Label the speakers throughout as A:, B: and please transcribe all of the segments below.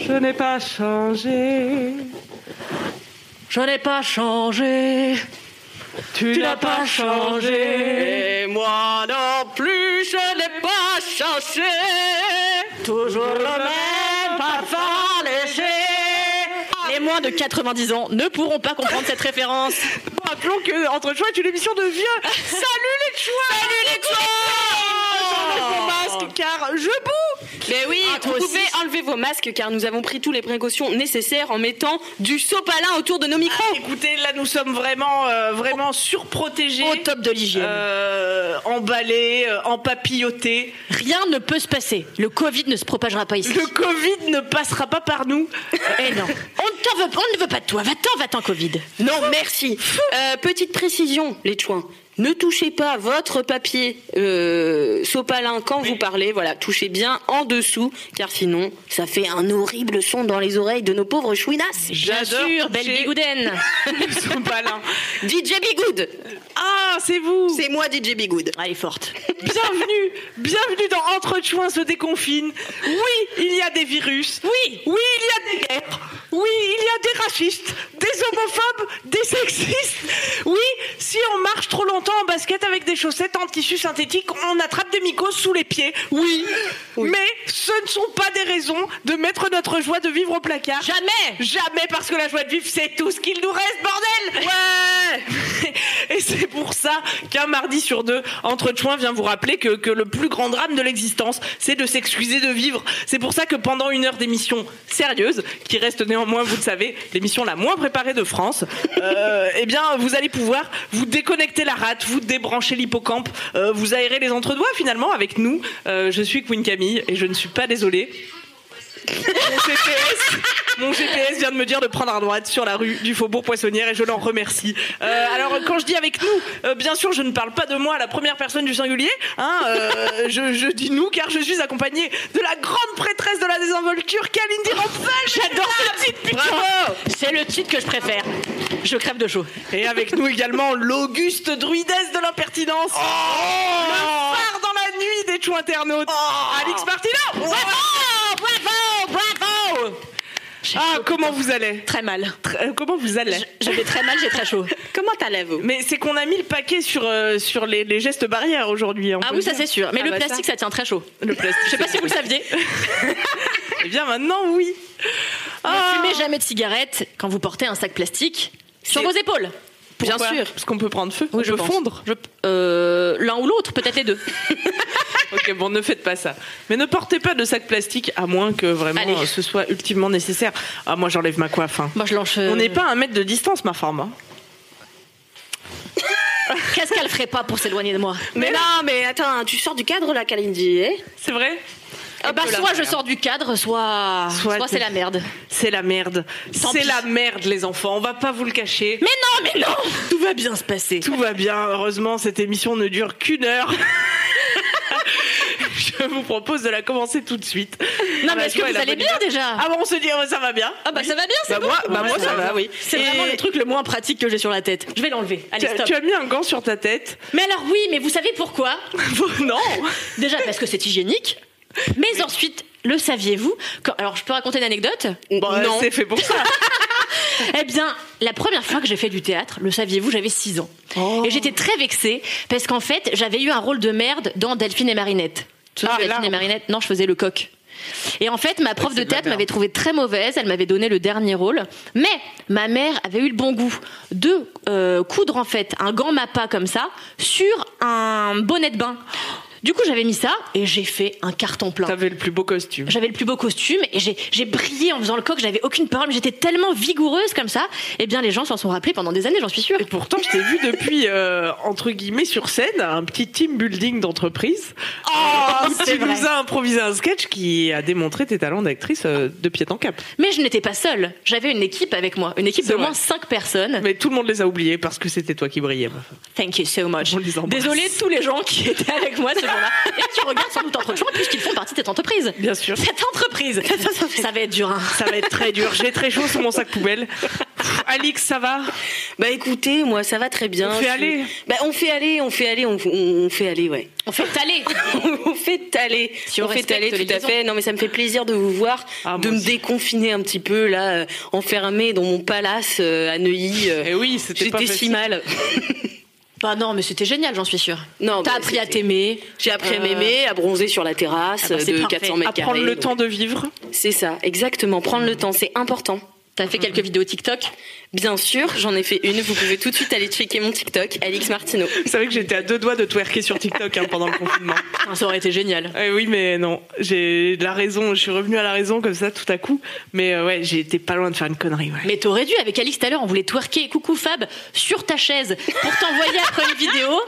A: Je n'ai pas changé. Je n'ai pas changé. Tu, n'as pas changé. moi non plus, je n'ai pas changé. Toujours le même parfum léger.
B: Les moins de 90 ans ne pourront pas comprendre cette référence.
A: Rappelons que Entre Chouettes est une émission de vieux. Salut les chouettes Salut les chouettes Enlevez vos masques car je boue
B: Mais oui,
A: Ah,
B: vous
A: toi aussi.
B: pouvez enlever vos masques car nous avons pris toutes les précautions nécessaires en mettant du sopalin autour de nos micros.
A: Ah, Écoutez, là nous sommes vraiment, euh, vraiment surprotégés.
B: Au top de l'hygiène.
A: Euh, emballés, euh, empapillotés.
B: Rien ne peut se passer. Le Covid ne se propagera pas ici.
A: Le Covid ne passera pas par nous.
B: Eh non, on, ne t'en veut, on ne veut pas de toi. Va-t'en, va-t'en, Covid. Non, merci. Euh, petite précision, les chouins. Ne touchez pas votre papier euh, sopalin quand vous parlez. Voilà, touchez bien en dessous, car sinon, ça fait un horrible son dans les oreilles de nos pauvres chouinasses.
A: Bien J'adore sûr, belle toucher.
B: bigoudaine.
A: Ils sont pas là.
B: DJ Bigoud.
A: Ah, c'est vous
B: C'est moi, DJ Bigoud. Ah, Elle est forte.
A: Bienvenue, bienvenue dans Entre Chouins se déconfine. Oui, il y a des virus.
B: Oui.
A: Oui, il y a des guerres. Oui, il y a des racistes, des homophobes, des sexistes. Oui, si on marche trop longtemps en basket avec des chaussettes en tissu synthétique, on attrape des mycoses sous les pieds. Oui. Mais ce ne sont pas des raisons de mettre notre joie de vivre au placard.
B: Jamais
A: Jamais parce que la joie de vivre, c'est tout ce qu'il nous reste, bordel Ouais Et c'est pour ça qu'un mardi sur deux, Entre Chouins vient vous rappeler que, que le plus grand drame de l'existence, c'est de s'excuser de vivre. C'est pour ça que pendant une heure d'émission sérieuse, qui reste néanmoins, vous le savez, l'émission la moins préparée de France, euh, eh bien, vous allez pouvoir vous déconnecter la rate, vous débrancher l'hippocampe, euh, vous aérer les entre-doigts finalement avec nous. Euh, je suis Queen Camille et je ne suis pas désolée. Mon GPS, mon GPS vient de me dire de prendre à droite sur la rue du Faubourg Poissonnière et je l'en remercie. Euh, alors quand je dis avec nous, euh, bien sûr je ne parle pas de moi à la première personne du singulier. hein, euh, je, je dis nous car je suis accompagnée de la grande prêtresse de la désinvolture, Kalindi Rampal.
B: J'adore ce titre, putain
A: Bravo
B: C'est le titre que je préfère. Je crève de chaud.
A: Et avec nous également l'auguste druidesse de l'impertinence.
B: Oh.
A: le phare dans la nuit des choux internautes. Alix Martino.
B: Bravo Bravo Bravo
A: Ah comment vous allez
B: Très mal.
A: Euh, Comment vous allez
B: Je, je vais très mal, j'ai très chaud. Comment t'allez-vous
A: Mais c'est qu'on a mis le paquet sur, euh, sur les, les gestes barrières aujourd'hui. on
B: Ah
A: peut
B: oui,
A: le
B: ça
A: dire.
B: c'est sûr. Mais
A: Ah
B: le
A: bah ça.
B: plastique, ça. tient très chaud.
A: Le plastique.
B: Je sais pas si vous le saviez.
A: Eh bien maintenant, oui. Ah.
B: Ne fumez jamais de cigarette quand vous portez un sac plastique sur
A: C'est-
B: vos épaules.
A: Pourquoi
B: Bien sûr.
A: Parce qu'on peut prendre feu.
B: Oui,
A: on
B: je
A: peut
B: pense.
A: fondre.
B: Je- euh, L'un ou l'autre, peut-être les deux.
A: ok, bon, ne faites pas ça. Mais ne portez pas de sac plastique à moins que vraiment
B: Allez.
A: euh, ce soit ultimement nécessaire. Ah, moi j'enlève ma coiffe. hein.
B: Moi, je lance. euh,
A: On n'est pas à un mètre de distance, ma femme. hein.
B: Qu'est-ce qu'elle ferait pas pour s'éloigner de moi
C: Mais non, mais
B: hein,
C: attends, tu sors du cadre là, Kalindi, hein
A: C'est vrai
B: Ah bah,
A: peu la
B: soit je
A: merde.
B: sors du cadre, soit.
A: Soit
B: Soit
A: tu-
B: c'est la merde.
A: C'est la merde.
B: Tant
A: C'est
B: pis.
A: la merde, les enfants. On va pas vous le cacher.
B: Mais non, mais non Tout va bien se passer.
A: Tout va bien, heureusement cette émission ne dure qu'une heure. Je vous propose de la commencer tout de suite.
B: Non,
A: Ah bah,
B: mais est-ce
A: tu
B: que
A: vois,
B: vous
A: la
B: allez
A: bonne
B: bien
A: humeur.
B: déjà
A: Ah bon, on se dit oh, ça va bien.
B: Ah bah ça va bien, c'est
A: Bah
B: bon.
A: moi- bah moi, ça va, oui.
B: C'est
A: Et-
B: vraiment le truc le moins pratique que j'ai sur la tête. Je vais l'enlever.
A: Tu
B: Allez,
A: as,
B: stop.
A: tu as mis un gant sur ta tête.
B: Mais alors oui, mais vous savez pourquoi
A: non.
B: Déjà parce que c'est hygiénique. Mais ensuite, le saviez-vous Quand- Alors je peux raconter une anecdote
A: Bon,
B: Non.
A: c'est fait pour ça.
B: Eh bien, la première fois que j'ai fait du théâtre, le saviez-vous, j'avais 6 ans.
A: Oh.
B: Et j'étais très vexée parce qu'en fait, j'avais eu un rôle de merde dans Delphine et Marinette. Tu
A: Ah,
B: vois,
A: mais
B: Delphine
A: là,
B: et Marinette, non, je faisais le coq. Et en fait, ma prof de théâtre m'avait trouvée très mauvaise, elle m'avait donné le dernier rôle, mais ma mère avait eu le bon goût de euh, coudre en fait un gant mappa comme ça sur un bonnet de bain. Du coup, j'avais mis ça et j'ai fait un carton plein.
A: T'avais le plus beau costume.
B: J'avais le plus beau costume et j'ai j'ai brillé en faisant le coq, j'avais aucune parole, mais j'étais tellement vigoureuse comme ça. Eh bien, les gens s'en sont rappelés pendant des années, j'en suis sûre.
A: Et pourtant, je t'ai vu depuis, euh, entre guillemets, sur scène, un petit team building d'entreprise. Euh,
B: Oh,
A: tu nous as improvisé un sketch qui a démontré tes talents d'actrice euh, de pied en cap.
B: Mais je n'étais pas seule, j'avais une équipe avec moi, une équipe
A: C'est
B: de
A: vrai.
B: moins 5 personnes.
A: Mais tout le monde les a oubliés parce que c'était toi qui brillais. ma femme.
B: Thank you so much.
A: On les embrasse.
B: Désolée de tous les gens qui étaient avec moi ce jour-là et qui regardent sans doute entre gens puisqu'ils font partie de cette entreprise.
A: Bien sûr.
B: Cette entreprise, ça va être dur. hein.
A: Ça va être très dur. J'ai très chaud sous mon sac poubelle. Pff, Alix, ça va
D: Bah écoutez, moi ça va très bien.
A: On fait
D: Je suis-
A: aller.
D: Bah on fait aller, on fait aller, on, on- on fait aller, ouais.
B: On fait aller.
D: on fait aller.
B: Si on
D: on fait
B: respecte
D: aller,
B: les
D: tout à
B: liaisons.
D: fait. Non mais ça me fait plaisir de vous voir,
A: Ah, moi
D: de me
A: aussi.
D: déconfiner un petit peu là, euh, enfermée dans mon palace euh, à Neuilly. euh,
A: Eh oui, c'était pas
D: J'étais si
A: facile.
D: mal.
B: Bah non, mais c'était génial, j'en suis sûre.
D: Non,
B: T'as
D: bah,
B: appris à
D: c'était-
B: t'aimer.
D: J'ai appris à
B: Euh,
D: m'aimer, à bronzer sur la terrasse
B: Ah bah, c'est
D: de
B: parfait.
D: 400 mètres
A: À
D: carrés.
A: prendre le
D: donc.
A: temps de vivre.
D: C'est ça, exactement. Prendre le temps, c'est important.
B: T'as fait quelques vidéos TikTok.
D: Bien sûr, j'en ai fait une. Vous pouvez tout de suite aller checker mon TikTok, Alix Martino.
A: Vous savez que j'étais à deux doigts de twerker sur TikTok hein, pendant le confinement.
B: Ah, Ça aurait été génial.
A: Eh oui, mais non. J'ai de la raison. Je suis revenue à la raison comme ça tout à coup. Mais euh, ouais, j'ai été pas loin de faire une connerie. Ouais.
B: Mais t'aurais dû, avec Alix tout à l'heure, on voulait twerker, coucou Fab, sur ta chaise pour t'envoyer après une vidéo.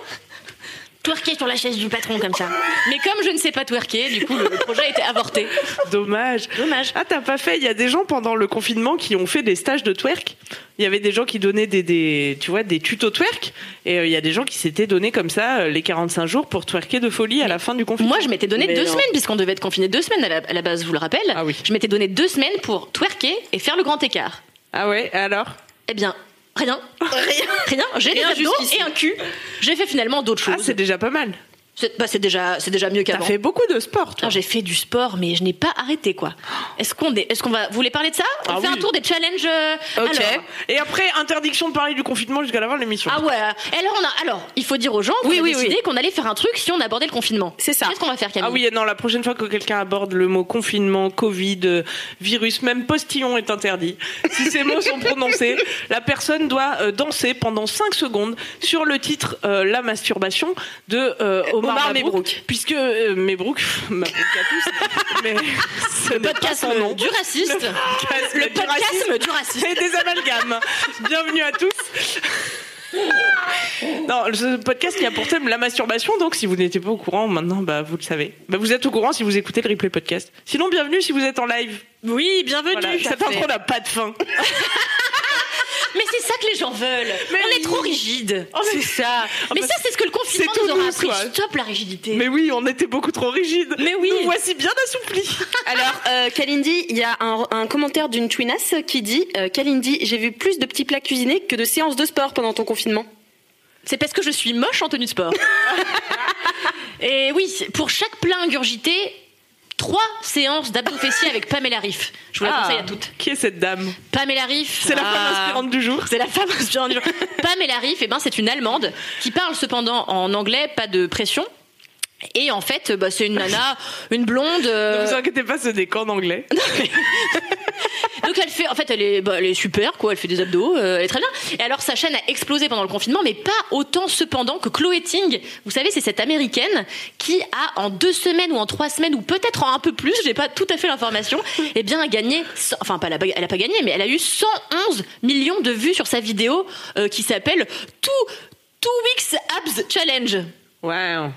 B: Twerker sur la chaise du patron comme ça. Mais comme je ne sais pas twerker, du coup, le le projet a été avorté.
A: Dommage.
B: Dommage.
A: Ah, t'as pas fait. Il y a des gens pendant le confinement qui ont fait des stages de twerk. Il y avait des gens qui donnaient des, des tu vois, des tutos twerk. Et euh, il y a des gens qui s'étaient donné comme ça euh, les 45 jours pour twerker de folie à la fin du confinement.
B: Moi, je m'étais donné
D: Mais
B: deux
D: non.
B: semaines, puisqu'on devait être confiné deux semaines à la, à la base, je vous le rappelle.
A: Ah oui.
B: Je m'étais donné deux semaines pour twerker et faire le grand écart.
A: Ah ouais, alors
B: Eh bien, rien. Rien. Rien. J'ai des
D: Rien
B: abdos
D: jusqu'ici.
B: et un cul. J'ai fait finalement d'autres
A: Ah,
B: choses.
A: c'est déjà pas mal.
B: c'est bah, c'est déjà, c'est déjà mieux
A: T'as
B: qu'avant.
A: fait beaucoup de sport, toi.
B: Ah, j'ai fait du sport, mais je n'ai pas arrêté, quoi. Est-ce qu'on est, est-ce qu'on va, vous voulez parler de ça On
A: Ah
B: fait
A: oui.
B: un tour des challenges. euh,
A: Ok.
B: alors.
A: Et après, interdiction de parler du confinement jusqu'à la fin de l'émission.
B: Ah ouais. Et alors, on a, alors, il faut dire aux gens qu'on
D: Oui,
B: a
D: oui,
B: décidé qu'on allait faire un truc si on abordait le confinement.
D: C'est ça.
B: Qu'est-ce qu'on va faire, Camille
A: Ah oui, et non, la prochaine fois que quelqu'un aborde le mot confinement, Covid, euh, virus, même postillon est interdit. Si ces mots sont prononcés, la personne doit euh, danser pendant 5 secondes sur le titre euh, La masturbation de euh, Omar,
D: Omar
A: Mabrouk,
D: Mebrouk.
A: Puisque euh, Mebrouk, pff, Mabrouk à tous, mais ce n'est pas
B: Podcast
A: Ah, son nom.
B: du raciste.
A: Podcast
B: Le
A: du racisme
B: podcast du raciste.
A: et des amalgames. Bienvenue à tous. Non, ce podcast qui a pour thème la masturbation, donc si vous n'étiez pas au courant maintenant, bah, vous le savez. Bah, vous êtes au courant si vous écoutez le replay podcast. Sinon, bienvenue si vous êtes en live.
B: Oui, bienvenue.
A: Voilà, cette intro n'a pas de fin.
B: Mais c'est ça que les gens veulent.
A: Mais
B: on
A: oui. Oh,
B: est trop rigide.
A: C'est ça.
B: Mais ça, c'est ce que le confinement
A: bah, c'est tout
B: nous aura
A: nous,
B: appris.
A: quoi.
B: Stop la rigidité.
A: Mais oui, on était beaucoup trop rigide.
B: Mais oui.
A: Nous voici bien assouplis.
D: Alors, euh, Kalindi, il y a un, un commentaire d'une twinasse qui dit euh, Kalindi, j'ai vu plus de petits plats cuisinés que de séances de sport pendant ton confinement.
B: C'est parce que je suis moche en tenue de sport. Et oui, pour chaque plat ingurgité, trois séances d'abdos fessiers avec Pamela Riff. Je vous la conseille à toutes.
A: Qui est cette dame
B: Pamela Riff.
A: Ah. C'est la
B: Ah.
A: femme inspirante du jour.
B: C'est la femme inspirante du jour. Pamela Riff, eh ben, c'est une Allemande qui parle cependant en anglais, pas de pression. Et en fait, bah, c'est une nana, une blonde. euh,
A: Ne vous inquiétez pas, ce n'est qu'en anglais.
B: Donc elle fait, en fait, elle est, bah, elle est super, quoi. Elle fait des abdos, euh, elle est très bien. Et alors sa chaîne a explosé pendant le confinement, mais pas autant cependant que Chloé Ting. Vous savez, c'est cette américaine qui a en deux semaines ou en trois semaines ou peut-être en un peu plus, j'ai pas tout à fait l'information, eh bien a gagné, cent- enfin pas, elle a pas- elle a pas gagné, mais elle a eu 111 millions de vues sur sa vidéo euh, qui s'appelle Two Two Weeks Abs Challenge.
A: Wow.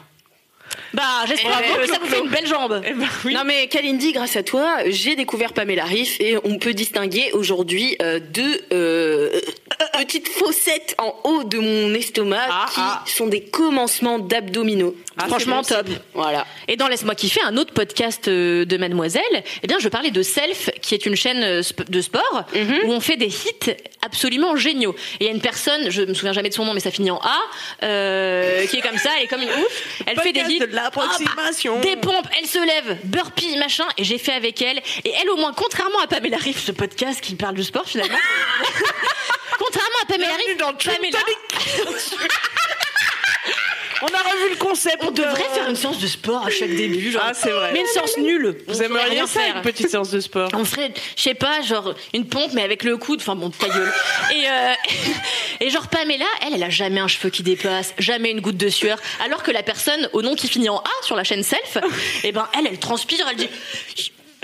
B: Bah j'espère
D: Eh
B: vraiment
D: ben,
B: que ça vous fait une belle jambe.
A: Eh ben oui.
D: Non mais Kalindi, grâce à toi, j'ai découvert Pamela Riff et on peut distinguer aujourd'hui euh, deux euh, petites fossettes en haut de mon estomac
A: Ah,
D: qui
A: ah.
D: sont des commencements d'abdominaux.
A: Ah,
B: Franchement,
A: c'est
B: top.
D: Voilà.
B: Et dans Laisse-moi kiffer, un autre podcast euh, de Mademoiselle, eh bien, je parlais de Self, qui est une chaîne euh, sp- de sport,
A: Mhm.
B: où on fait des hits absolument géniaux. Et il y a une personne, je me souviens jamais de son nom, mais ça finit en A, euh, qui est comme ça, elle est comme une ouf. Elle fait des
A: Podcast
B: hits.
A: de l'approximation.
B: Hop, des pompes, elle se lève, burpee, machin, et j'ai fait avec elle. Et elle, au moins, contrairement à Pamela Riff, ce podcast qui parle du sport finalement. contrairement à Pamela
A: Bienvenue
B: Riff,
A: dans True
B: Pamela-
A: On a revu le concept.
C: On devrait
A: euh,
C: faire une séance de sport à chaque début. Genre.
A: Ah, c'est vrai.
C: Mais une séance nulle.
A: Vous
B: pourrait rien
A: aimeriez ça,
B: faire.
A: une petite séance de sport
B: On ferait, je sais pas, genre une pompe, mais avec le coude. Enfin bon, ta gueule. Et, euh, et genre Pamela, elle, elle a jamais un cheveu qui dépasse, jamais une goutte de sueur. Alors que la personne au nom qui finit en A sur la chaîne Self, et ben elle, elle transpire, elle dit.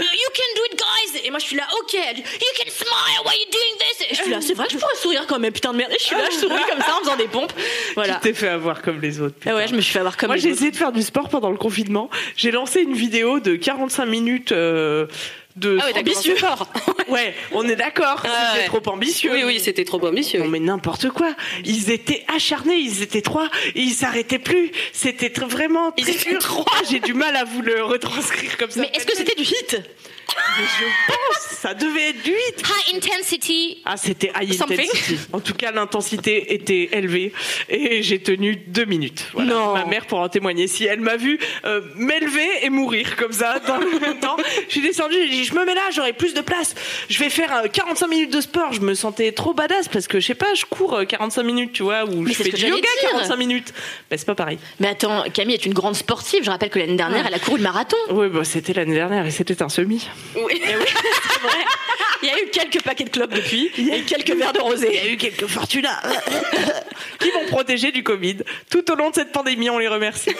B: You can do it, guys! Et moi, je suis là, ok. Elle dit, you can smile while you're doing this! Et je suis là, c'est vrai que je pourrais sourire quand même, putain de merde. Et je suis là, je souris comme ça en faisant des pompes. Voilà.
A: Tu t'es fait avoir comme les autres.
B: Ah ouais, je me suis fait avoir comme
A: Moi,
B: les
A: j'ai
B: autres.
A: essayé de faire du sport pendant le confinement. J'ai lancé une vidéo de 45 minutes euh, de.
B: Ah ouais, t'as commencé fort.
A: Ouais, on est d'accord.
D: Ah
A: C'était
D: ouais.
A: trop ambitieux.
D: Oui, oui, c'était trop ambitieux.
A: Non mais n'importe quoi. Ils étaient acharnés, ils étaient trois, et ils s'arrêtaient plus. C'était tr- vraiment très dur. Ah, J'ai du mal à vous le retranscrire comme ça.
B: Mais est-ce que c'était du hit?
A: Je pense, ça devait être du hit.
B: High intensity!
A: Ah, c'était high
B: Something.
A: intensity. En tout cas, l'intensité était élevée et j'ai tenu deux minutes. Voilà.
C: Non.
A: Ma mère pour en témoigner. Si elle m'a vu euh, m'élever et mourir comme ça dans le même temps, je suis descendue. J'ai dit, je me mets là, j'aurai plus de place. Je vais faire euh, 45 minutes de sport. Je me sentais trop badass parce que je sais pas, je cours euh, 45 minutes, tu vois, ou je
B: c'est
A: fais
B: ce que
A: du
B: j'allais
A: yoga
B: dire.
A: 45 minutes. Ben, c'est pas pareil.
B: Mais attends, Camille est une grande sportive. Je rappelle que l'année dernière, elle a couru le marathon.
A: Oui, bah, c'était l'année dernière et c'était un semi.
B: Il y a eu quelques paquets de clopes depuis.
A: Il y a eu quelques verres de rosé. Il y a eu quelques fortunats qui vont protéger du Covid. Tout au long de cette pandémie, on les remercie.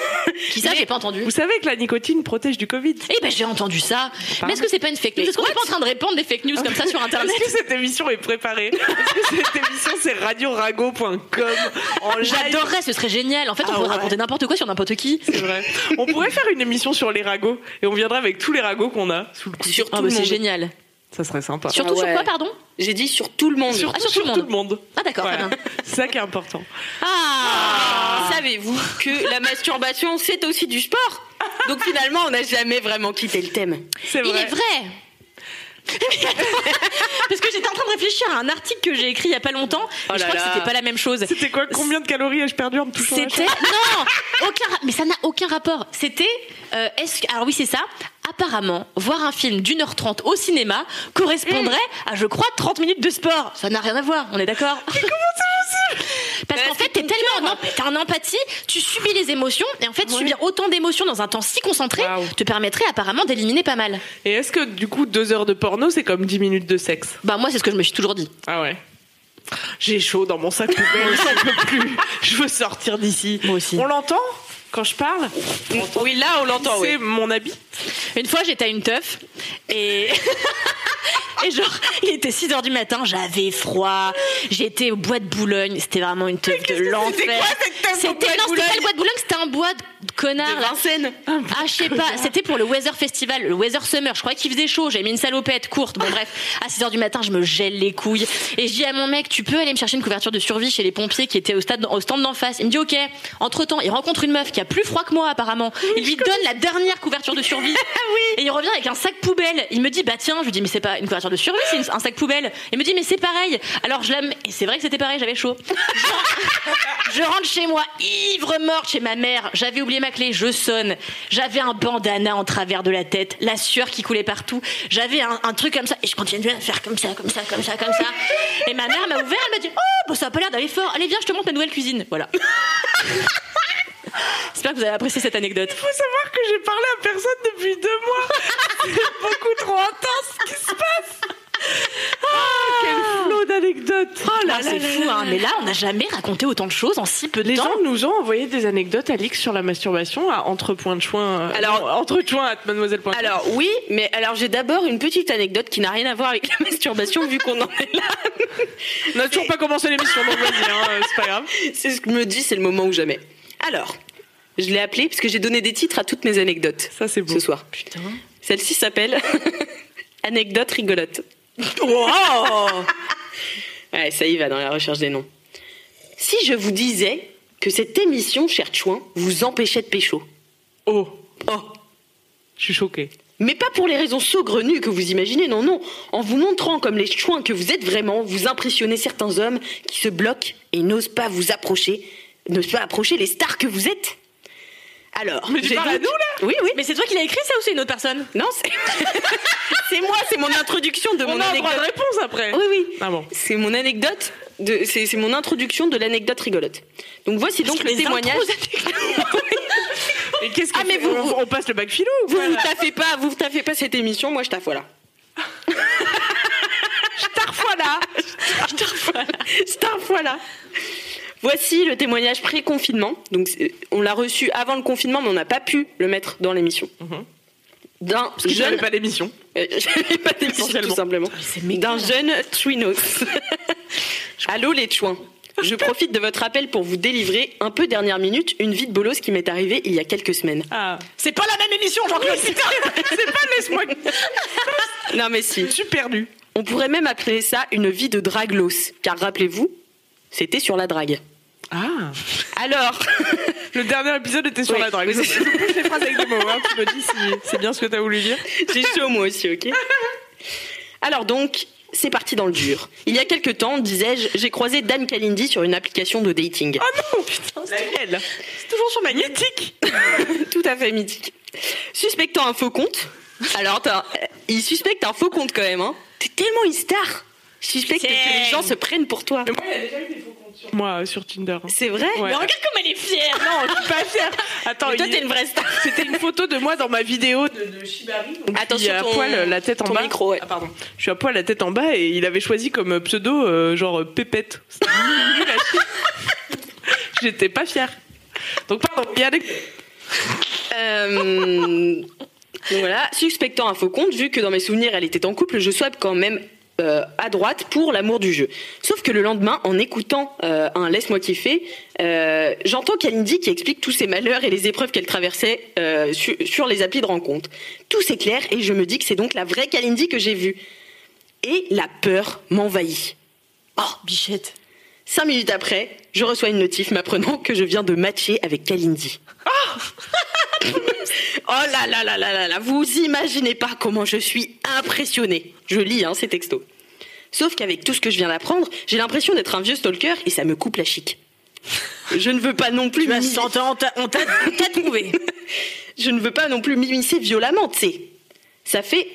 B: Qui ça, j'ai pas entendu.
A: Vous savez que la nicotine protège du Covid.
B: Eh ben, j'ai entendu ça. Mais
A: Pardon
B: est-ce que c'est pas une fake news Est-ce qu'on est pas en train de répandre des fake news comme ça sur Internet
A: Est-ce que cette émission est préparée Est-ce que cette émission c'est radiorago.com en live
B: J'adorerais, ce serait génial. En fait, on
A: Ah
B: pourrait
A: ouais.
B: raconter n'importe quoi sur n'importe qui.
A: C'est vrai. On pourrait faire une émission sur les ragots et on viendra avec tous les ragots qu'on a sous le cou.
D: Sur tout
B: Ah, bah,
D: le
B: c'est
D: monde.
B: génial.
A: Ça serait sympa.
B: Surtout sur
D: ouais.
B: quoi, pardon
D: J'ai dit sur tout le monde.
A: Surtout
B: Ah, sur
A: sur
B: tout le monde.
A: tout le monde.
B: Ah, d'accord, très
A: Voilà.
B: bien.
A: C'est ça qui est important.
B: Ah
D: Savez-vous que la masturbation, c'est aussi du sport Donc finalement, on n'a jamais vraiment quitté le thème.
A: C'est
B: Il
A: vrai.
B: est vrai Parce que j'étais en train de réfléchir à un article que j'ai écrit il y a pas longtemps. mais je
D: là
B: crois que
D: là.
B: c'était pas la même chose.
A: C'était quoi Combien de calories ai-je perdu en me touchant la
B: C'était non, aucun ra- mais ça n'a aucun rapport. C'était euh, est-ce que- alors oui, c'est ça. Apparemment, voir un film d'une heure trente au cinéma correspondrait à, je crois, 30 minutes de sport. Ça n'a rien à voir, on est d'accord Parce qu'en fait, t'es tellement, en emp- t'es en empathie, tu subis les émotions, et en fait, subir autant d'émotions dans un temps si concentré
A: Waouh.
B: te permettrait apparemment d'éliminer pas mal.
A: Et est-ce que du coup, deux heures de porno, c'est comme 10 minutes de sexe
B: Bah moi, c'est ce que je me suis toujours dit.
A: Ah ouais. J'ai chaud dans mon sac poubelle, j'en peux plus. Je veux sortir d'ici.
B: Moi aussi.
A: On l'entend quand je parle
D: Oui, là, on l'entend,
A: C'est mon habit.
B: Une fois, j'étais à une teuf et. Et genre, il était 6 h du matin, j'avais froid, j'étais au bois de Boulogne, c'était vraiment une teuf de l'enfer. C'était
D: bois de
B: non, c'était pas le
D: Boulogne
B: bois de Boulogne, c'était un bois de de connard.
D: De
B: là.
D: Vincennes.
B: Ah, je sais pas, c'était pour le Weather Festival, le Weather Summer. Je croyais qu'il faisait chaud, j'avais mis une salopette courte. Bon, bref, à 6 h du matin, je me gèle les couilles. Et je dis à mon mec, tu peux aller me chercher une couverture de survie chez les pompiers qui étaient au, stade, au stand d'en face. Il me dit, ok. Entre temps, il rencontre une meuf qui a plus froid que moi, apparemment. Il lui donne la dernière couverture de survie. Et il revient avec un sac poubelle. Il me dit, bah tiens, je lui dis, mais c'est pas une couverture de survie, c'est une- un sac poubelle. Il me dit, mais c'est pareil. Alors je la mets- Et c'est vrai que c'était pareil, j'avais chaud. Je rentre chez moi, ivre morte chez ma mère. J'avais oublié ma clé, je sonne. J'avais un bandana en travers de la tête, la sueur qui coulait partout. J'avais un, un truc comme ça et je continuais à faire comme ça, comme ça, comme ça, comme ça. Et ma mère m'a ouvert, elle m'a dit Oh, bah, ça a pas l'air d'aller fort. Allez, viens, je te montre ma nouvelle cuisine. Voilà. J'espère que vous avez apprécié cette anecdote.
A: Faut savoir que j'ai parlé à personne depuis deux mois. C'est beaucoup trop intense ce qui se passe. Ah, Oh, quel flot d'anecdotes.
B: Ah, c'est fou, hein. Mais là, on n'a jamais raconté autant de choses en si peu de
A: Les
B: temps.
A: gens nous ont envoyé des anecdotes, Alix, sur la masturbation à entre points de choin.
D: Alors-
A: entre choin à mademoiselle point de
D: Alors oui, mais alors j'ai d'abord une petite anecdote qui n'a rien à voir avec la masturbation vu qu'on en est là.
A: choin. on n'a toujours pas commencé l'émission, donc vas-y, hein, euh, c'est pas grave.
D: C'est ce que je me dis, c'est le moment ou jamais. Alors, je l'ai appelée parce que j'ai donné des titres à toutes mes anecdotes
A: Ça, c'est beau.
D: ce soir. Celle-ci s'appelle Anecdote rigolote. Ouais, ça y va dans la recherche des noms. Si je vous disais que cette émission, cher Chouin, vous empêchait de pécho.
A: Oh,
D: Oh
A: je suis choquée.
D: Mais pas pour les raisons saugrenues que vous imaginez, non, non. En vous montrant comme les chouins que vous êtes vraiment, vous impressionnez certains hommes qui se bloquent et n'osent pas vous approcher, n'osent pas approcher les stars que vous êtes. Alors,
A: Mais tu
D: j'ai
A: parles à
D: donc-
A: nous, là
D: Oui, oui.
B: Mais c'est toi qui l'as écrit ça ou c'est une autre personne
D: Non, c'est c'est moi, c'est mon introduction de
A: On
D: mon
A: a un droit de
D: anecdote.
A: réponse après.
D: Oui, oui.
A: Ah bon.
D: C'est mon anecdote de- c'est c'est mon introduction de l'anecdote rigolote. Donc voici donc le témoignage.
A: Et qu'est-ce que
D: Ah, mais
A: fait-
D: vous-
A: on, on passe le bac philo ou
D: Vous
A: quoi,
D: vous
A: là
D: taffez pas, vous vous taffez pas cette émission, moi je taffe voilà.
A: Voilà.
D: Star voilà. Voici le témoignage pré-confinement. Donc c'est- on l'a reçu avant le confinement, mais on n'a pas pu le mettre dans l'émission.
A: Mhm.
D: D'un
A: Je
D: jeune,
A: n'avais pas l'émission.
D: Euh, j'avais pas d'émission, tout
A: Essentiellement.
D: simplement.
B: c'est méga,
D: D'un jeune Twinos. Allô les chouins. Je profite de votre appel pour vous délivrer un peu dernière minute une vie de bolos qui m'est arrivée il y a quelques semaines.
A: Ah. C'est pas la même émission, Jean-Claude. Putain, c'est pas laisse-moi.
D: Non mais si.
A: Je suis perdu.
D: On pourrait même appeler ça une vie de draglos, car rappelez-vous, c'était sur la drague.
A: Ah.
D: Alors,
A: Le dernier épisode était sur
D: Oui.
A: la drague.
D: Oui,
A: Je bouche les phrases avec des mots. hein. Tu me dis si c'est bien ce que t'as voulu dire.
D: j'ai chaud moi aussi, ok Alors donc, c'est parti dans le dur. Il y a quelques temps, disais-je, j'ai croisé Dan Kalindi sur une application de dating.
A: Oh putain, laquelle C'est toujours sur ma mythique.
D: Tout à fait mythique. Suspectant un faux compte. Alors, t'as- euh, il suspecte un faux compte quand même. Hein. T'es tellement une star. Je suspecte que les gens se prennent pour toi.
A: Moi, euh, sur Tinder. hein.
D: C'est vrai
A: Ouais.
B: Mais regarde comme elle est fière.
A: Non, je suis pas fière. Attends,
D: Mais toi,
A: il-
D: t'es une vraie star.
A: c'était une photo de moi dans ma vidéo de, de Shibari. Donc, je suis
D: Attention,
A: à
D: ton-
A: poil, euh, la tête en
D: ton
A: bas.
D: micro, ouais.
A: Ah, pardon. Je suis à poil, la tête en bas, et il avait choisi comme pseudo euh, genre euh, Pépette. C'était nul à chier. J'étais pas fière. Donc pardon. bien des-
D: Euh, donc voilà, suspectant un faux compte, vu que dans mes souvenirs elle était en couple, je swipe quand même euh, à droite pour l'amour du jeu. Sauf que le lendemain, en écoutant euh, un Laisse-moi kiffer, euh, j'entends Kalindi qui explique tous ses malheurs et les épreuves qu'elle traversait euh, su- sur les applis de rencontre. Tout s'éclaire et je me dis que c'est donc la vraie Kalindi que j'ai vue. Et la peur m'envahit. Oh,
C: Bichette.
D: Cinq minutes après, je reçois une notif m'apprenant que je viens de matcher avec Kalindi.
C: Ah
D: oh là là là là là là, vous imaginez pas comment je suis impressionnée. Je lis hein, ces textos. Sauf qu'avec tout ce que je viens d'apprendre, j'ai l'impression d'être un vieux stalker et ça me coupe la chic. Je ne veux pas non plus
C: Tu as
D: m'immiscer-
C: 100 ans, on t'a- on t'a on t'a trouvé.
D: je ne veux pas non plus m'immiscer violemment, tu sais. Ça fait,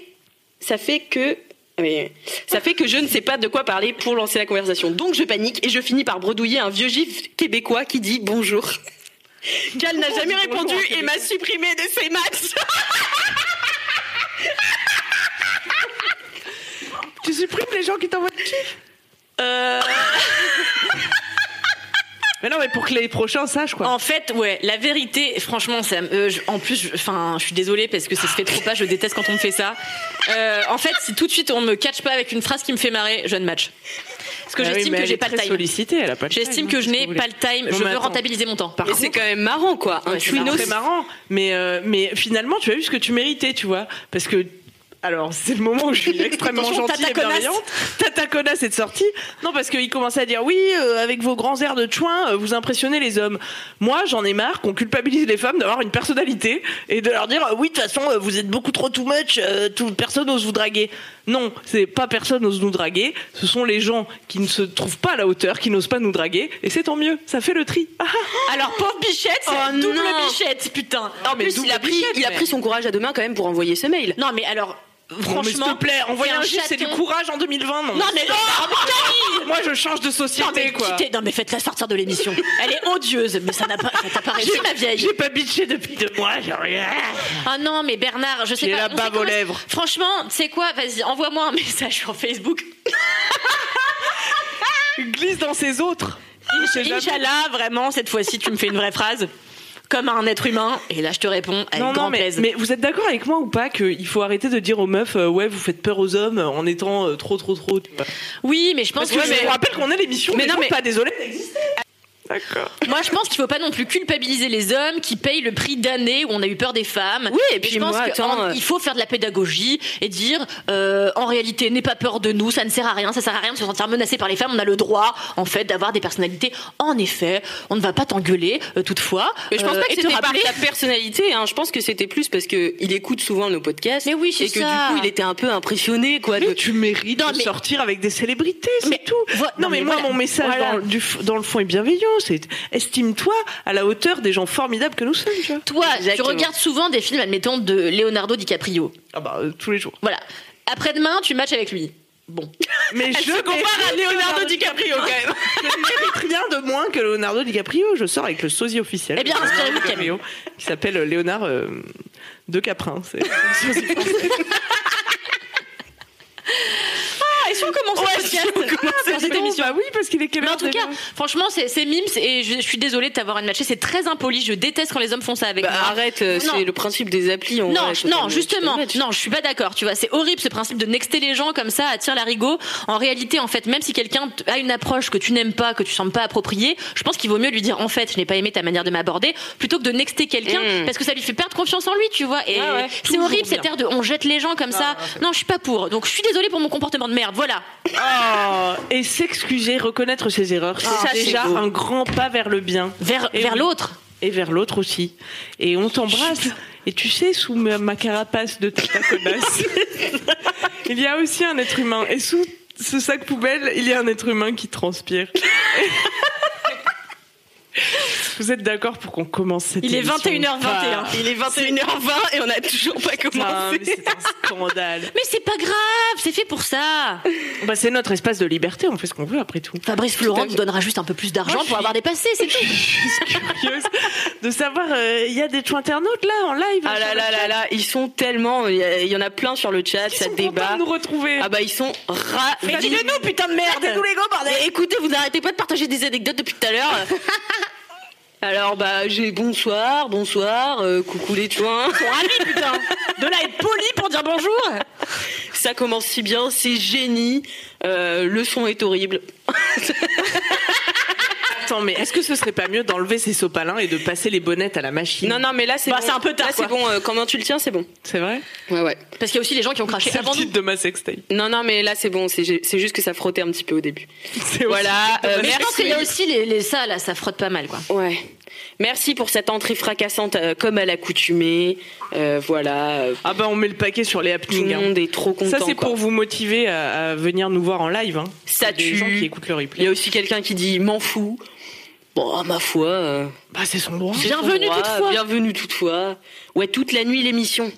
D: ça fait que, mais, ça fait que je ne sais pas de quoi parler pour lancer la conversation. Donc je panique et je finis par bredouiller un vieux gif québécois qui dit bonjour. Cal n'a jamais répondu et m'a supprimé de ses matchs.
A: Tu supprimes les gens qui t'envoient des chiffres Euh. Mais non, mais pour que les prochains sachent quoi.
B: En fait, ouais, la vérité, franchement, ça, me- euh, je- en plus, je- enfin, je suis désolée parce que ça se fait trop pas. Je déteste quand on me fait ça. Euh, en fait, si tout de suite on me catch pas avec une phrase qui me fait marrer, je ne match. Parce que
A: Bah oui,
B: j'estime
A: mais
B: que
A: elle
B: j'ai
A: est
B: pas le
A: très
B: time.
A: sollicitée, elle a pas le time,
B: J'estime
A: hein,
B: que je
A: qu'est-ce
B: n'ai
A: vous voulez
B: pas le time.
A: Non,
B: je
A: mais
B: veux
A: attends.
B: rentabiliser mon temps. Par
D: Mais
B: contre,
D: c'est quand même marrant quoi, un
B: Ouais, c'est
D: twinos.
A: C'est marrant, mais, euh, mais finalement, tu as vu ce que tu méritais, tu vois. Parce que, alors, c'est le moment où je suis extrêmement
B: Attention,
A: gentille et
B: tata connasse.
A: bienveillante. Tata connasse est sortie. Non, parce qu'il commençait à dire Oui, euh, avec vos grands airs de chouin, euh, vous impressionnez les hommes. Moi, j'en ai marre qu'on culpabilise les femmes d'avoir une personnalité et de leur dire Oui, de toute façon, euh, vous êtes beaucoup trop too much, euh, tout- personne n'ose vous draguer. Non, c'est pas personne n'ose nous draguer. Ce sont les gens qui ne se trouvent pas à la hauteur, qui n'osent pas nous draguer. Et c'est tant mieux, ça fait le tri. Ah,
B: alors pauvre bichette, c'est
D: Oh
B: la double
D: non.
B: bichette, putain.
D: En plus, il a pris, il a pris son courage à deux mains quand même pour envoyer ce mail.
B: Non, mais alors,
A: Franchement,
B: franchement,
A: s'il te plaît, envoyer
B: t'es
A: un gif, c'est du
B: chaton.
A: courage en 2020. Non,
B: Non mais Oh, Camille
A: moi je change de société
B: non mais,
A: quoi.
B: quittez- non mais faites-la sortir de l'émission. Elle est odieuse, mais ça n'a pas, ça t'a pas réussi ma vieille.
A: J'ai pas bitché depuis deux mois, j'ai rien.
B: Ah non, mais Bernard, je sais
A: J'ai
B: pas.
A: la
B: on sait
A: bave aux
B: comment-
A: lèvres.
B: Franchement, tu sais quoi Vas-y, envoie-moi un message sur Facebook.
A: Tu glisses dans ses autres. Je sais jamais.
B: Inch'Allah, vraiment, cette fois-ci, tu me fais une vraie phrase. Comme un être humain. Et là, je te réponds avec
A: Non,
B: grand
A: non, mais,
B: plaisir.
A: mais vous êtes d'accord avec moi ou pas qu'il faut arrêter de dire aux meufs, euh, ouais, vous faites peur aux hommes euh, en étant euh, trop, trop, trop. tu vois.
B: Oui, mais je
A: Parce
B: pense que...
A: que je vous rappelle qu'on est l'émission,
D: Mais
A: mais,
D: non,
A: non,
D: mais-
A: pas désolé d'exister. D'accord.
B: Moi, je pense qu'il faut pas non plus culpabiliser les hommes qui payent le prix d'années où on a eu peur des femmes.
D: Oui, et puis
B: je pense
D: moi,
B: que,
D: attends,
B: en-
D: euh,
B: il faut faire de la pédagogie et dire euh, en réalité, n'aie pas peur de nous, ça ne sert à rien, ça sert à rien de se sentir menacé par les femmes. On a le droit, en fait, d'avoir des personnalités. En effet, on ne va pas t'engueuler, euh, toutefois.
D: Mais je pense
B: Euh,
D: pas que
B: et te
D: c'était par
B: rappeler-
D: ta personnalité. Hein. Je pense que c'était plus parce que il écoute souvent nos podcasts.
B: Mais oui, c'est
D: Et que
B: ça.
D: du coup, il était un peu impressionné, quoi. de-
A: Mais tu mérites
B: Non,
A: de
B: mais-
A: sortir avec des célébrités,
B: Mais
A: c'est tout.
B: vo- non,
A: non, mais,
B: mais
A: moi,
B: voilà.
A: mon message
B: Voilà.
A: dans, le- du f- dans le fond est bienveillant. C'est estime-toi à la hauteur des gens formidables que nous sommes, tu vois.
B: Toi,
D: Exactement.
B: tu regardes souvent des films, admettons, de Leonardo DiCaprio.
A: Ah bah, euh, tous les jours.
B: Voilà. Après-demain, tu matches avec lui. Bon.
A: Mais je
D: se compare
A: mérite
D: à Leonardo
A: DiCaprio quand même. je mérite rien de moins que Leonardo DiCaprio. Je sors avec le sosie officiel.
B: Eh bien,
A: de Leonardo
B: inspirez-vous de
A: DiCaprio, Qui s'appelle euh, Léonard euh, de Caprin. C'est
B: Ah, et si on commence
A: Ouais,
B: le podcast
A: si on commence
B: Ah, pour cette
A: bon,
B: émission.
A: Bah oui, parce qu'il est quelle
B: Mais en
A: heure
B: tout
A: déjà
B: cas, franchement, c'est c'est mimes et je, je suis désolée de t'avoir matchée. C'est très impoli. Je déteste quand les hommes font ça avec
D: Bah,
B: moi.
D: arrête, euh,
B: Non.
D: c'est le principe des applis. En
B: Non,
D: vrai,
B: je-
D: faut pas
B: non,
D: me-
B: justement,
D: faut pas me-
B: non, je suis pas d'accord. Tu vois, c'est horrible ce principe de nexter les gens comme ça à tir larigot. En réalité, en fait, même si quelqu'un t- a une approche que tu n'aimes pas, que tu sembles pas appropriée, je pense qu'il vaut mieux lui dire en fait, je n'ai pas aimé ta manière de m'aborder, plutôt que de nexter quelqu'un
D: Mm.
B: parce que ça lui fait perdre confiance en lui, tu vois.
A: Ouais,
B: Et
A: ouais,
B: c'est
A: toujours
B: horrible
A: bien.
B: cette air de on jette les gens comme ça. Non, je suis pas pour. Donc je suis désolée pour mon comportement de merde. Voilà.
A: Oh, et s'excuser, reconnaître ses erreurs, c'est
B: Ah,
D: ça, c'est
A: déjà
D: beau.
A: un grand pas vers le bien
B: Vers
A: Et
B: vers
A: oui.
B: l'autre.
A: et vers l'autre aussi. Et on t'embrasse. Et tu sais, sous ma ma carapace de tata connasse, il y a aussi un être humain. Et sous ce sac poubelle, il y a un être humain qui transpire. Vous êtes d'accord pour qu'on commence cette
B: Il est
A: émission
B: 21h21.
D: Il est 21h20 et on n'a toujours pas
A: Putain, Ah, mais
D: commencé.
A: c'est un scandale.
B: Mais c'est pas grave, c'est fait pour ça.
A: Bah, c'est notre espace de liberté, on fait ce qu'on veut après tout.
B: Fabrice Florent nous donnera juste un peu plus d'argent
A: Moi,
B: pour
A: je suis-
B: avoir des passés, c'est tout.
A: curieuse de savoir, euh, il y a des chouins internautes là en live.
D: Ah là
A: sur le
D: là
A: chat.
D: là là, ils sont tellement. Il y a- il y en a plein sur le chat,
A: Ils
D: ça
A: sont contents
D: débat.
A: de nous retrouver.
D: Ah bah ils sont ra.
A: Mais dis-le-nous,
D: putain de merde Mais écoutez, vous n'arrêtez pas de partager des anecdotes depuis tout à l'heure. Alors bah j'ai bonsoir, bonsoir, euh, coucou les toins.
B: putain. De là être poli pour dire bonjour.
D: Ça commence si bien, c'est génie. Euh, le son est horrible.
A: Attends, mais est-ce que ce serait pas mieux d'enlever ces sopalins et de passer les bonnettes à la machine
D: Non non mais là c'est
B: Bah,
D: bon.
B: c'est un peu tard,
D: Là c'est
B: quoi.
D: bon. euh, comment tu le tiens c'est bon.
A: C'est vrai
D: Ouais ouais.
B: Parce qu'il y a aussi les gens qui ont craché
A: C'est le
B: avant nous.
A: titre de ma sextape.
D: Non non mais là c'est bon. C'est c'est juste que ça frottait un petit peu au début.
A: C'est
D: Voilà. euh,
B: Mais je pense
D: merci.
B: qu'il y a aussi les, les ça là, ça frotte pas mal quoi.
D: Ouais. Merci pour cette entrée fracassante euh, comme à l'accoutumée. Euh, voilà. euh,
A: Ah bah on met le paquet sur les
D: Tout
A: happenings.
D: le
A: hein.
D: monde est trop content.
A: Ça c'est
D: quoi.
A: pour vous motiver à, à venir nous voir en live. Hein.
D: Ça
A: Des
D: tue.
A: gens qui écoutent le
D: Il y
A: replay.
D: a aussi quelqu'un qui dit m'en fous. Bon, ma foi. euh,
A: Bah c'est son droit.
D: c'est
B: Bienvenue
D: son droit,
B: toutefois.
D: Bienvenue toutefois. Ouais, toute la nuit l'émission.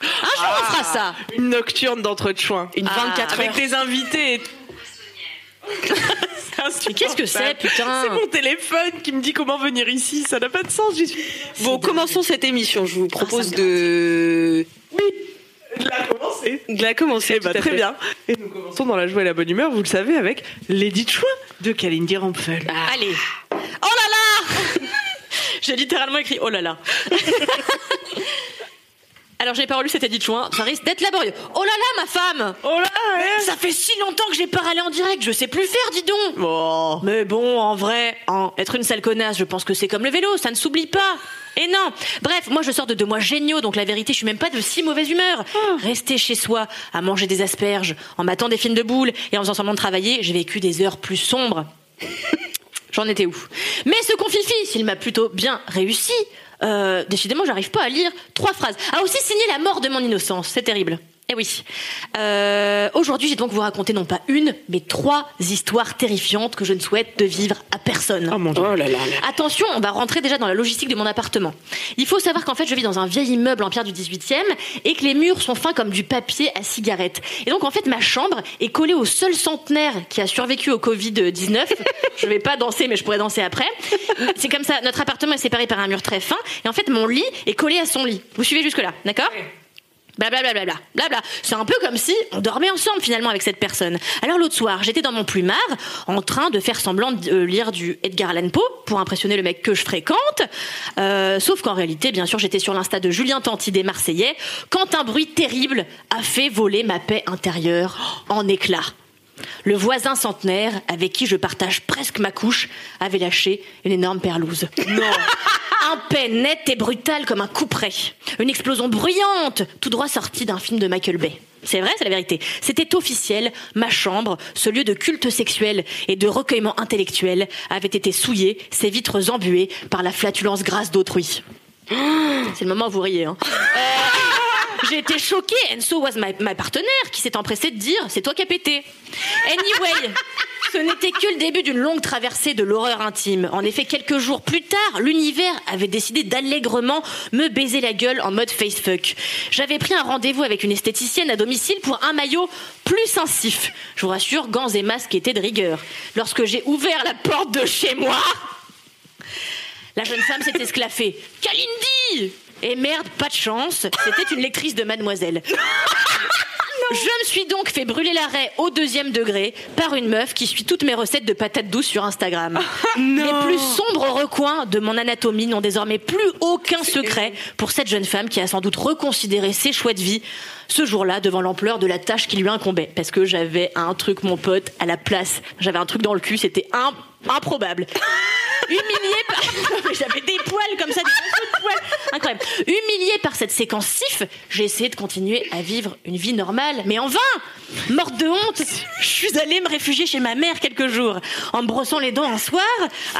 B: Un jour on fera ça.
A: Une nocturne d'entre chouins.
D: Une
B: Ah.
D: 24
A: Avec
D: heures.
A: des invités. et-
B: Mais qu'est-ce que c'est, putain
A: C'est mon téléphone qui me dit comment venir ici. Ça n'a pas de sens. J'y suis.
D: Bon, commençons cette émission. Je vous propose
B: me
D: de...
A: Il a commencé.
D: de la commencer.
A: Eh bah,
D: tout à
A: très
D: fait.
A: bien. Et nous commençons dans la joie et la bonne humeur, vous le savez, avec Lady Chouin de Kalindi Rampfel.
B: Allez. Oh là là J'ai littéralement écrit oh là là. Alors j'ai pas relu cet edit joint, ça risque d'être laborieux. Oh là là ma femme
A: Oh là hein
B: Ça fait si longtemps que j'ai pas râlé en direct, je sais plus faire, dis donc
A: Oh.
B: Mais bon, en vrai, hein, être une sale connasse, je pense que c'est comme le vélo, ça ne s'oublie pas. Et non. Bref, moi je sors de deux mois géniaux, donc la vérité, je suis même pas de si mauvaise humeur. Rester chez soi, à manger des asperges, en battant des films de boules et en faisant semblant de travailler, j'ai vécu des heures plus sombres. J'en étais où Mais ce confifi, s'il m'a plutôt bien réussi, euh, décidément, j'arrive pas à lire trois phrases. A aussi signé la mort de mon innocence. C'est terrible. Eh oui. Euh, Aujourd'hui, j'ai donc vous raconter non pas une, mais trois histoires terrifiantes que je ne souhaite de vivre à personne.
A: Oh mon dieu.
D: Oh là là.
B: Attention, on va rentrer déjà dans la logistique de mon appartement. Il faut savoir qu'en fait, je vis dans un vieil immeuble en pierre du 18e et que les murs sont fins comme du papier à cigarette. Et donc, en fait, ma chambre est collée au seul centenaire qui a survécu au Covid-19. je vais pas danser, mais je pourrais danser après. C'est comme ça, notre appartement est séparé par un mur très fin et en fait, mon lit est collé à son lit. Vous suivez jusque-là, d'accord Blablabla. Bla, bla, bla, bla. C'est un peu comme si on dormait ensemble finalement avec cette personne. Alors l'autre soir, j'étais dans mon plumard en train de faire semblant de euh, lire du Edgar Allan Poe pour impressionner le mec que je fréquente. Euh, sauf qu'en réalité, bien sûr, j'étais sur l'insta de Julien Tanti des Marseillais quand un bruit terrible a fait voler ma paix intérieure en éclats. Le voisin centenaire avec qui je partage presque ma couche avait lâché une énorme perlouse. Un paix net et brutal comme un couperet. Une explosion bruyante, tout droit sortie d'un film de Michael Bay. C'est vrai, c'est la vérité. C'était officiel, ma chambre, ce lieu de culte sexuel et de recueillement intellectuel, avait été souillé, ses vitres embuées par la flatulence grasse d'autrui. C'est le moment où vous riez. Hein. Euh, J'ai été choquée, and so was my, my partenaire, qui s'est empressé de dire c'est toi qui as pété. Anyway, Ce n'était que le début d'une longue traversée de l'horreur intime. En effet, quelques jours plus tard, l'univers avait décidé d'allègrement me baiser la gueule en mode facefuck. J'avais pris un rendez-vous avec une esthéticienne à domicile pour un maillot plus sensif. Je vous rassure, gants et masques étaient de rigueur. Lorsque j'ai ouvert la porte de chez moi, la jeune femme s'est esclaffée. Kalindi Et merde, pas de chance, c'était une lectrice de Mademoiselle. Je me suis donc fait brûler l'arrêt au deuxième degré par une meuf qui suit toutes mes recettes de patates douces sur Instagram. Les plus sombres recoins de mon anatomie n'ont désormais plus aucun secret pour cette jeune femme qui a sans doute reconsidéré ses choix de vie ce jour-là devant l'ampleur de la tâche qui lui incombait. Parce que j'avais un truc, mon pote, à la place. J'avais un truc dans le cul, c'était im- improbable. Humiliée par... Non, mais J'avais des poils comme ça, des morceaux de poils. Incroyable. Humiliée par cette séquence sif, j'ai essayé de continuer à vivre une vie normale, mais en vain Morte de honte, je suis allée me réfugier chez ma mère quelques jours. En me brossant les dents un soir,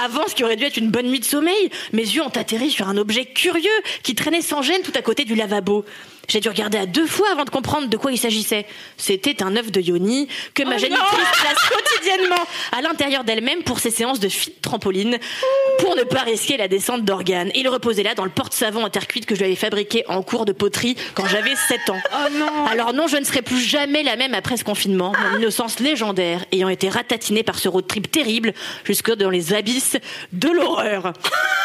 B: avant ce qui aurait dû être une bonne nuit de sommeil, mes yeux ont atterri sur un objet curieux qui traînait sans gêne tout à côté du lavabo. J'ai dû regarder à deux fois avant de comprendre de quoi il s'agissait. C'était un œuf de Yoni que ma génitrice place quotidiennement à l'intérieur d'elle-même pour ses séances de fit trampoline pour ne pas risquer la descente d'organes. Et il reposait là dans le porte-savon en terre cuite que je lui avais fabriqué en cours de poterie quand j'avais 7 ans. Alors non, je ne serai plus jamais la même après ce confinement. Mon innocence légendaire ayant été ratatinée par ce road trip terrible jusque dans les abysses de l'horreur.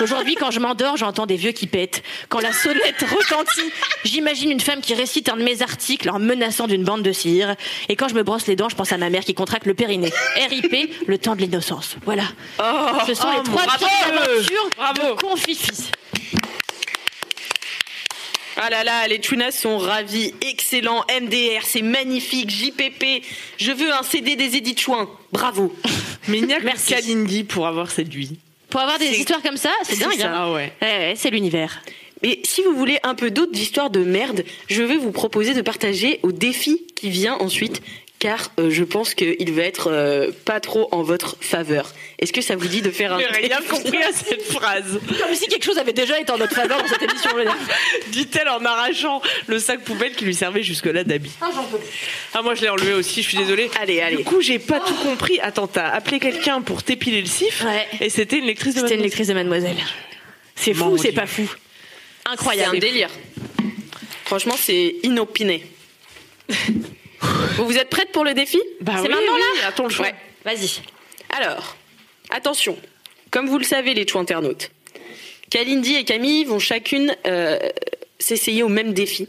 B: Aujourd'hui, quand je m'endors, j'entends des vieux qui pètent. Quand la sonnette retentit, j'imagine une femme qui récite un de mes articles en menaçant d'une bande de cire. Et quand je me brosse les dents, je pense à ma mère qui contracte le périnée. RIP, le temps de l'innocence. Voilà. Ce sont les trois
A: bravo,
B: petites
A: euh,
B: aventures
A: Oh bravo.
B: de Confifi.
D: Ah là là, les tunas sont ravis, excellent, MDR, c'est magnifique, JPP, je veux un CD des Edith Chouin, bravo.
A: Mais il n'y a que
B: Merci.
A: Kalindi pour avoir séduit.
B: Pour avoir des
D: C'est-
B: histoires comme ça, c'est
A: c'est
B: dingue.
A: ça,
B: hein.
A: ouais.
B: ouais, c'est l'univers.
D: Mais si vous voulez un peu d'autres histoires de merde, je vais vous proposer de partager au défi qui vient ensuite, car euh, je pense qu'il va être euh, pas trop en votre faveur. Est-ce que ça vous dit de faire un
A: J'ai rien
D: défi
A: compris à cette phrase.
B: Comme si quelque chose avait déjà été en notre faveur dans cette émission.
A: Dit-elle en arrachant le sac poubelle qui lui servait jusque-là d'habit. Ah, j'en peux Ah, moi je l'ai enlevé aussi, je suis désolée.
D: Allez, Ah, allez.
A: Du coup, j'ai pas tout compris. Attends, t'as appelé quelqu'un pour t'épiler le sif
B: Ouais.
A: et c'était une lectrice de
B: C'était
A: Mademoiselle.
B: une lectrice de Mademoiselle. C'est fou
A: Mon
B: ou c'est
A: Dieu.
B: pas fou
D: C'est un
B: Incroyable.
D: délire. Franchement, c'est inopiné. vous vous êtes prête pour le défi
A: Bah
D: C'est
A: oui,
D: maintenant
A: oui,
D: là
A: attends le choix.
D: Ouais.
B: Vas-y.
D: Alors, attention, comme vous le savez, les chou internautes, Kalindi et Camille vont chacune euh, s'essayer au même défi.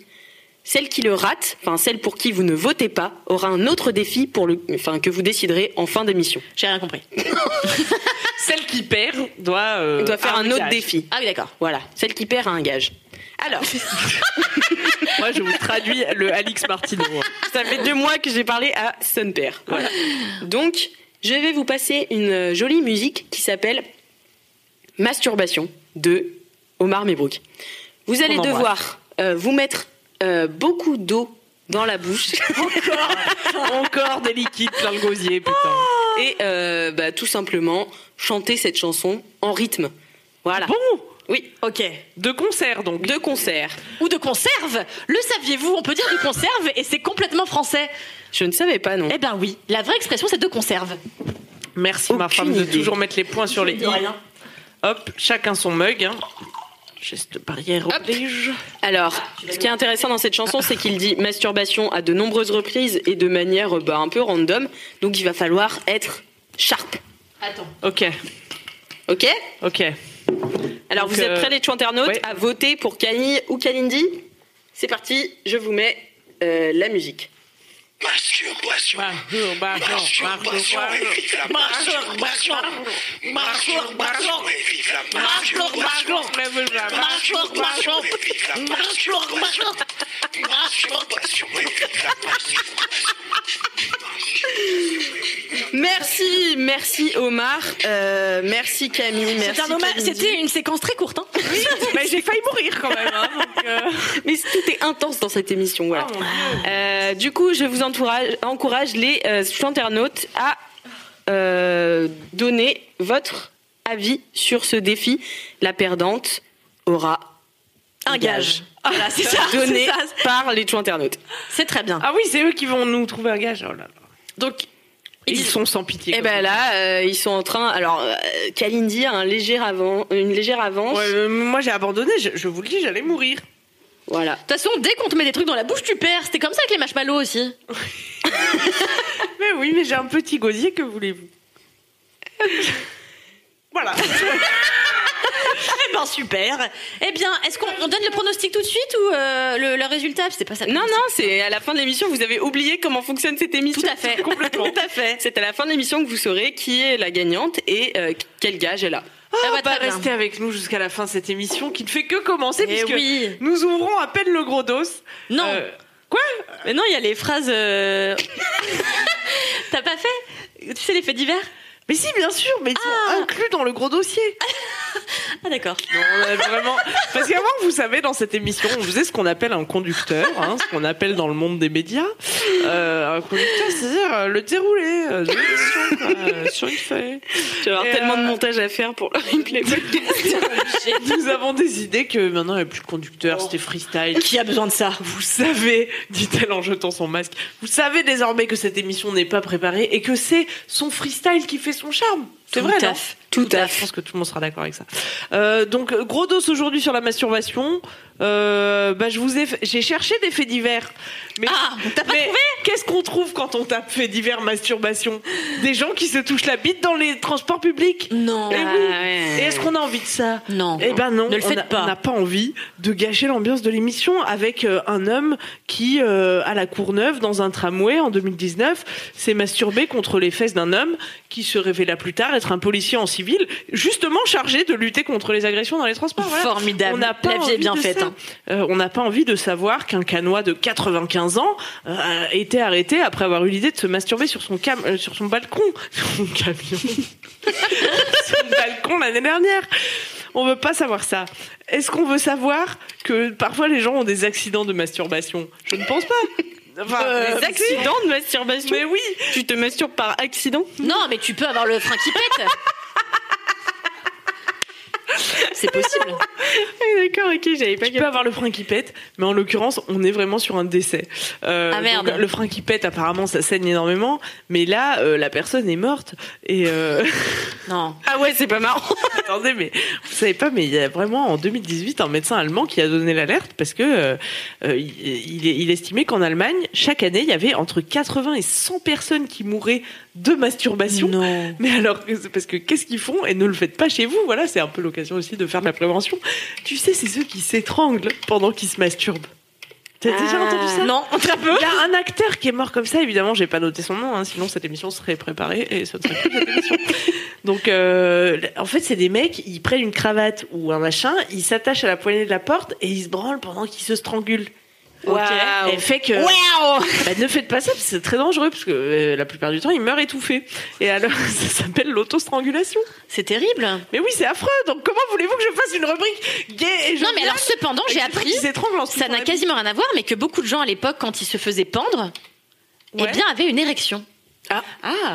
D: Celle qui le rate, enfin celle pour qui vous ne votez pas, aura un autre défi pour le, enfin que vous déciderez en fin d'émission.
B: J'ai rien compris.
A: Celle qui perd doit, euh,
D: Elle doit faire un autre
A: gage.
D: défi.
B: Ah oui, d'accord.
D: Voilà, celle qui perd a un gage. Alors,
A: Moi, je vous traduis le Alix Martino.
D: ça fait deux mois que j'ai parlé à son père. Voilà. Donc, je vais vous passer une euh, jolie musique qui s'appelle Masturbation de Omar Mebrook. Vous allez
A: l'embrasse.
D: devoir euh, vous mettre euh, beaucoup d'eau dans la bouche
A: Encore des liquides plein le gosier, putain.
D: et euh, bah, tout simplement chanter cette chanson en rythme. Voilà.
A: Bon,
D: Oui,
B: Ok.
A: de concert donc.
D: de concert.
B: Ou de conserve Le saviez-vous On peut dire de conserve et c'est complètement français.
D: Je ne savais pas, non.
B: Eh ben oui, la vraie expression c'est de conserve.
A: Merci ma
D: Aucune
A: femme de
D: idée.
A: toujours mettre les points sur les i. Hop, chacun son mug. hein. Geste barrière
B: Ah,
A: oblige.
D: Alors, ce qui est intéressant dans cette chanson, c'est qu'il dit masturbation à de nombreuses reprises et de manière euh, bah, un peu random. Donc, il va falloir être sharp.
B: Attends.
A: Ok,
D: Ok
A: ok.
D: Alors,
A: Donc,
D: vous
A: euh,
D: êtes prêts, les chou internautes,
A: ouais.
D: à voter pour Camille ou Kalindi C'est parti, je vous mets euh, la musique.
E: Masturbation. Masturbation et vive la masturbation. Masturbation et vive la masturbation. Masturbation et vive la masturbation. Masturbation et vive la masturbation.
D: Merci, merci Omar, euh, merci Camille, merci.
B: C'est un hommage-
D: Kalindi.
B: C'était une séquence très courte. Hein.
A: Mais j'ai failli mourir quand même. hein, donc, euh,
D: Mais tout est intense dans cette émission, voilà.
A: Oh, mon Dieu.
D: Euh, du coup, je vous entourage- encourage les euh, internautes à euh, donner votre avis sur ce défi. La perdante aura
B: Un gage. Voilà, c'est ça.
D: donné
B: c'est ça.
D: par les chou internautes.
B: C'est très bien.
A: Ah oui, c'est eux qui vont nous trouver un gage. Oh là là.
D: Donc,
A: Ils, Eh
D: disent-
A: sont sans pitié.
D: Et ben là, euh, ils sont en train. Alors, euh, Kalindi a un léger avant, une légère avance.
A: Ouais, euh, moi j'ai abandonné, je, je vous le dis, j'allais mourir.
D: Voilà.
B: toute façon, dès qu'on te met des trucs dans la bouche, tu perds. C'était comme ça avec les marshmallows aussi.
A: Mais oui, mais j'ai un petit gosier, que voulez-vous Voilà.
B: Eh ben super. Eh bien, est-ce qu'on on donne le pronostic tout de suite ou euh, le, le résultat C'était pas ça.
D: Non, non, c'est à la fin de l'émission. Vous avez oublié comment fonctionne cette émission.
B: Tout à fait.
D: Complètement. Tout à fait. C'est à la fin de l'émission que vous saurez qui est la gagnante et euh, quel gage elle a.
B: Ah bah,
A: Bah,
B: très bien.
A: restez avec nous jusqu'à la fin de cette émission qui ne fait que commencer
B: Eh
A: puisque
B: oui.
A: nous ouvrons à peine le gros dos.
B: Non.
A: Euh,
B: Mais non, il y a les phrases. euh, T'as pas fait Tu sais les faits divers
A: mais si, bien sûr, mais ils sont inclus dans le gros dossier.
B: Ah d'accord.
A: Ah. Non, on a vraiment... Parce qu'avant, vous savez, dans cette émission, on faisait ce qu'on appelle un conducteur, hein, ce qu'on appelle dans le monde des médias. Euh, un conducteur, c'est-à-dire euh, le déroulé euh, de l'émission quoi, euh, sur une feuille.
D: Tu vas avoir
A: Et
D: tellement
A: euh,
D: de montage à faire pour le replay podcast.
A: Nous avons des idées que maintenant, il n'y a plus de conducteur, c'était freestyle.
B: Qui a besoin de ça
A: Vous savez, dit-elle en jetant son masque, vous savez désormais que cette émission n'est pas préparée et que c'est son freestyle qui fait son charme. C'est
B: Tout
A: vrai,
B: à
A: non
B: fait.
A: Tout à fait. Je pense que tout le monde sera d'accord avec ça. Euh, donc, gros dos aujourd'hui sur la masturbation. Euh, bah, je vous ai, fait- j'ai cherché des faits divers. Mais,
B: Ah, t'as pas
A: mais
B: trouvé
A: Qu'est-ce qu'on trouve quand on tape faits divers masturbation Des gens qui se touchent la bite dans les transports publics.
B: Non. Ah,
A: Eh oui. Et est-ce qu'on a envie de ça
B: Non.
A: eh ben non,
B: Ne le
A: on
B: faites
A: a-
B: pas.
A: on n'a pas envie de gâcher l'ambiance de l'émission avec euh, un homme qui, euh, à la Courneuve, dans un tramway en 2019, s'est masturbé contre les fesses d'un homme qui se révéla plus tard être un policier en civil, justement chargé de lutter contre les agressions dans les transports. Voilà.
B: Formidable.
A: On n'a pas
B: La vie est
A: envie
B: bien
A: de
B: faite,
A: ça.
B: hein.
A: Euh, on n'a pas envie de savoir qu'un canois de 95 ans euh, a été arrêté après avoir eu l'idée de se masturber sur son, cam euh, sur son balcon. Son camion. son balcon l'année dernière. On veut pas savoir ça. Est-ce qu'on veut savoir que parfois les gens ont des accidents de masturbation Je ne pense pas. Enfin, euh,
D: Des euh, accidents de masturbation.
A: Mais oui.
D: Tu te masturbes par accident
B: Non, mais tu peux avoir le frein qui pète. C'est possible.
D: Oui, Ah, d'accord, ok, j'avais pas
A: Tu peux avoir le frein qui pète, mais en l'occurrence, on est vraiment sur un décès. Euh,
B: Ah, merde.
A: donc, le frein qui pète, apparemment, ça saigne énormément, mais là, euh, la personne est morte. Et euh,
B: Non.
D: Ah ouais, c'est pas marrant.
A: attendez, mais vous savez pas, mais il y a vraiment en 2018 un médecin allemand qui a donné l'alerte parce que euh, euh, il, il- il estimait qu'en Allemagne, chaque année, il y avait entre 80 et 100 personnes qui mouraient de masturbation.
B: Non.
A: Mais alors, c'est parce que qu'est-ce qu'ils font Et ne le faites pas chez vous, voilà, c'est un peu l'occasion aussi de faire de la prévention. Tu sais, c'est ceux qui s'étranglent pendant qu'ils se masturbent. T'as déjà entendu ça
B: Non, très peu.
A: Ah, Il y a un acteur qui est mort comme ça, évidemment, j'ai pas noté son nom, hein, sinon cette émission serait préparée et ça ne serait plus cette émission. Donc, euh, en fait, c'est des mecs, ils prennent une cravate ou un machin, ils s'attachent à la poignée de la porte et ils se branlent pendant qu'ils se strangulent.
D: Waouh.
A: Et fait que. Bah, ne faites pas ça, parce que c'est très dangereux, parce que euh, la plupart du temps, ils meurent étouffés. Et alors, ça s'appelle l'autostrangulation.
B: C'est terrible.
A: Mais oui, c'est affreux. Donc comment voulez-vous que je fasse une rubrique gay et
B: Non,
A: joviale
B: mais alors cependant,
A: avec
B: j'ai
A: des trucs
B: appris,
A: qui s'étranglent en se
B: ça
A: touchant
B: n'a
A: la
B: quasiment rien à voir, mais que beaucoup de gens à l'époque, quand ils se faisaient pendre,
A: bouche Ouais.
B: eh bien, avaient une érection.
A: Ah.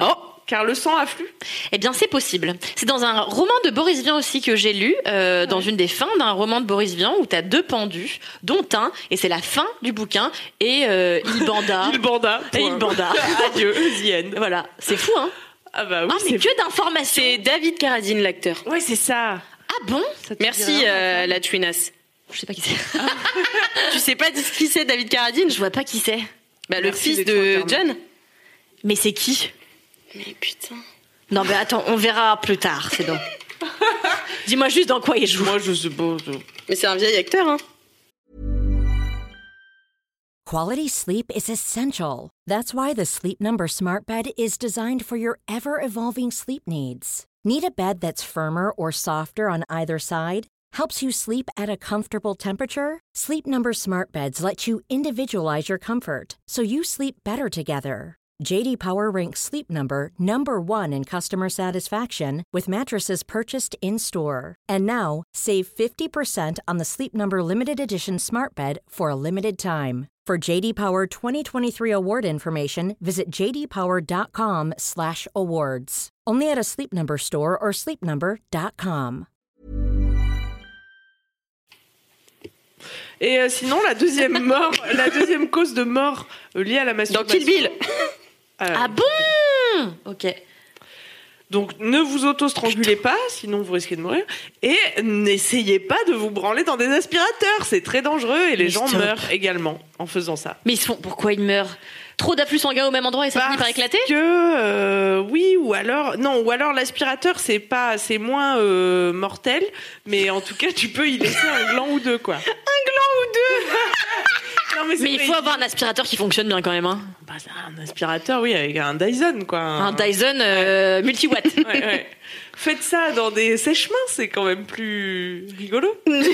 A: Oh, car le sang afflue.
B: Eh bien, c'est possible. C'est dans un roman de Boris Vian aussi que j'ai lu, euh, dans une des fins d'un roman de Boris Vian où t'as deux pendus, dont un, et c'est la fin du bouquin, et euh, il banda.
A: Il banda.
B: Et
A: point.
B: il banda.
A: Adieu, the end.
B: voilà, c'est fou, hein
A: Ah bah oui,
B: Ah, mais
A: c'est...
B: que d'informations
D: C'est David Carradine, l'acteur.
A: Ouais, c'est ça.
B: Ah bon
D: Merci, euh, la Twinas.
B: Je sais pas qui c'est.
D: Tu sais pas qui c'est David Carradine
B: Ah. Je vois pas qui c'est.
D: Bah, le
A: Merci
D: fils
A: d'être
D: de
A: interne.
D: John.
B: Mais c'est qui
D: Mais putain.
B: Non, mais attends, on verra plus tard, c'est donc. Dis-moi juste dans quoi il joue.
A: Moi, je sais pas. je-
D: Mais c'est un vieil acteur, hein.
F: Quality sleep is essential. That's why the Sleep Number Smart Bed is designed for your ever evolving sleep needs. Need a bed that's firmer or softer on either side? Helps you sleep at a comfortable temperature? Sleep Number Smart Beds let you individualize your comfort so you sleep better together. JD Power ranks Sleep Number number 1 in customer satisfaction with mattresses purchased in-store. And now, save 50% on the Sleep Number limited edition Smart Bed for a limited time. For JD Power 2023 award information, visit jdpower.com/awards. Only at a Sleep Number store or sleepnumber.com.
A: Et euh, sinon, la deuxième mort, la deuxième cause de mort euh, liée à la
D: Dans
A: masturbation.
D: Kill Bill.
A: Euh,
B: Ah bon ok.
A: Donc ne vous auto-strangulez pas, sinon vous risquez de mourir. Et n'essayez pas de vous branler dans des aspirateurs, c'est très dangereux et les
B: Mais
A: gens
B: stop.
A: meurent également en faisant ça.
B: Mais ils se font, pourquoi ils meurent Trop d'afflux sanguins au même endroit et ça finit par éclater
A: que euh, oui ou alors non ou alors l'aspirateur c'est pas c'est moins euh, mortel mais en tout cas tu peux y laisser un gland ou deux quoi. Un gland ou deux. non mais, c'est
B: Mais il
A: vrai.
B: faut avoir un aspirateur qui fonctionne bien quand même. hein.
A: Bah, c'est un aspirateur oui avec un Dyson quoi.
B: Un Dyson euh, multi-watt.
A: Ah. Ouais, ouais. Faites ça dans des sèche-mains, c'est quand même plus rigolo.
B: les les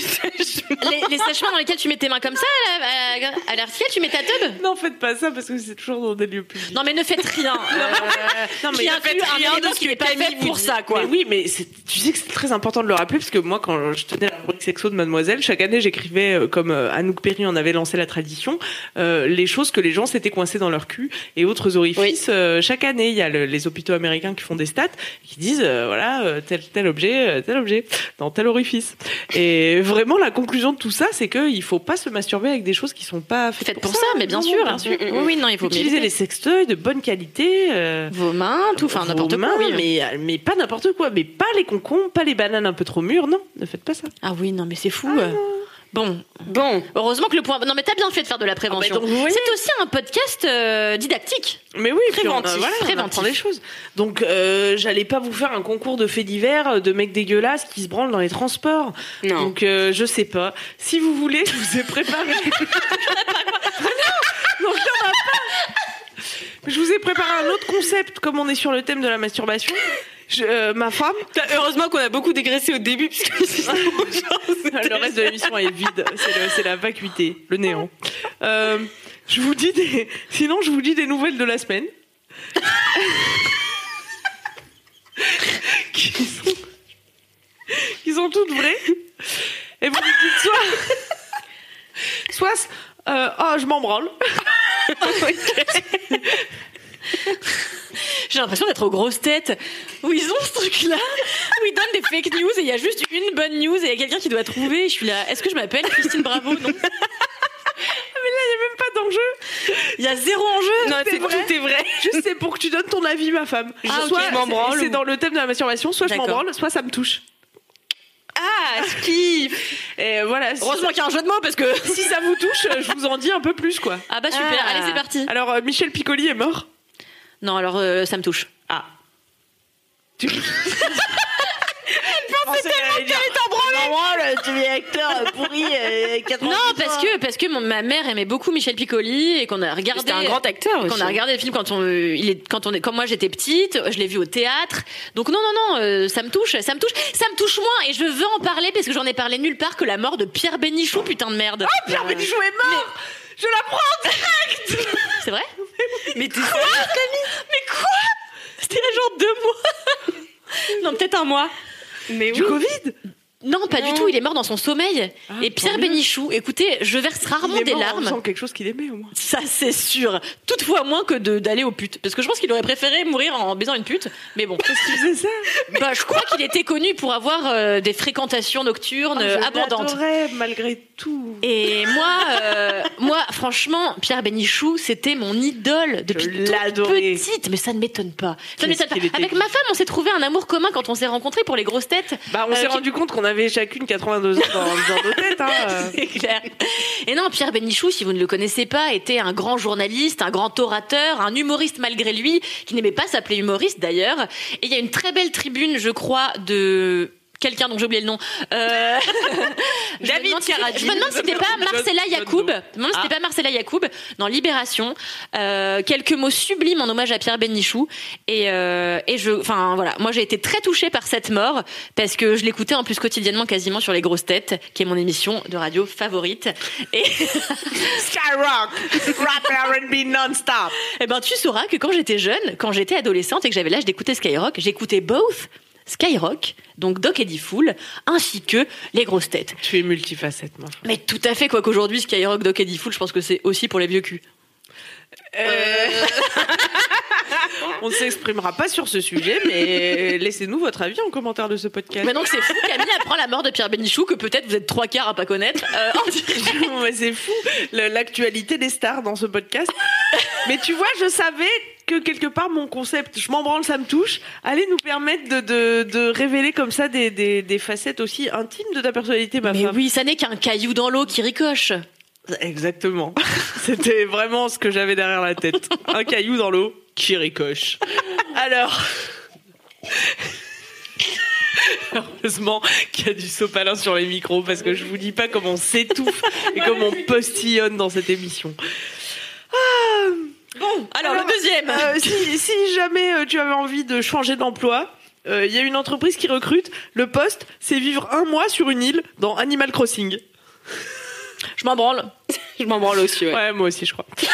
B: sèche-mains dans lesquels tu mets tes mains comme ça à la- à la- à l'article, tu mets ta tub
A: Non, faites pas ça parce que c'est toujours dans des lieux publics.
B: Non mais ne faites rien. Euh,
A: Non,
B: qui inclut un élément qui n'est pas fait pour ça quoi.
A: Mais oui, mais c'est- tu sais que c'est très important de le rappeler parce que moi, quand je tenais la rubrique sexo de Mademoiselle, chaque année, j'écrivais, euh, comme euh, Anouk Perry en avait lancé la tradition, euh, les choses que les gens s'étaient coincés dans leur cul et autres orifices. Euh, chaque année, il y a le- les hôpitaux américains qui font des stats qui disent, euh, voilà, euh, tel tel objet, euh, tel objet dans tel orifice. Et vraiment, la conclusion de tout ça, c'est qu'il faut pas se masturber avec des choses qui sont pas faites,
B: Faites pour ça, mais bien
A: Non,
B: sûr. Mm,
A: bien sûr.
B: Oui, oui, non, il faut
A: Utiliser mm, les sextoys de bonne qualité. euh,
B: vos mains, tout, enfin
A: vos
B: n'importe quoi.
A: mains,
B: oui. hein.
A: mais, mais pas n'importe quoi. Mais pas les concombres, pas les bananes un peu trop mûres. Non, ne faites pas ça.
B: Ah oui, non mais c'est fou. euh. Bon,
D: Bon,
B: heureusement que le point. Non mais t'as bien fait de faire de la prévention.
A: donc, vous voyez.
B: c'est aussi un podcast euh, didactique.
A: Mais oui, puis on- euh,
B: Préventif,
A: voilà, on
B: préventif.
A: apprend des choses. Donc, euh, j'allais pas vous faire un concours de faits divers euh, de mecs dégueulasses qui se branlent dans les transports.
D: Non.
A: Donc, euh, je sais pas. Si vous voulez, je vous ai préparé. Non, non, il y en a pas. Je vous ai préparé un autre concept, comme on est sur le thème de la masturbation. Je- euh, ma femme,
D: heureusement qu'on a beaucoup dégraissé au début, puisque
A: Le reste de l'émission est vide. C'est le- C'est la vacuité, le néant. Euh, je vous dis des... Sinon, je vous dis des nouvelles de la semaine. qui, sont... qui sont toutes vraies. Et vous me dites soit... Soit... euh, Ah, je m'en branle.
B: J'ai l'impression d'être aux grosses têtes où ils ont ce truc-là, où ils donnent des fake news et il y a juste une bonne news et il y a quelqu'un qui doit trouver. Je suis là, est-ce que je m'appelle Christine Bravo Non.
A: Même pas d'enjeu.
B: Il y a zéro enjeu.
A: c'est tout est vrai. Juste c'est pour que tu donnes ton avis, ma femme.
B: Ah, ok.
A: soit
B: Je m'en
A: c'est-
B: branle
A: C'est
B: ou-
A: dans le thème de la masturbation, soit je m'en
B: D'accord.
A: branle, soit ça me touche.
D: Ah, skiff
A: Et voilà. si-
B: Heureusement qu'il y a un jeu de mots parce que.
A: si ça vous touche, euh, je vous en dis un peu plus, quoi.
B: Ah bah super,
D: Ah.
B: allez c'est parti.
A: Alors, euh, Michel Piccoli est mort.
B: Oh, Non alors euh, ça me touche.
A: Ah. Tu... Elle pensait tellement qu'elle est
D: Tu es acteur pourri,
B: Non parce que parce que mon- ma mère aimait beaucoup Michel Piccoli et qu'on a regardé.
D: C'était un grand acteur
B: Quand
D: aussi.
B: on a regardé le film quand on euh, il est quand on est quand moi j'étais petite, je l'ai vu au théâtre. Donc non non non, euh, ça me touche, ça me touche, ça me touche moins et je veux en parler parce que j'en ai parlé nulle part que la mort de Pierre Bénichou putain de merde. Ah
A: Pierre Bénichou est mort Je la prends
B: C'est vrai
D: Mais t'es
B: Mais quoi C'était il y a genre deux mois. non, peut-être un mois.
D: Mais
A: Du Covid
B: Non, Ah, pas du tout, il est mort dans son sommeil. Et Pierre Bénichou, écoutez, je verse rarement
A: Il est
B: des
A: mort
B: larmes.
A: en faisant quelque chose qu'il aimait, au moins.
B: Ça, c'est sûr. Toutefois, moins que de- d'aller aux putes. Parce que je pense qu'il aurait préféré mourir en baisant une pute. Mais bon.
A: Parce qu'il faisait ça.
B: Bah, je crois qu'il était connu pour avoir euh, des fréquentations nocturnes euh,
A: Ah, Je
B: abondantes.
A: l'adorais, malgré tout.
B: Et moi, euh, moi, franchement, Pierre Bénichou, c'était mon idole depuis
A: Je
B: toute
A: l'adorais.
B: petite. Mais ça ne m'étonne pas. Ça ne
A: Qu'est-ce
B: m'étonne pas.
A: qu'il était
B: Avec ma femme, on s'est trouvé un amour commun quand on s'est rencontrés pour les grosses têtes.
A: Bah, on
B: Euh,
A: s'est
B: qui-
A: rendu compte qu'on avait chacune 82 ans dans, dans nos têtes. Hein.
B: C'est clair. Et non, Pierre Bénichou, si vous ne le connaissez pas, était un grand journaliste, un grand orateur, un humoriste malgré lui, qui n'aimait pas s'appeler humoriste d'ailleurs. Et il y a une très belle tribune, je crois, de quelqu'un dont j'ai oublié le nom. Euh, je me
A: David
B: demande si-
A: Carradine.
B: Je me demande si c'était pas Marcella Yacoub. Ah. Je me demande si c'était pas Marcella Yacoub dans Libération. Euh, quelques mots sublimes en hommage à Pierre Bénichou. Et, euh, et je, enfin voilà, moi j'ai été très touchée par cette mort parce que je l'écoutais en plus quotidiennement quasiment sur les grosses têtes, qui est mon émission de radio favorite. Et
A: Skyrock Rap R&B non-stop
B: Eh ben, tu sauras que quand j'étais jeune, quand j'étais adolescente et que j'avais l'âge d'écouter Skyrock, j'écoutais both Skyrock, donc Doc Eddie Fool, ainsi que les grosses têtes.
A: Tu es multifacette, moi.
B: Mais tout à fait, quoi qu'aujourd'hui, Skyrock, Doc Eddie Fool, je pense que c'est aussi pour les vieux culs.
A: On ne s'exprimera pas sur ce sujet, mais laissez-nous votre avis en commentaire de ce podcast.
B: Mais donc, c'est fou, Camille apprend la mort de Pierre Bénichou, que peut-être vous êtes trois quarts à pas connaître. Euh, en direct.
A: Non, mais c'est fou le- l'actualité des stars dans ce podcast. Mais tu vois, je savais que quelque part mon concept, je m'en branle, ça me touche, allait nous permettre de, de, de révéler comme ça des, des, des facettes aussi intimes de ta personnalité, ma
B: Mais
A: femme.
B: oui, ça n'est qu'un caillou dans l'eau qui ricoche.
A: Exactement. C'était vraiment ce que j'avais derrière la tête. Un caillou dans l'eau qui ricoche. Alors. Heureusement qu'il y a du sopalin sur les micros parce que je vous dis pas comment on s'étouffe et comment on postillonne dans cette émission. Ah. Bon,
B: alors, le deuxième.
A: euh, si, si jamais euh, tu avais envie de changer d'emploi, euh, il y a une entreprise qui recrute. Le poste, c'est vivre un mois sur une île dans Animal Crossing.
B: Je m'en branle.
D: Je m'en branle aussi, ouais.
A: Ouais, moi aussi, je crois.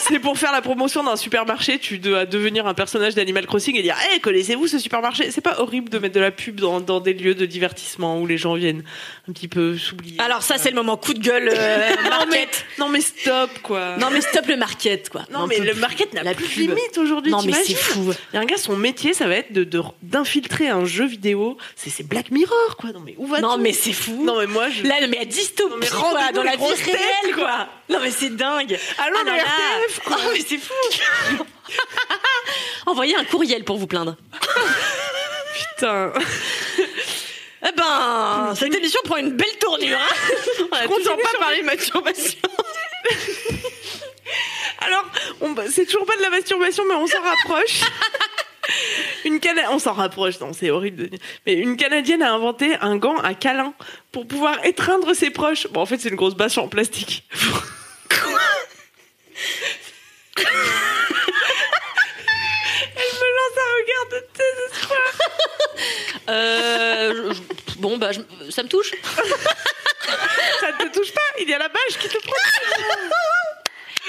A: C'est pour faire la promotion d'un supermarché, tu dois devenir un personnage d'Animal Crossing et dire Hey, connaissez-vous ce supermarché C'est pas horrible de mettre de la pub dans, dans des lieux de divertissement où les gens viennent un petit peu s'oublier.
C: Alors ça, c'est le moment coup de gueule euh,
A: non, mais,
C: market.
A: non, mais stop, quoi.
C: Non mais stop le market quoi.
A: Non,
C: Un
A: mais
C: peu
A: le
C: plus.
A: market n'a
C: La
A: plus de
C: pub.
A: limite aujourd'hui,
C: Non mais c'est
A: t'imagines
C: fou.
A: Il y a un gars, son métier, ça va être de- de- d'infiltrer un jeu vidéo. C'est c'est Black Mirror, quoi. Non, mais où va
C: Non mais c'est fou.
A: Non, mais moi, je.
C: Là, mais à
A: Non,
C: dystopie
A: mais
C: quoi,
A: rendez-vous
C: dans
A: les
C: la vie
A: grosses têtes,
C: réelle
A: quoi.
C: quoi. Non mais c'est dingue.
A: Allons
C: Ah
A: dans
C: là là.
A: RTF, quoi.
C: Oh mais c'est fou.
B: Envoyez un courriel pour vous plaindre.
A: Putain.
C: Eh ben, cette émission prend une belle tournure. Hein
A: Je
C: toujours pas
A: parler masturbation. Alors, on- c'est toujours pas de la masturbation, mais on s'en rapproche. Une Cana- on s'en rapproche, non, c'est horrible. de dire. Mais une Canadienne a inventé un gant à câlin pour pouvoir étreindre ses proches. Bon, en fait, c'est une grosse bâche en plastique. Elle me lance un regard de désespoir.
B: Euh, je- je- bon, bah, je- ça me touche.
A: Ça ne te touche pas, il y a la bâche qui te prend.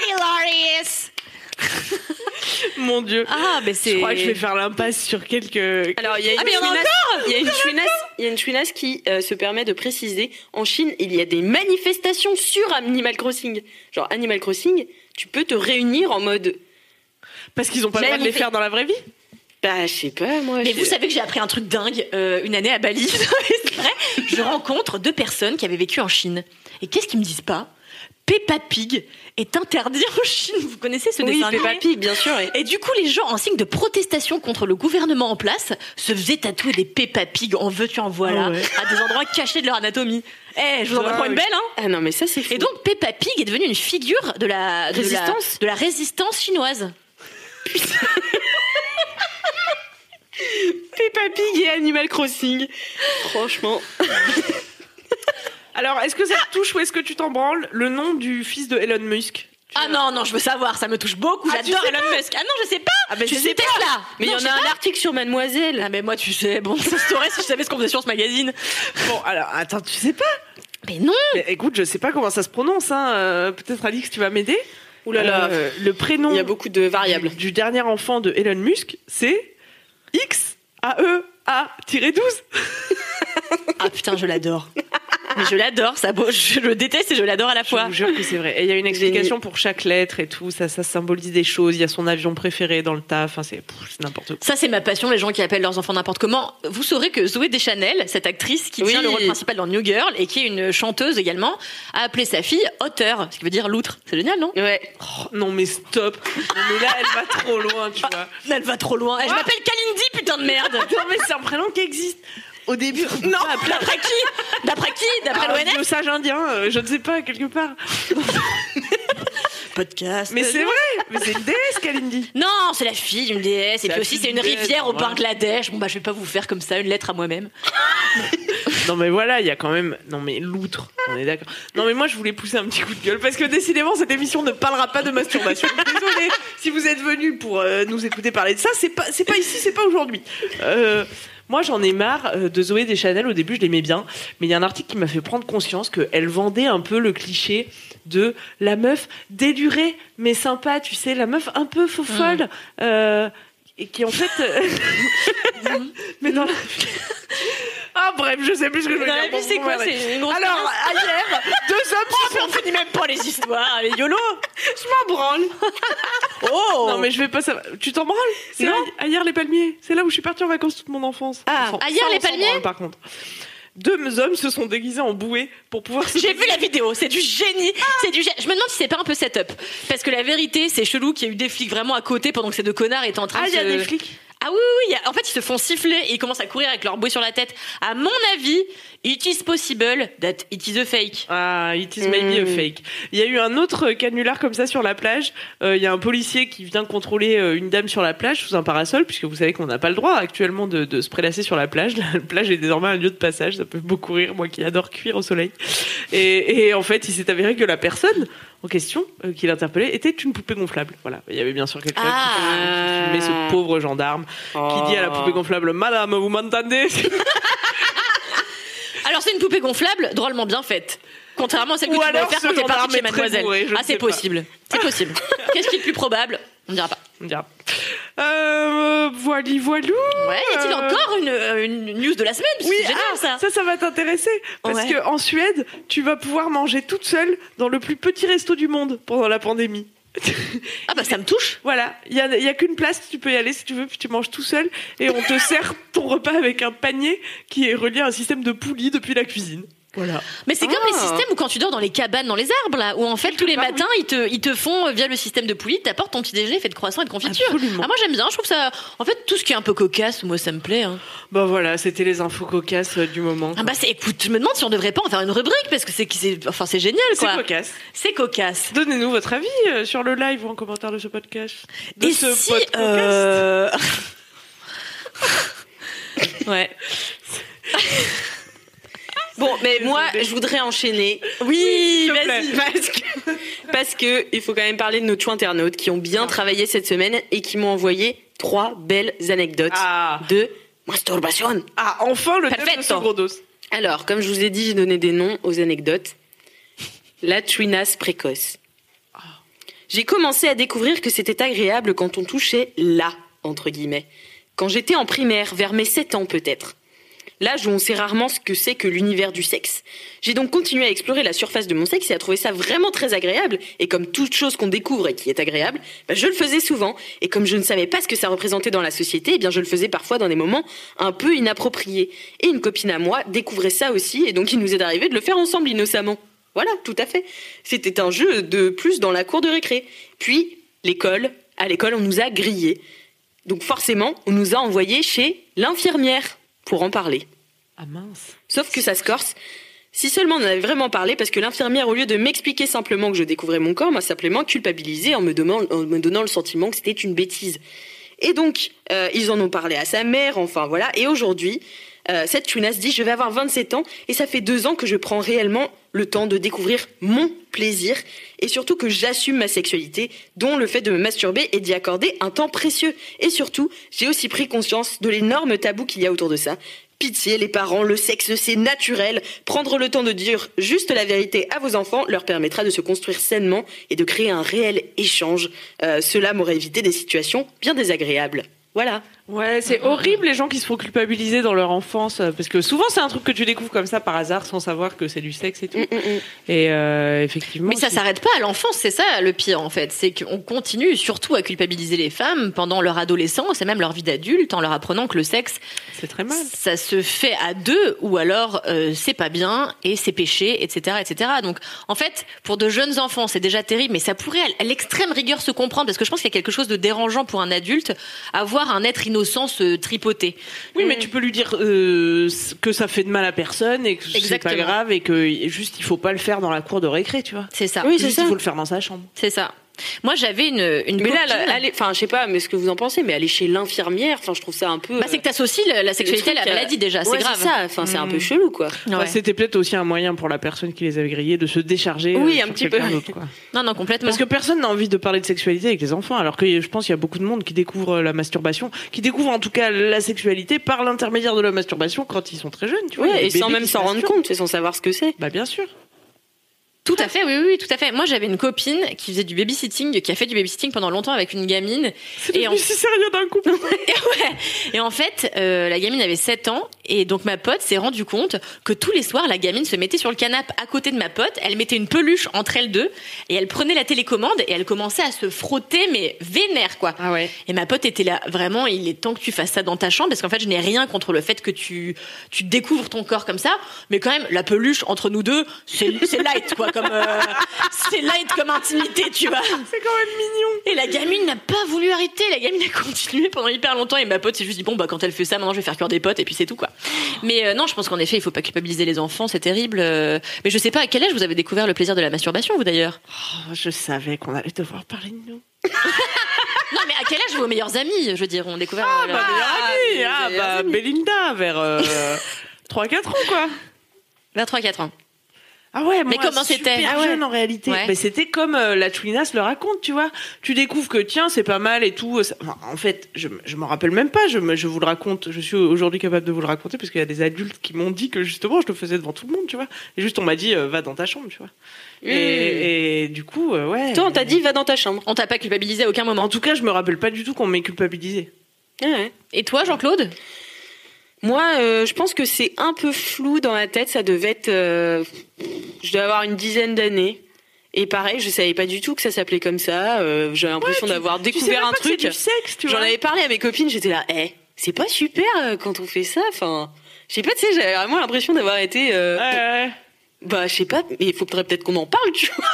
B: Hilarious.
A: Mon Dieu.
B: Ah, mais
A: Je
B: c'est.
A: crois que je vais faire l'impasse sur quelques.
D: Alors, Ah, il y a une
B: mais il y en a
D: chouinasse- il y a une chouinasse- il y a une chouinasse qui euh, se permet de préciser en Chine, il y a des manifestations sur Animal Crossing. Genre, Animal Crossing, tu peux te réunir en mode.
A: Parce qu'ils ont pas le droit de les faire dans la vraie vie.
D: Bah, je sais pas, moi.
B: Mais
D: je-
B: vous savez que j'ai appris un truc dingue euh, une année à Bali. c'est vrai. Je rencontre deux personnes qui avaient vécu en Chine. Et qu'est-ce qu'ils me disent pas Peppa Pig est interdit en Chine. Vous connaissez ce
D: Oui,
B: dessin
D: Peppa
B: animé
D: Pig, bien sûr. et-
B: Et du coup, les gens, en signe de protestation contre le gouvernement en place, se faisaient tatouer des Peppa Pig en veux-tu en voilà,
A: Ah ouais.
B: à des endroits cachés de leur anatomie. Eh, je vous en prends une belle, hein
D: Ah non, mais ça, c'est fou.
B: Et donc, Peppa Pig est devenue une figure de la de la-
D: Résistance
B: de la résistance chinoise.
D: Peppa Pig et Animal Crossing. Franchement.
A: Alors, est-ce que ça te touche ou est-ce que tu t'en branles le nom du fils de Elon Musk
B: Ah non, non, je veux savoir, ça me touche beaucoup,
A: Ah, tu
B: j'adore
A: sais
B: Elon Musk. Ah non, je sais pas
A: ben,
B: Tu
A: je
B: sais
A: sais
B: pas là
D: Mais il y en a un article sur Mademoiselle.
B: Ah mais moi tu sais, bon, ça se saurait si je savais ce qu'on faisait sur ce magazine.
A: Bon, alors, attends, tu sais pas
B: Mais non
A: Mais Écoute, je sais pas comment ça se prononce. Hein. euh, Peut-être, Alix, tu vas m'aider
D: Ouh là là.
A: Euh, le prénom
D: Il y a beaucoup de variables.
A: du, du dernier enfant de Elon Musk, c'est E X-A-E-A-12.
B: Ah putain, je l'adore. Mais je l'adore, ça beau, je le déteste et je l'adore à la
A: Je
B: fois.
A: vous jure que c'est vrai. Et il y a une explication pour chaque lettre et tout. Ça, ça symbolise des choses. Il y a son avion préféré dans le taf. Enfin, c'est pff, c'est n'importe quoi.
B: Ça, c'est ma passion, les gens qui appellent leurs enfants n'importe comment. Vous saurez que Zoé Deschanel, cette actrice qui
D: Oui.
B: tient le rôle principal dans New Girl et qui est une chanteuse également, a appelé sa fille Auteur, ce qui veut dire loutre. C'est génial, non
D: Ouais.
A: Oh, non, mais stop. Non, mais là, elle va trop loin, tu vois.
B: Elle va trop loin. Eh, Je
A: Ah.
B: m'appelle Kalindi, putain de merde
A: Non, mais c'est un prénom qui existe. Au début,
B: Non Ah, D'après qui D'après qui D'après
A: Alors,
B: l'ONF
A: le sage indien, euh, je ne sais pas, quelque part.
B: Podcast.
A: Mais c'est vrai, mais c'est une déesse, Kalindi.
B: Non, c'est la fille d'une déesse. Et
A: la
B: puis aussi,
A: fille
B: c'est une
A: d'une déesse,
B: rivière au
A: voilà.
B: Bangladesh. Bon, bah, je vais pas vous faire comme ça une lettre à moi-même.
A: Non, mais voilà, il y a quand même. Non, mais l'outre, on est d'accord. Non, mais moi, je voulais pousser un petit coup de gueule parce que décidément, cette émission ne parlera pas de masturbation. Désolée, si vous êtes venus pour euh, nous écouter parler de ça, c'est pas, c'est pas ici, c'est pas aujourd'hui. Euh, Moi, j'en ai marre euh, de Zoé Deschanel. Au début, je l'aimais bien, mais il y a un article qui m'a fait prendre conscience qu'elle vendait un peu le cliché de la meuf délurée mais sympa, tu sais, la meuf un peu faux folle, euh, et qui en fait. euh, mais dans la. Ah bref, je sais plus ce que je veux
B: Dans
A: dire.
B: la vie,
A: Bon,
B: c'est
A: bon,
B: quoi
A: bref.
B: C'est une grosse
A: Alors, hier, deux hommes. se sont-
B: On finit même pas les histoires, les YOLO
A: je m'en branle.
B: Oh
A: Non, mais je vais pas savoir. Tu t'en branles C'est là, hier les palmiers. C'est là où je suis partie en vacances toute mon enfance.
D: Ah,
A: Enfin,
B: à Hier
A: ça,
B: les
A: on s'en
B: palmiers
A: branle, Par contre. deux hommes se sont déguisés en bouées pour pouvoir. se-
B: J'ai vu la vidéo, c'est du génie,
A: Ah.
B: c'est du. gé- Je me demande si c'est pas un peu setup, parce que la vérité, c'est chelou qu'il y a eu des flics vraiment à côté pendant que ces deux connards étaient en train
A: Ah,
B: de.
A: il y a
B: se-
A: des flics.
B: Ah oui, oui, oui, il y a- en fait, ils se font siffler et ils commencent à courir avec leur bouée sur la tête. À mon avis, it is possible that it is a fake.
A: Ah, it
B: Mm.
A: is maybe a fake. Il y a eu un autre canular comme ça sur la plage. Euh, il y a un policier qui vient contrôler euh, une dame sur la plage sous un parasol, puisque vous savez qu'on n'a pas le droit actuellement de, de se prélasser sur la plage. La plage est désormais un lieu de passage. Ça peut beaucoup rire, moi qui adore cuire au soleil. Et, et en fait, il s'est avéré que la personne en question euh, qui l'interpellait était une poupée gonflable. Voilà. Il y avait bien sûr quelqu'un qui-
B: Ah. Oh.
A: qui filmait ce pauvre gendarme qui dit à la poupée gonflable Madame, vous m'entendez
B: Alors, c'est une poupée gonflable, drôlement bien faite. Contrairement à celle que
A: Ou
B: tu
A: alors
B: peux faire
A: ce
B: quand t'es
A: gendarme
B: parti chez
A: est très
B: mademoiselle.
A: bourré, je ne
B: ah,
A: sais
B: c'est
A: pas.
B: possible. C'est possible. Qu'est-ce qui est le plus probable On dira pas.
A: On dira. Euh, voili, voilou
B: Ouais, y a-t-il
A: Euh,
B: encore une, euh, une news de la semaine Parce que
A: Oui,
B: c'est génial
A: ah,
B: ça.
A: ça, ça va t'intéresser parce
B: Ouais.
A: que en Suède, tu vas pouvoir manger toute seule dans le plus petit resto du monde pendant la pandémie.
B: Ah bah ça me touche.
A: Voilà, il y a, il y a qu'une place, tu peux y aller si tu veux, puis tu manges tout seul et on te sert ton repas avec un panier qui est relié à un système de poulies depuis la cuisine. Voilà.
B: Mais c'est comme
D: Ah.
B: les systèmes où quand tu dors dans les cabanes, dans les arbres, là, où en fait tous les
A: part,
B: matins ils, te, ils te font euh, via le système de poulie, t'apportes ton petit déjeuner fait de croissants et de confiture.
A: Absolument.
B: Ah moi j'aime bien, je trouve ça. En fait tout ce qui est un peu cocasse, moi ça me plaît. hein.
A: Bah voilà, c'était les infos cocasses euh, du moment.
B: Ah bah c'est, écoute, je me demande si on devrait pas en faire une rubrique parce que c'est, c'est enfin c'est génial
A: C'est
B: quoi.
A: cocasse.
B: C'est cocasse.
A: Donnez-nous votre avis euh, sur le live ou en commentaire de ce podcast. De
B: et
A: ce
B: si
A: podcast.
B: euh... ouais.
D: Bon, mais moi, je voudrais enchaîner.
B: Oui.
A: S'il te plaît.
D: Vas-y, Parce que, parce que il faut quand même parler de nos chou internautes qui ont
A: Ah.
D: bien travaillé cette semaine et qui m'ont envoyé trois belles anecdotes
A: Ah.
D: de masturbation.
A: Ah, enfin le thème de
D: Perfetto.
A: ce gros dos.
D: Alors, comme je vous ai dit, j'ai donné des noms aux anecdotes. La chouinasse précoce. J'ai commencé à découvrir que c'était agréable quand on touchait là, entre guillemets. Quand j'étais en primaire, vers mes 7 ans peut-être. L'âge où on sait rarement ce que c'est que l'univers du sexe. J'ai donc continué à explorer la surface de mon sexe et à trouver ça vraiment très agréable. Et comme toute chose qu'on découvre et qui est agréable, bah, je le faisais souvent. Et comme je ne savais pas ce que ça représentait dans la société, eh bien je le faisais parfois dans des moments un peu inappropriés. Et une copine à moi découvrait ça aussi, et donc il nous est arrivé de le faire ensemble innocemment. Voilà, tout à fait. C'était un jeu de plus dans la cour de récré. Puis, l'école. À l'école, on nous a grillés. Donc forcément, on nous a envoyés chez l'infirmière pour en parler.
A: Ah mince.
D: Sauf que ça se corse. Si seulement on en avait vraiment parlé, parce que l'infirmière, au lieu de m'expliquer simplement que je découvrais mon corps, m'a simplement culpabilisé en me, demand- en me donnant le sentiment que c'était une bêtise. Et donc, euh, ils en ont parlé à sa mère, enfin voilà. Et aujourd'hui, euh, cette chouinasse dit Je vais avoir 27 ans, et ça fait deux ans que je prends réellement le temps de découvrir mon plaisir, et surtout que j'assume ma sexualité, dont le fait de me masturber et d'y accorder un temps précieux. Et surtout, j'ai aussi pris conscience de l'énorme tabou qu'il y a autour de ça. Pitié, les parents, le sexe, c'est naturel. Prendre le temps de dire juste la vérité à vos enfants leur permettra de se construire sainement et de créer un réel échange. Euh, cela m'aurait évité des situations bien désagréables. Voilà.
A: Ouais, c'est horrible les gens qui se font culpabiliser dans leur enfance euh, parce que souvent c'est un truc que tu découvres comme ça par hasard sans savoir que c'est du sexe et tout. Et euh, effectivement.
B: Mais ça
A: si-
B: s'arrête pas à l'enfance, c'est ça le pire en fait. C'est qu'on continue surtout à culpabiliser les femmes pendant leur adolescence et même leur vie d'adulte en leur apprenant que le sexe,
A: C'est très mal.
B: ça se fait à deux ou alors euh, c'est pas bien et c'est péché, etc., etc. Donc en fait, pour de jeunes enfants, c'est déjà terrible, mais ça pourrait à l'extrême rigueur se comprendre parce que je pense qu'il y a quelque chose de dérangeant pour un adulte à voir un être innocent se tripoter.
A: Oui, mais tu peux lui dire euh, que ça fait de mal à personne et que c'est pas
B: Exactement.
A: grave et que juste il faut pas le faire dans la cour de récré, tu vois.
B: C'est ça.
D: Oui, c'est
A: Juste
D: ça.
A: il faut le faire dans sa chambre.
B: C'est ça. Moi, j'avais une, une
D: Mais là,
B: copine-
D: là, allez, enfin, je sais pas, mais ce que vous en pensez, mais aller chez l'infirmière, enfin, je trouve ça un peu.
B: Bah, c'est que t'associes la, la sexualité à la maladie déjà, c'est grave.
D: ça, enfin, c'est un peu chelou, quoi.
A: Enfin,
B: Ouais.
A: C'était peut-être aussi un moyen pour la personne qui les avait grillés de se décharger.
D: Oui,
A: euh,
D: un
A: sur
D: petit peu.
A: quelqu'un d'autre, quoi.
B: Non, non, complètement.
A: Parce que personne n'a envie de parler de sexualité avec les enfants, alors que je pense qu'il y a beaucoup de monde qui découvre la masturbation, qui découvre en tout cas la sexualité par l'intermédiaire de la masturbation quand ils sont très jeunes, tu vois.
D: Ouais,
A: Il y a
D: et
A: des
D: sans
A: bébés
D: même
A: qui Bah,
D: s'en
A: se
D: rendre
A: masturbent.
D: compte, et sans savoir ce que c'est.
A: Bah bien sûr.
B: Tout à fait, oui, oui, oui, tout à fait. Moi, j'avais une copine qui faisait du babysitting, qui a fait du babysitting pendant longtemps avec une gamine. Et en,
A: Je suis sérieux d'un coup.
B: et en fait, euh, la gamine avait 7 ans, et donc ma pote s'est rendue compte que tous les soirs, la gamine se mettait sur le canapé à côté de ma pote, elle mettait une peluche entre elles deux, et elle prenait la télécommande, et elle commençait à se frotter, mais vénère, quoi.
C: Ah ouais.
B: Et ma pote était là, vraiment, il est temps que tu fasses ça dans ta chambre, parce qu'en fait, je n'ai rien contre le fait que tu, tu découvres ton corps comme ça, mais quand même, la peluche entre nous deux, c'est c'est light, quoi, comme, euh, c'est light comme intimité, tu vois.
A: C'est quand même mignon.
B: Et la gamine n'a pas voulu arrêter, la gamine a continué pendant hyper longtemps, et ma pote s'est juste dit, bon, bah, quand elle fait ça, maintenant, je vais faire cuire des potes, et puis c'est tout, quoi. Mais euh, non, je pense qu'en effet, il faut pas culpabiliser les enfants, c'est terrible. euh, mais je sais pas à quel âge vous avez découvert le plaisir de la masturbation, vous d'ailleurs.
A: Oh, je savais qu'on allait devoir parler de nous.
B: Non, mais à quel âge vos meilleurs amis, je veux dire, ont découvert.
A: Ah,
B: euh,
A: bah, meilleure amie. Ah, bah, Belinda, vers 3-4 ans, quoi.
B: vers 3-4 ans.
A: Ah ouais,
B: Mais
A: moi,
B: comment c'était
A: super
B: Ah ouais.
A: jeune en réalité.
B: Ouais.
A: Mais c'était comme euh, la Twinas le raconte, tu vois. Tu découvres que tiens, c'est pas mal et tout. euh, Ça- enfin, en fait, je, m- je m'en rappelle même pas. Je, me- je vous le raconte. Je suis aujourd'hui capable de vous le raconter parce qu'il y a des adultes qui m'ont dit que justement, je le faisais devant tout le monde, tu vois. Et juste, on m'a dit, euh, va dans ta chambre, tu vois. Et, et du coup, euh, ouais.
D: Toi, on t'a dit, va dans ta chambre.
B: On t'a pas culpabilisé à aucun moment.
A: En tout cas, je me rappelle pas du tout qu'on m'ait culpabilisé.
B: Et toi, Jean-Claude
D: Moi, euh, je pense que c'est un peu flou dans ma tête. Ça devait être. euh, je dois avoir une dizaine d'années. Et pareil, je savais pas du tout que ça s'appelait comme ça. Euh, J'avais l'impression d'avoir
A: Tu sais même
D: découvert
A: pas
D: un
A: que c'est
D: truc.
A: du sexe, tu
D: J'en
A: vois.
D: avais parlé à mes copines, j'étais là, eh, c'est pas super euh, quand on fait ça. Enfin, je sais pas, tu sais, j'avais vraiment l'impression d'avoir été. euh,
A: Ouais, ouais.
D: Bah, je sais pas, mais il faudrait peut-être qu'on en parle, tu vois.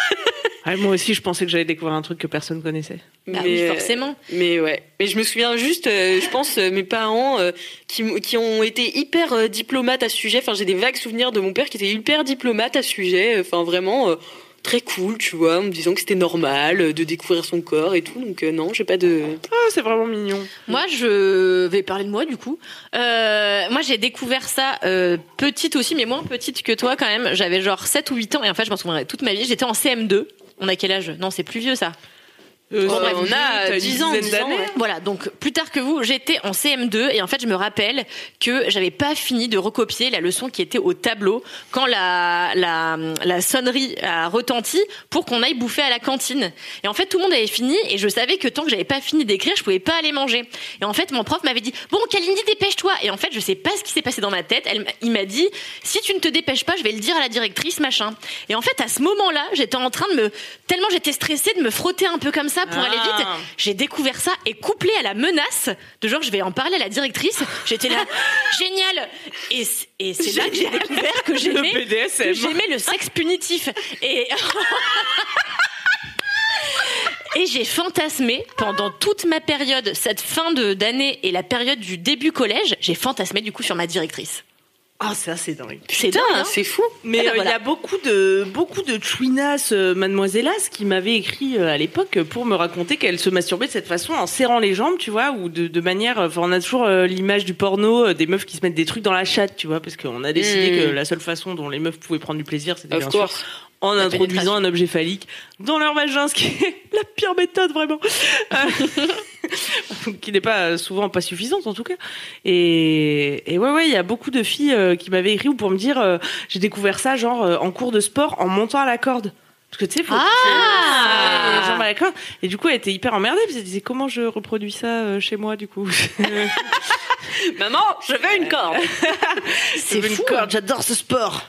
A: Ouais, moi aussi, je pensais que j'allais découvrir un truc que personne connaissait.
B: Bah
D: Mais,
B: oui,
D: euh,
B: forcément.
D: Mais ouais. Mais je me souviens juste, euh, je pense, euh, mes parents euh, qui, m- qui ont été hyper euh, diplomates à ce sujet. Enfin, j'ai des vagues souvenirs de mon père qui était hyper diplomate à ce sujet. Enfin, vraiment euh, très cool, tu vois, en me disant que c'était normal euh, de découvrir son corps et tout. Donc, euh, non, j'ai pas de.
A: Ah, c'est vraiment mignon.
B: Moi, je vais parler de moi du coup. Euh, moi, j'ai découvert ça euh, petite aussi, mais moins petite que toi quand même. J'avais genre 7 ou 8 ans et en fait, je m'en souviendrai toute ma vie. J'étais en CM2. On a quel âge Non, c'est plus vieux ça.
A: Euh,
D: Oh,
A: ça,
D: bref, on
A: t'as
D: a
A: une
D: 10 ans,
A: dizaine
D: 10 ans,
A: d'années.
D: ouais.
B: Voilà, donc plus tard que vous, j'étais en CM2 et en fait, je me rappelle que j'avais pas fini de recopier la leçon qui était au tableau quand la, la, la sonnerie a retenti pour qu'on aille bouffer à la cantine. Et en fait, tout le monde avait fini et je savais que tant que j'avais pas fini d'écrire, je pouvais pas aller manger. Et en fait, mon prof m'avait dit "Bon, Kalindi, dépêche-toi." Et en fait, je sais pas ce qui s'est passé dans ma tête, elle, m'a- il m'a dit "Si tu ne te dépêches pas, je vais le dire à la directrice, machin." Et en fait, à ce moment-là, j'étais en train de me tellement j'étais stressée de me frotter un peu comme ça pour aller vite.
A: Ah.
B: J'ai découvert ça et couplé à la menace de genre je vais en parler à la directrice, j'étais là génial et c- et c'est là que j'ai découvert que j'aimais
A: Le BDSM.
B: que j'aimais le sexe punitif et Et j'ai fantasmé pendant toute ma période, cette fin de d'année et la période du début collège, j'ai fantasmé du coup sur ma directrice.
A: Ah, ça, c'est dingue.
B: C'est dingue,
D: Putain,
B: hein
D: c'est fou.
A: Mais
B: Ah bah
A: euh, il y
B: voilà.
A: a beaucoup de beaucoup de chouinas, euh, mademoisellas, qui m'avaient écrit euh, à l'époque pour me raconter qu'elles se masturbaient de cette façon en serrant les jambes, tu vois, ou de, de manière. Enfin, on a toujours euh, l'image du porno euh, des meufs qui se mettent des trucs dans la chatte, tu vois, parce qu'on a décidé
D: Mm.
A: que la seule façon dont les meufs pouvaient prendre du plaisir, c'était
D: Of
A: bien sûr
D: course.
A: en
B: La
A: introduisant
B: pénétration.
A: un objet phallique dans leur vagin, ce qui est la pire méthode vraiment, Euh, qui n'est pas euh, souvent pas suffisante en tout cas. Et, et ouais ouais, il y a beaucoup de filles euh, qui m'avaient écrit ou pour me dire euh, j'ai découvert ça genre euh, en cours de sport en montant à la corde. Parce que tu sais, faut
B: Ah
A: les jambes à la corde. Et du coup, elle était hyper emmerdée parce qu'elle disait comment je reproduis ça euh, chez moi du coup.
D: Maman, je veux une corde.
B: C'est
A: Une
B: fou. hein.
A: corde, j'adore ce sport.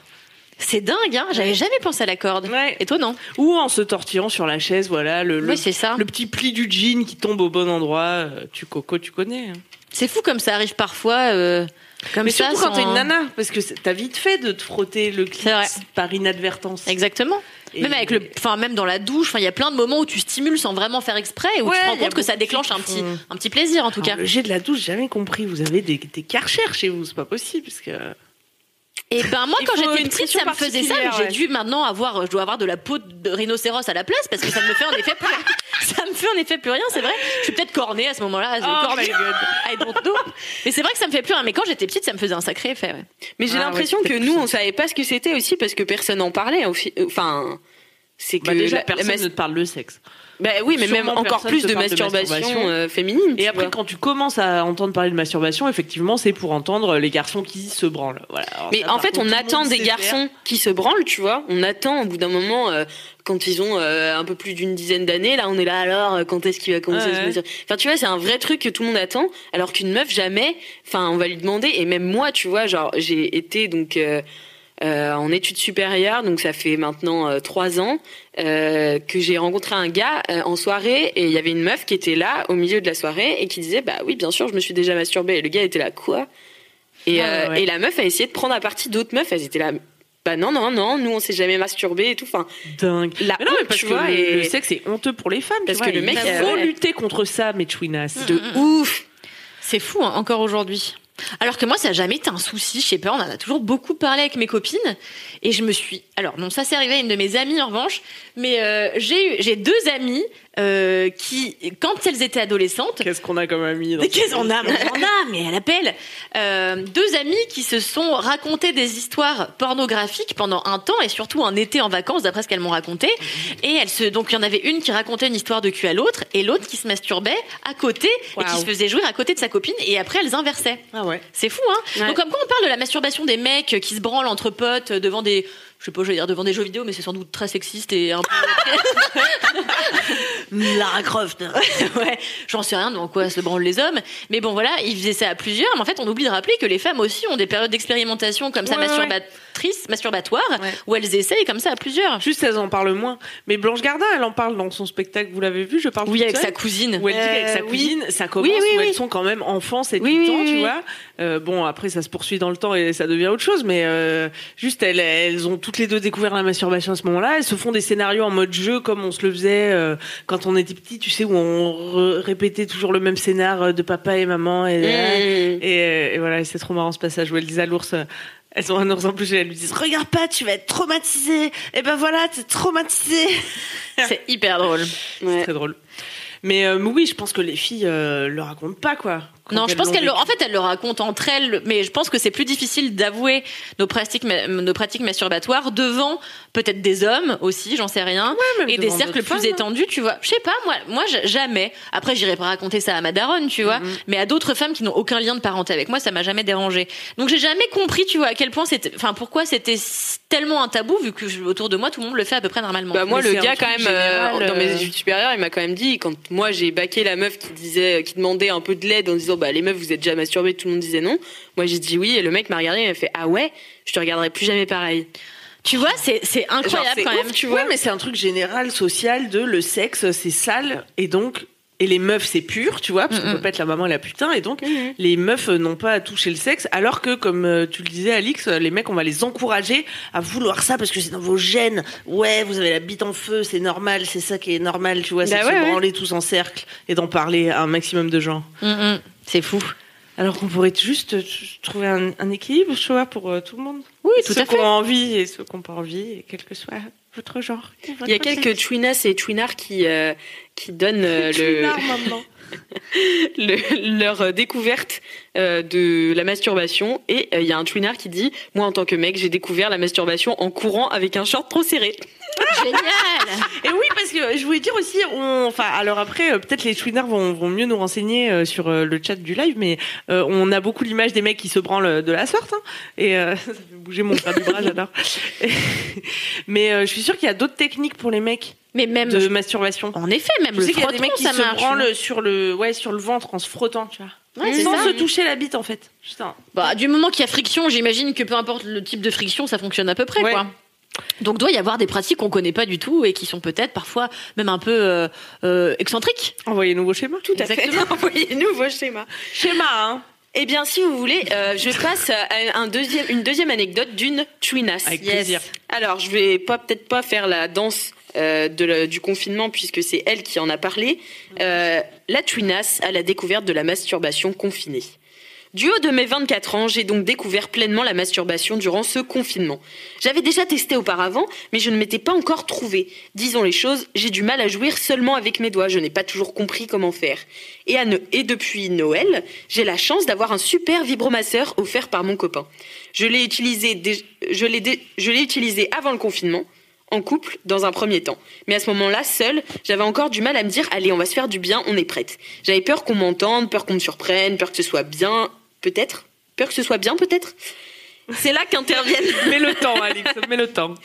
B: C'est dingue hein, j'avais jamais pensé à la corde.
A: Ouais.
B: Et toi non
A: Ou en se tortillant sur la chaise, voilà le, le
B: Oui, c'est
D: Ah.
B: ça.
A: Le petit pli du jean qui tombe au bon endroit, euh, tu coco, tu connais. hein.
B: C'est fou comme ça arrive parfois. euh, comme
A: Mais
B: ça,
A: surtout quand
B: sans-
A: t'es une nana, parce que c'est- t'as vite fait de te frotter le clit
B: C'est vrai.
A: par inadvertance.
B: Exactement.
A: Et- Ah,
B: Même avec le, enfin même dans la douche, enfin il y a plein de moments où tu stimules sans vraiment faire exprès et où
A: Ouais,
B: tu te
A: il
B: rends
A: y a
B: compte que ça
A: beaucoup de
B: déclenche un
A: filles qui
B: petit,
A: font-
B: un petit plaisir en tout
A: Alors,
B: cas.
A: le jet de la douche, j'ai jamais compris. Vous avez des, des karchers chez vous, c'est pas possible. Parce que...
B: Et ben moi
A: Il
B: quand
A: faut
B: j'étais
A: une
B: petite,
A: pression
B: ça me faisait ça.
A: particulière,
B: mais
A: ouais.
B: J'ai dû maintenant avoir, je dois avoir de la peau de rhinocéros à la place parce que ça me fait en effet plus, ça me fait en effet plus rien. C'est vrai. Je suis peut-être cornée à ce moment-là. cornée.
A: Oh, my God.
B: I don't know. Mais c'est vrai que ça me fait plus rien. Mais quand j'étais petite, ça me faisait un sacré effet. ouais.
D: Mais j'ai
A: Ah ouais,
D: l'impression
A: peut-être
D: que nous, on savait pas ce que c'était aussi parce que personne n'en parlait. au fi- Enfin, c'est que
A: Bah, déjà,
D: la- la
A: personne
D: mas-
A: ne te parle de sexe.
D: Bah oui, mais
A: Sûrement
D: même encore
A: personne
D: plus
A: te
D: de
A: parle de
D: masturbation,
A: masturbation.
D: euh, féminine.
A: Et
D: tu
A: après,
D: vois.
A: quand tu commences à entendre parler de masturbation, effectivement, c'est pour entendre les garçons qui se branlent. Voilà. Alors,
D: Mais
A: ça,
D: en
A: par
D: fait,
A: contre, tout
D: on
A: le
D: attend
A: monde
D: des
A: sait
D: garçons qui se branlent, tu vois. On attend au bout d'un moment, euh, quand ils ont euh, un peu plus d'une dizaine d'années, là, on est là, alors, euh, quand est-ce qu'il va commencer
A: Ouais,
D: à se
A: ouais.
D: mesurer Enfin, tu vois, c'est un vrai truc que tout le monde attend, alors qu'une meuf, jamais. Enfin, on va lui demander, et même moi, tu vois, genre, j'ai été donc. euh, euh, en études supérieures, donc ça fait maintenant euh, trois ans euh, que j'ai rencontré un gars euh, en soirée et il y avait une meuf qui était là au milieu de la soirée et qui disait bah oui bien sûr je me suis déjà masturbée et le gars était là quoi et,
A: Ah,
D: euh,
A: ouais.
D: et la meuf a essayé de prendre à partie d'autres meufs elles étaient là bah non non non nous on s'est jamais masturbé et tout enfin
A: Dingue.
D: la
A: Mais non, mais
D: honte,
A: parce
D: tu
A: que
D: vois,
A: le,
D: et-
A: le sexe est honteux pour les femmes. tu
D: Parce
A: vois,
D: que le
A: et
D: mec,
A: il
D: euh,
A: faut
D: ouais.
A: lutter contre ça, mes chouinas.
D: de ouf
B: C'est fou, hein, encore aujourd'hui. Alors que moi, ça n'a jamais été un souci. Je sais pas, on en a toujours beaucoup parlé avec mes copines. Et je me suis. Alors, non, ça c'est arrivé à une de mes amies en revanche. Mais euh, j'ai eu- j'ai deux amies euh, qui, quand elles étaient adolescentes,
A: Qu'est-ce qu'on a comme ami dans
B: Mais qu'est-ce qu'on a mais On en a, mais elle appelle. Euh, deux amis qui se sont racontés des histoires pornographiques pendant un temps et surtout un été en vacances, d'après ce qu'elles m'ont raconté. Et elles se, donc il y en avait une qui racontait une histoire de cul à l'autre et l'autre qui se masturbait à côté et qui
D: Waouh.
B: se faisait jouer à côté de sa copine. Et après, elles inversaient.
A: Ah ouais.
B: C'est fou, hein
D: Ouais.
B: Donc comme quoi on parle de la masturbation des mecs qui se branlent entre potes devant des, je sais pas, je vais dire devant des jeux vidéo, mais c'est sans doute très sexiste et un peu... Lara Croft. ouais, j'en sais rien devant quoi se branlent les hommes. Mais bon voilà, ils faisaient ça à plusieurs. Mais en fait, on oublie de rappeler que les femmes aussi ont des périodes d'expérimentation comme ça
A: Ouais, ouais, ouais.
B: masturbatrice, masturbatoire,
A: Ouais.
B: où elles essayent comme ça à plusieurs.
A: Juste, elles en parlent moins. Mais Blanche Gardin, elle en parle dans son spectacle, vous l'avez vu, je parle
B: Oui,
A: toute
B: avec
A: seule.
B: sa cousine.
A: Où elle dit qu'avec sa
D: Euh, oui.
A: cousine, ça commence
D: Oui, oui,
A: où
D: oui.
A: elles sont quand même enfants, 7
D: Oui, oui,
A: ans,
D: oui,
A: tu
D: oui.
A: vois. Euh, bon, après, ça se poursuit dans le temps et ça devient autre chose, mais euh, juste, elles, elles ont toutes les deux découvert la masturbation à ce moment-là. Elles se font des scénarios en mode jeu, comme on se le faisait euh, quand on était petit, tu sais, où on re- répétait toujours le même scénar euh, de papa et maman. Et,
D: Mmh.
A: et, euh, et voilà, c'est trop marrant ce passage où elle disent à l'ours. euh, elles ont un ours en plus et elles lui disent Regarde pas, tu vas être traumatisé. Et ben voilà, t'es traumatisé.
B: C'est hyper drôle.
D: Ouais.
A: C'est très drôle. Mais euh, oui, je pense que les filles euh, le racontent pas, quoi. Quand
B: Non, je
A: elles
B: pense
A: l'ont
B: qu'elle, le-
A: vécu.
B: en fait, elle le raconte entre elles, mais je pense que c'est plus difficile d'avouer nos pratiques, ma- nos pratiques masturbatoires devant peut-être des hommes aussi, j'en sais rien,
A: même
B: et des
A: devant
B: cercles
A: d'autres
B: plus
A: femmes, hein.
B: étendus, tu vois. Je sais pas, moi, moi, j- jamais. Après, j'irai pas raconter ça à ma daronne, tu vois,
A: Mm-hmm.
B: mais à d'autres femmes qui n'ont aucun lien de parenté avec moi, ça m'a jamais dérangé. Donc, j'ai jamais compris, tu vois, à quel point c'était, enfin, pourquoi c'était s- tellement un tabou vu que je- autour de moi, tout le monde le fait à peu près normalement.
D: Bah moi
A: Mais
D: le
A: c'est un
D: gars
A: truc
D: quand même euh,
A: général,
D: dans mes
A: euh.
D: études supérieures il m'a quand même dit quand moi j'ai baqué la meuf qui disait qui demandait un peu de l'aide en disant bah les meufs vous êtes déjà masturbées tout le monde disait non moi j'ai dit oui et le mec m'a regardé il m'a fait ah ouais je te regarderai plus jamais pareil
B: tu vois, c'est, c'est incroyable
D: c'est
B: quand
D: ouf,
B: même.
D: tu
A: Ouais,
D: vois
A: mais c'est un truc général, social, de le sexe, c'est sale, et donc. Et les meufs, c'est pur, tu vois, parce qu'on peut pas être la maman et la putain, et donc les meufs euh, n'ont pas à toucher le sexe, alors que, comme euh, tu le disais, Alix, euh, les mecs, on va les encourager à vouloir ça parce que c'est dans vos gènes. Ouais, vous avez la bite en feu, c'est normal, c'est ça qui est normal, tu vois, c'est
D: Bah
A: de
D: ouais,
A: se
D: ouais.
A: branler tous en cercle et d'en parler à un maximum de gens.
B: Mm, mm. C'est fou.
A: Alors qu'on pourrait juste euh, trouver un, un équilibre, je vois, pour euh, tout le monde.
B: Oui, tout
A: ceux
B: à
A: qui
B: fait.
A: ont envie et ceux qui n'ont pas envie, et quel que soit votre genre.
D: il y a quelques chouinas et chouinards qui euh, qui donnent euh, le,
A: maintenant.
D: le- leur euh, découverte euh, de la masturbation et euh, il y a un chouinard qui dit moi en tant que mec j'ai découvert la masturbation en courant avec un short trop serré
B: Génial.
A: Et Eh oui, parce que je voulais dire aussi, on, enfin, alors après, euh, peut-être les chouinards vont, vont mieux nous renseigner euh, sur euh, le chat du live, mais euh, on a beaucoup l'image des mecs qui se branlent de la sorte, hein. et euh, ça fait bouger mon bras du bras, j'adore. Et- mais euh, je suis sûre qu'il y a d'autres techniques pour les mecs
B: Mais même,
A: de masturbation.
B: En effet, même
A: Je
B: le
A: sais qu'il y a des
B: frottement,
A: mecs qui
B: ça
A: se
B: marche. hein.
A: branlent sur le, ouais, sur le ventre en se frottant, tu vois.
B: Ouais, c'est
A: Sans
B: ça.
A: se toucher la bite, en fait. Putain.
B: Bah, du moment qu'il y a friction, j'imagine que peu importe le type de friction, ça fonctionne à peu près,
A: Ouais.
B: quoi. Donc doit y avoir des pratiques qu'on connaît pas du tout et qui sont peut-être parfois même un peu euh, euh, excentriques.
A: Envoyez-nous vos schémas. Tout
B: Exactement.
D: envoyez-nous vos schémas
A: Schéma, hein.
D: Eh bien, si vous voulez, euh, je passe à un deuxième, une deuxième anecdote d'une chouinasse.
A: Avec plaisir.
D: Alors, je vais pas peut-être pas faire la danse euh, de la- du confinement puisque c'est elle qui en a parlé. Euh, la chouinasse à la découverte de la masturbation confinée. Du haut de mes 24 ans, j'ai donc découvert pleinement la masturbation durant ce confinement. J'avais déjà testé auparavant, mais je ne m'étais pas encore trouvée. Disons les choses, j'ai du mal à jouir seulement avec mes doigts, je n'ai pas toujours compris comment faire. Et, à ne- et depuis Noël, j'ai la chance d'avoir un super vibromasseur offert par mon copain. Je l'ai utilisé, dé- je l'ai dé- je l'ai utilisé avant le confinement, en couple dans un premier temps. Mais à ce moment-là, seule, j'avais encore du mal à me dire allez, on va se faire du bien, on est prête. J'avais peur qu'on m'entende, peur qu'on me surprenne, peur que ce soit bien, peut-être Peur que ce soit bien, peut-être C'est là qu'interviennent.
A: Mets le temps, Alix, mets le temps.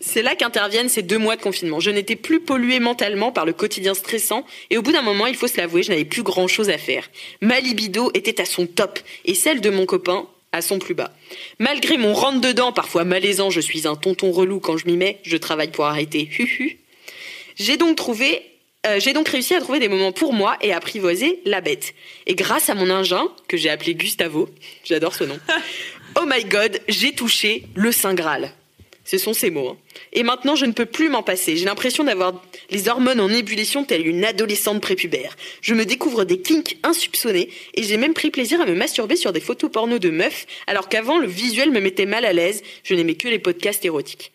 D: C'est là qu'interviennent ces deux mois de confinement. Je n'étais plus polluée mentalement par le quotidien stressant et au bout d'un moment, il faut se l'avouer, je n'avais plus grand-chose à faire. Ma libido était à son top et celle de mon copain à son plus bas. Malgré mon rentre-dedans, parfois malaisant, je suis un tonton relou quand je m'y mets, je travaille pour arrêter. Hu hu. J'ai donc trouvé, euh, j'ai donc réussi à trouver des moments pour moi et à apprivoiser la bête. Et grâce à mon ingin, que j'ai appelé Gustavo, j'adore ce nom, oh my god, j'ai touché le Saint Graal. Ce sont ces mots. hein. Et maintenant, je ne peux plus m'en passer. J'ai l'impression d'avoir les hormones en ébullition telle une adolescente prépubère. Je me découvre des kinks insoupçonnés et j'ai même pris plaisir à me masturber sur des photos porno de meufs, alors qu'avant, le visuel me mettait mal à l'aise. Je n'aimais que les podcasts érotiques.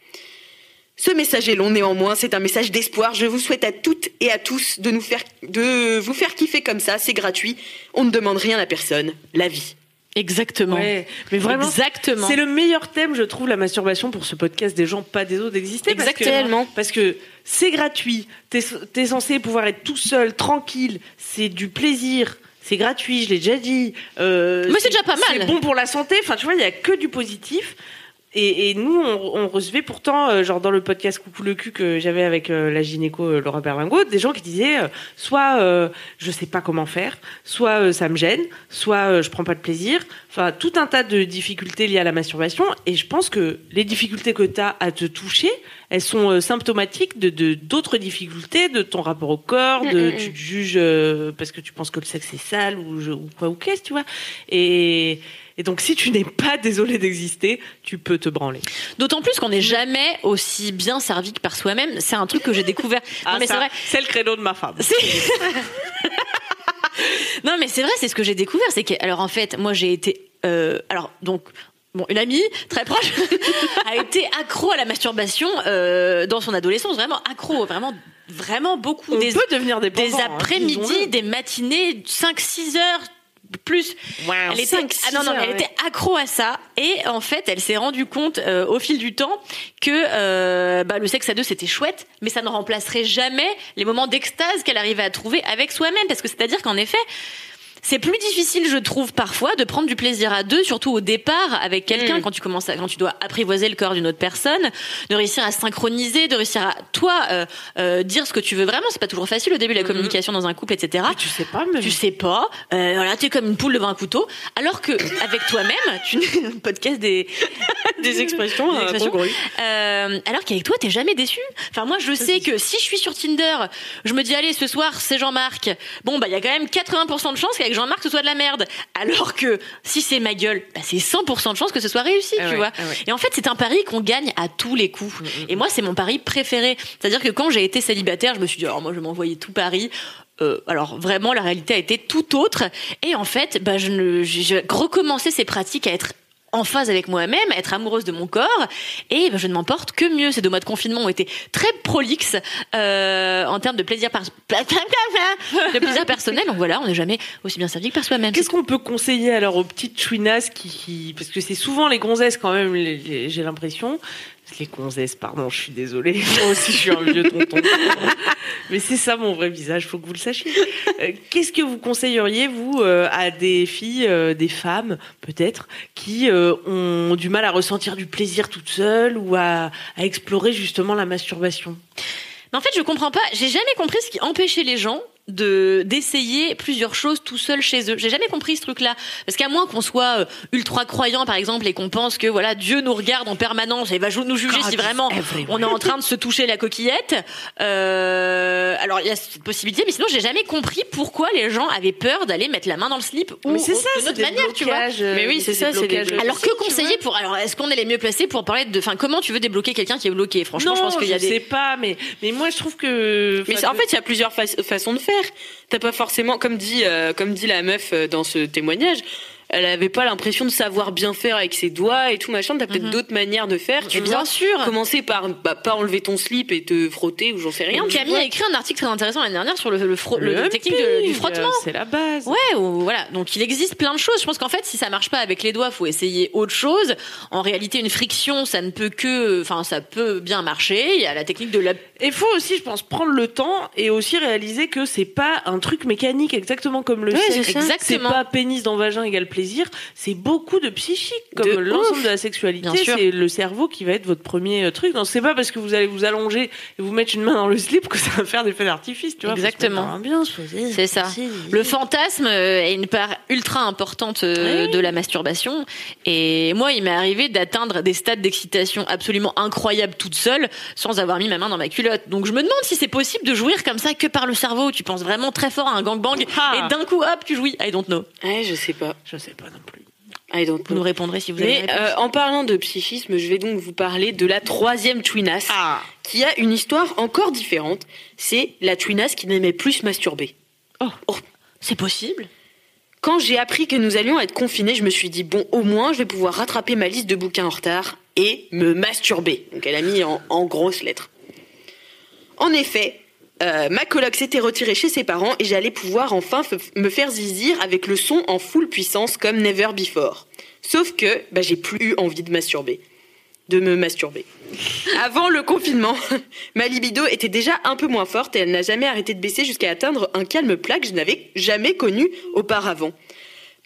D: Ce message est long néanmoins, c'est un message d'espoir. Je vous souhaite à toutes et à tous de, nous faire, de vous faire kiffer comme ça, c'est gratuit. On ne demande rien à personne, la vie.
B: Exactement.
A: Ouais, mais vraiment,
B: Exactement.
A: c'est le meilleur thème, je trouve, la masturbation pour ce podcast des gens, pas des autres, d'exister. parce que-
D: Exactement.
A: Parce que c'est gratuit, t'es es censé pouvoir être tout seul, tranquille, c'est du plaisir. C'est gratuit, je l'ai déjà dit. euh,
B: Mais c'est déjà pas mal.
A: C'est bon pour la santé. Enfin, tu vois, il n'y a que du positif. Et, et nous, on, on recevait pourtant, euh, genre dans le podcast Coucou le cul que j'avais avec euh, la gynéco euh, Laura Berlingot, des gens qui disaient euh, soit euh, je sais pas comment faire, soit euh, ça me gêne, soit euh, je prends pas de plaisir. Enfin, tout un tas de difficultés liées à la masturbation. Et je pense que les difficultés que tu as à te toucher, elles sont euh, symptomatiques de de- d'autres difficultés, de ton rapport au corps,
B: Mm,
A: de tu te juges euh, parce que tu penses que le sexe est sale ou, je- ou quoi ou qu'est-ce, tu vois. Et, et donc, si tu n'es pas désolé d'exister, tu peux te branler.
B: D'autant plus qu'on n'est jamais aussi bien servi que par soi-même. C'est un truc que j'ai découvert.
A: Ah,
B: Non, mais c'est vrai.
A: le credo de ma femme.
B: C'est- non, mais c'est vrai, c'est ce que j'ai découvert. C'est que, alors en fait, moi j'ai été. euh, alors donc. Bon, une amie très proche a été accro à la masturbation euh, dans son adolescence, vraiment accro, vraiment, vraiment beaucoup.
A: On
B: des,
A: peut devenir dépendant.
B: des
A: hein,
B: après-midi,
A: disons-le.
B: des matinées, 5-6 heures plus. elle était,
D: Cinq, six
B: ah non, non,
D: heures,
B: elle
D: ouais.
B: était accro à ça. Et en fait, elle s'est rendue compte euh, au fil du temps que euh, bah, le sexe à deux, c'était chouette, mais ça ne remplacerait jamais les moments d'extase qu'elle arrivait à trouver avec soi-même. Parce que c'est-à-dire qu'en effet, c'est plus difficile, je trouve, parfois, de prendre du plaisir à deux, surtout au départ, avec quelqu'un, quand tu commences, à, quand tu dois apprivoiser le corps d'une autre personne, de réussir à synchroniser, de réussir à toi euh, euh, dire ce que tu veux vraiment. C'est pas toujours facile au début la communication dans un couple, etc.
A: Tu sais pas, mais.
B: Tu sais pas, euh, voilà, t'es comme une poule devant un couteau, alors que avec toi-même, tu podcast des
D: Des expressions,
B: des expressions. Euh, alors qu'avec toi, t'es jamais déçu. Enfin, moi, je sais que si je suis sur Tinder, je me dis, allez, ce soir, c'est Jean-Marc. Bon, bah, il y a quand même 80% de chances qu'avec Jean-Marc, ce soit de la merde. Alors que si c'est ma gueule, bah, c'est 100% de chances que ce soit réussi,
A: Ah
B: tu
A: ouais,
B: vois.
A: ah ouais.
B: Et en fait, c'est un pari qu'on gagne à tous les coups. Et moi, c'est mon pari préféré. C'est-à-dire que quand j'ai été célibataire, je me suis dit, oh, moi, je vais m'envoyer tout Paris. Euh, alors vraiment, la réalité a été tout autre. Et en fait, bah, je, ne, je- je recommençais ces pratiques à être en phase avec moi-même, à être amoureuse de mon corps, et bah, je ne m'emporte que mieux. Ces deux mois de confinement ont été très prolixes euh, en termes de plaisir, par... de plaisir personnel. Donc voilà, on n'est jamais aussi bien servi que par soi-même.
A: Qu'est-ce qu'on peut conseiller alors aux petites chouinasses qui, qui- Parce que c'est souvent les gonzesses quand même, les- les- j'ai l'impression. Les gonzesses, pardon, je suis désolée. Moi aussi, je suis un vieux tonton. Mais c'est ça mon vrai visage, faut que vous le sachiez. Euh, Qu'est-ce que vous conseilleriez, vous, euh, à des filles, euh, des femmes, peut-être, qui euh, ont du mal à ressentir du plaisir toutes seules ou à, à explorer justement la masturbation
B: Mais en fait, je comprends pas. J'ai jamais compris ce qui empêchait les gens de d'essayer plusieurs choses tout seul chez eux. J'ai jamais compris ce truc-là parce qu'à moins qu'on soit euh, ultra croyant par exemple et qu'on pense que voilà Dieu nous regarde en permanence et va jou- nous juger si vraiment on est en train de se toucher la coquillette. Euh, alors il y a cette possibilité, mais sinon j'ai jamais compris pourquoi les gens avaient peur d'aller mettre la main dans le slip ou
A: Mais c'est
B: ou
A: ça,
B: d'une
A: c'est
B: autre
A: des
B: manière, tu vois.
A: blocages, euh,
D: Mais oui, c'est ça, c'est des
A: blocages
D: blocages.
B: Alors que conseiller pour alors est-ce qu'on est les mieux placés pour parler de enfin comment tu veux débloquer quelqu'un qui est bloqué franchement je pense qu'il y a des
A: sais pas, mais, mais moi je trouve que.
D: Mais c'est- en fait, il y a plusieurs fa- façons de faire. T'as pas forcément, comme dit, euh, comme dit la meuf euh, dans ce témoignage, elle avait pas l'impression de savoir bien faire avec ses doigts et tout machin. T'as peut-être d'autres manières de faire. Tu
B: Mais Mhm. Eh bien
D: vois.
B: sûr.
D: Commencer par bah, pas enlever ton slip et te frotter ou j'en sais rien. tu
B: Camille
D: vois.
B: a écrit un article très intéressant l'année dernière sur le, le, fro- le- la technique de-
A: ping,
B: du frottement.
A: euh, C'est la base.
B: Ouais, ou- voilà. Donc il existe plein de choses. Je pense qu'en fait, si ça marche pas avec les doigts, faut essayer autre chose. En réalité, une friction, ça ne peut que, enfin, ça peut bien marcher. Il y a la technique de la.
A: Et faut aussi, je pense, prendre le temps et aussi réaliser que c'est pas un truc mécanique exactement comme le
D: Ouais,
A: sexe.
D: c'est ça.
B: Exactement.
A: C'est pas pénis dans vagin égale plaisir. C'est beaucoup de psychique, comme
D: De
A: l'ensemble
D: ouf.
A: de la sexualité.
B: Bien sûr.
A: C'est le cerveau qui va être votre premier euh, truc. Donc c'est pas parce que vous allez vous allonger et vous mettre une main dans le slip que ça va faire des faits d'artifice, tu vois. Faut se
B: Exactement.
A: mettre dans l'ambiance, faut se dire,
B: C'est ça.
A: si.
B: Le fantasme euh, est une part ultra importante euh, de la masturbation. Et moi, il m'est arrivé d'atteindre des stades d'excitation absolument incroyables toute seule, sans avoir mis ma main dans ma culotte. Donc je me demande si c'est possible de jouir comme ça que par le cerveau. Tu penses vraiment très fort à un gangbang
A: Ah.
B: et d'un coup, hop, tu jouis. I don't know.
D: Ouais, je sais pas.
A: Je sais pas non plus.
D: I don't
B: Vous
D: know.
B: nous répondrez si vous avez.
D: Mais
B: la réponse.
D: euh, en parlant de psychisme, je vais donc vous parler de la troisième twinasse,
A: Ah.
D: qui a une histoire encore différente. C'est la twinasse qui n'aimait plus se masturber.
B: C'est possible.
D: Quand j'ai appris que nous allions être confinés, je me suis dit, bon, au moins, je vais pouvoir rattraper ma liste de bouquins en retard et me masturber. Donc elle a mis en, en grosses lettres. En effet, euh, ma coloc s'était retirée chez ses parents et j'allais pouvoir enfin f- me faire zizir avec le son en full puissance comme never before. Sauf que bah, j'ai plus eu envie de masturber. De me masturber. Avant le confinement, ma libido était déjà un peu moins forte et elle n'a jamais arrêté de baisser jusqu'à atteindre un calme plat que je n'avais jamais connu auparavant.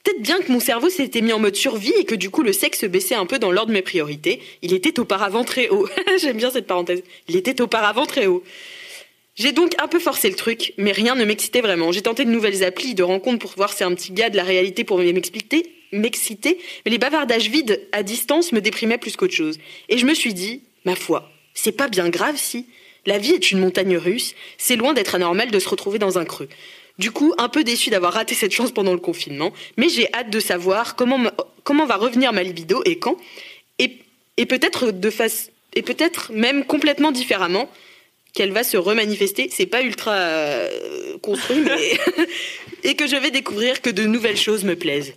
D: Peut-être bien que mon cerveau s'était mis en mode survie et que du coup le sexe baissait un peu dans l'ordre de mes priorités. Il était auparavant très haut. J'aime bien cette parenthèse. Il était auparavant très haut. J'ai donc un peu forcé le truc, mais rien ne m'excitait vraiment. J'ai tenté de nouvelles applis de rencontres pour voir si un petit gars de la réalité pouvait m'expliquer, m'exciter, mais les bavardages vides à distance me déprimaient plus qu'autre chose. Et je me suis dit, ma foi, c'est pas bien grave si. La vie est une montagne russe, c'est loin d'être anormal de se retrouver dans un creux. Du coup, un peu déçu d'avoir raté cette chance pendant le confinement, mais j'ai hâte de savoir comment, ma- comment va revenir ma libido et quand, et, et peut-être de face, et peut-être même complètement différemment, qu'elle va se remanifester. C'est pas ultra euh, construit, mais. et que je vais découvrir que de nouvelles choses me plaisent.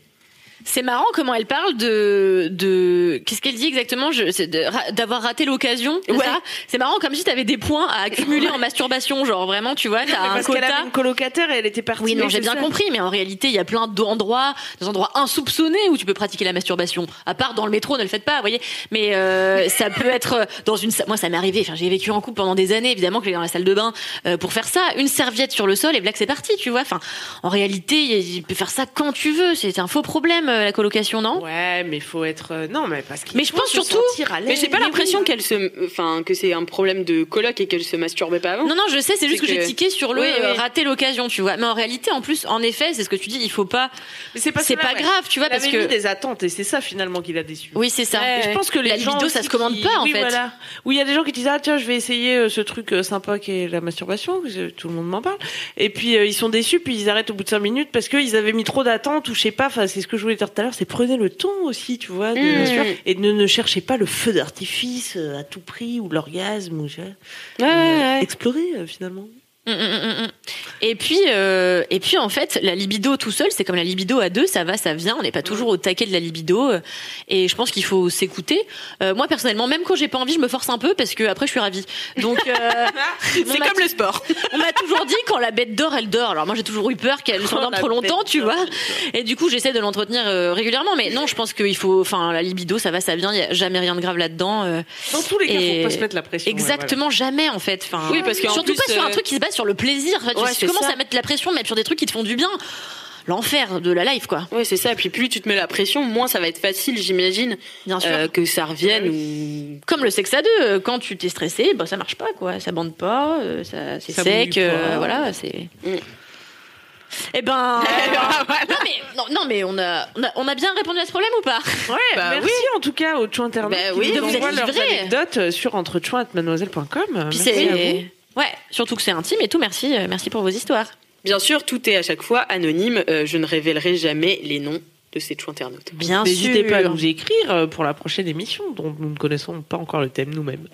B: C'est marrant comment elle parle de de qu'est-ce qu'elle dit exactement je, c'est de ra- d'avoir raté l'occasion. c'est
D: Ouais.
B: ça C'est marrant comme si t'avais des points à accumuler en masturbation, genre vraiment tu vois t'as un
A: Parce qu'elle
B: quota.
A: avait une colocataire et elle était partie.
B: Oui, non, j'ai
A: c'est
B: bien
A: ça.
B: compris, mais en réalité, il y a plein d'endroits, des endroits insoupçonnés où tu peux pratiquer la masturbation. À part dans le métro, ne le faites pas, vous voyez. Mais euh, ça peut être dans une. sa- Moi, ça m'est arrivé. Enfin, j'ai vécu en couple pendant des années, évidemment, que j'allais dans la salle de bain euh, pour faire ça. Une serviette sur le sol et blague, c'est parti, tu vois. Enfin, en réalité, il peut faire ça quand tu veux. C'est un faux problème, euh, la colocation, non
A: Ouais, mais faut être. euh, Non, mais parce qu'il
B: Mais je
A: faut
B: pense
A: se
B: surtout-
A: sentir à
D: Mais j'ai pas
A: l'aise.
D: l'impression qu'elle se. Enfin, que c'est un problème de coloc et qu'elle se masturbait pas avant.
B: Non, non, je sais, c'est juste que,
D: C'est
B: j'ai
D: que-
B: tiqué sur le
D: Oui,
B: euh,
D: oui.
B: rater l'occasion, tu vois. Mais en réalité, en plus, en effet, c'est ce que tu dis, il faut pas.
A: Mais C'est
B: C'est
A: parce que
B: pas
A: là, ouais.
B: grave, tu vois,
A: Il
B: parce
A: avait mis
B: que.
A: des attentes et c'est ça finalement qu'il a déçu.
B: Oui, c'est ça.
A: Et je pense que les
B: la
A: gens
B: libido, ça
A: aussi
B: se commande
A: qui-
B: pas, en
A: oui,
B: fait.
A: Voilà. Oui, il y a des gens qui disent ah tiens je vais essayer euh, ce truc euh, sympa qui est la masturbation, que je- tout le monde m'en parle. Et puis euh, ils sont déçus, puis ils arrêtent au bout de cinq minutes parce qu'ils avaient mis trop d'attentes ou je sais pas. Enfin c'est ce que je voulais dire tout à l'heure, c'est prenez le temps aussi, tu vois, de-
D: Mmh.
A: et ne, ne cherchez pas le feu d'artifice euh, à tout prix ou l'orgasme ou je-
D: Ouais, ouais, ouais.
A: explorer euh, finalement.
B: Mm, mm, mm, mm. Et puis, euh, et puis en fait, la libido tout seul, c'est comme la libido à deux, ça va, ça vient. On n'est pas toujours au taquet de la libido, euh, et je pense qu'il faut s'écouter. Euh, moi personnellement, même quand j'ai pas envie, je me force un peu parce que après, je suis ravie. Donc, euh, on
D: C'est
B: m'a-
D: comme le sport.
B: on m'a toujours dit quand la bête dort, elle dort. Alors moi, j'ai toujours eu peur qu'elle s'endorme
A: la
B: trop longtemps,
A: bête
B: tu vois. Et du coup, j'essaie de l'entretenir euh, régulièrement, mais non, je pense qu'il faut, enfin, la libido, ça va, ça vient. Il y a jamais rien de grave là-dedans. euh.
A: Dans tous les cas,
B: Et-
A: faut pas se mettre la pression.
B: Exactement, jamais en fait. Enfin,
D: Oui, parce qu'en
B: surtout
D: plus,
B: pas sur un
D: euh,
B: truc qui se base sur le plaisir. Enfin, tu-
D: ouais,
B: si tu
D: c'est
B: commences
D: ça.
B: à mettre la pression, même sur des trucs qui te font du bien, l'enfer de la life, quoi.
D: Ouais, c'est ça. Puis plus tu te mets la pression, moins ça va être facile, j'imagine,
B: Bien sûr.
D: euh, que ça revienne
B: Comme le sexe à deux, euh, quand tu t'es stressé, bah, ça marche pas, quoi. Ça bande pas, euh, ça, c'est
A: Ça
B: sec,
A: mouille
B: euh,
A: pas.
B: voilà, c'est.
D: Mm. Ah,
B: Eh ben. non, mais, non, non, mais on a, on, a, on a bien répondu à ce problème ou pas
A: Ouais,
D: Bah
A: merci en tout cas aux Chouins Internet
D: Bah
A: qui
D: oui,
A: nous
D: vous êtes
A: envoient leurs
B: livrés.
A: anecdotes euh, sur entrechouin@mademoiselle.com.
B: Puis
A: Merci à vous.
B: c'est. Ouais, surtout que c'est intime et tout, merci, euh, merci pour vos histoires.
D: Bien sûr, tout est à chaque fois anonyme. Euh, je ne révélerai jamais les noms de ces chou internautes.
B: Bien sûr.
A: N'hésitez pas à nous écrire euh, pour la prochaine émission dont nous ne connaissons pas encore le thème nous-mêmes.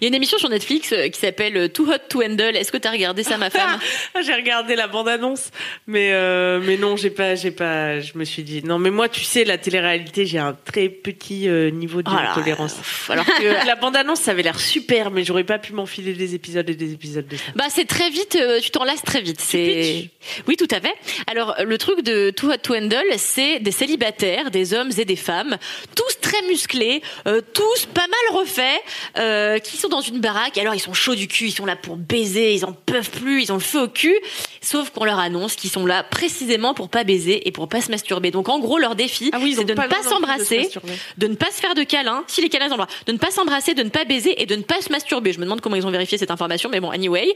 B: Il y a une émission sur Netflix euh, qui s'appelle euh, Too Hot to Handle. Est-ce que t'as regardé ça, ma femme
A: Ah, j'ai regardé la bande-annonce, mais euh, mais non, j'ai pas, j'ai pas. Je me suis dit non, mais moi, tu sais, la télé-réalité, j'ai un très petit euh, niveau de
B: Oh là,
A: tolérance.
B: pff,
A: Alors que la bande-annonce, ça avait l'air super, mais j'aurais pas pu m'enfiler des épisodes et des épisodes de ça.
B: Bah c'est très vite, euh, tu t'en lasses très vite. C'est oui tout à fait. Alors euh, le truc de Too Hot to Handle, c'est des célibataires, des hommes et des femmes, tous très musclés, euh, tous pas mal refaits, euh, qui sont dans une baraque. Alors ils sont chauds du cul, ils sont là pour baiser, ils en peuvent plus, ils ont le feu au cul. Sauf qu'on leur annonce qu'ils sont là précisément pour pas baiser et pour pas se masturber. Donc en gros leur défi,
A: Ah oui, ils
B: c'est
A: ont
B: de
A: pas
B: ne
A: le
B: pas
A: droit non plus de se
B: s'embrasser,
A: masturber.
B: de ne pas se faire de câlins, si les câlins ils ont le droit, de ne pas s'embrasser, de ne pas baiser et de ne pas se masturber. Je me demande comment ils ont vérifié cette information, mais bon, anyway.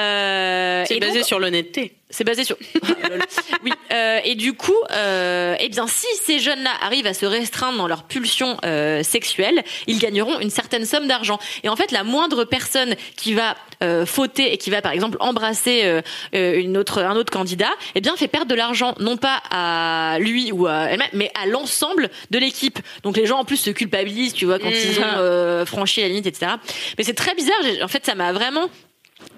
B: Euh,
D: C'est
B: et
D: basé
B: donc-
D: sur l'honnêteté.
B: C'est basé sur. Ah, lol. oui. euh, et du coup, euh, eh bien, si ces jeunes-là arrivent à se restreindre dans leur pulsion euh, sexuelle, ils gagneront une certaine somme d'argent. Et en fait, la moindre personne qui va euh, fauter et qui va, par exemple, embrasser euh, euh, une autre, un autre candidat, eh bien, fait perdre de l'argent, non pas à lui ou à elle-même, mais à l'ensemble de l'équipe. Donc, les gens en plus se culpabilisent, tu vois, quand ils ont euh, franchi la limite, etc. Mais c'est très bizarre. J'ai- En fait, ça m'a vraiment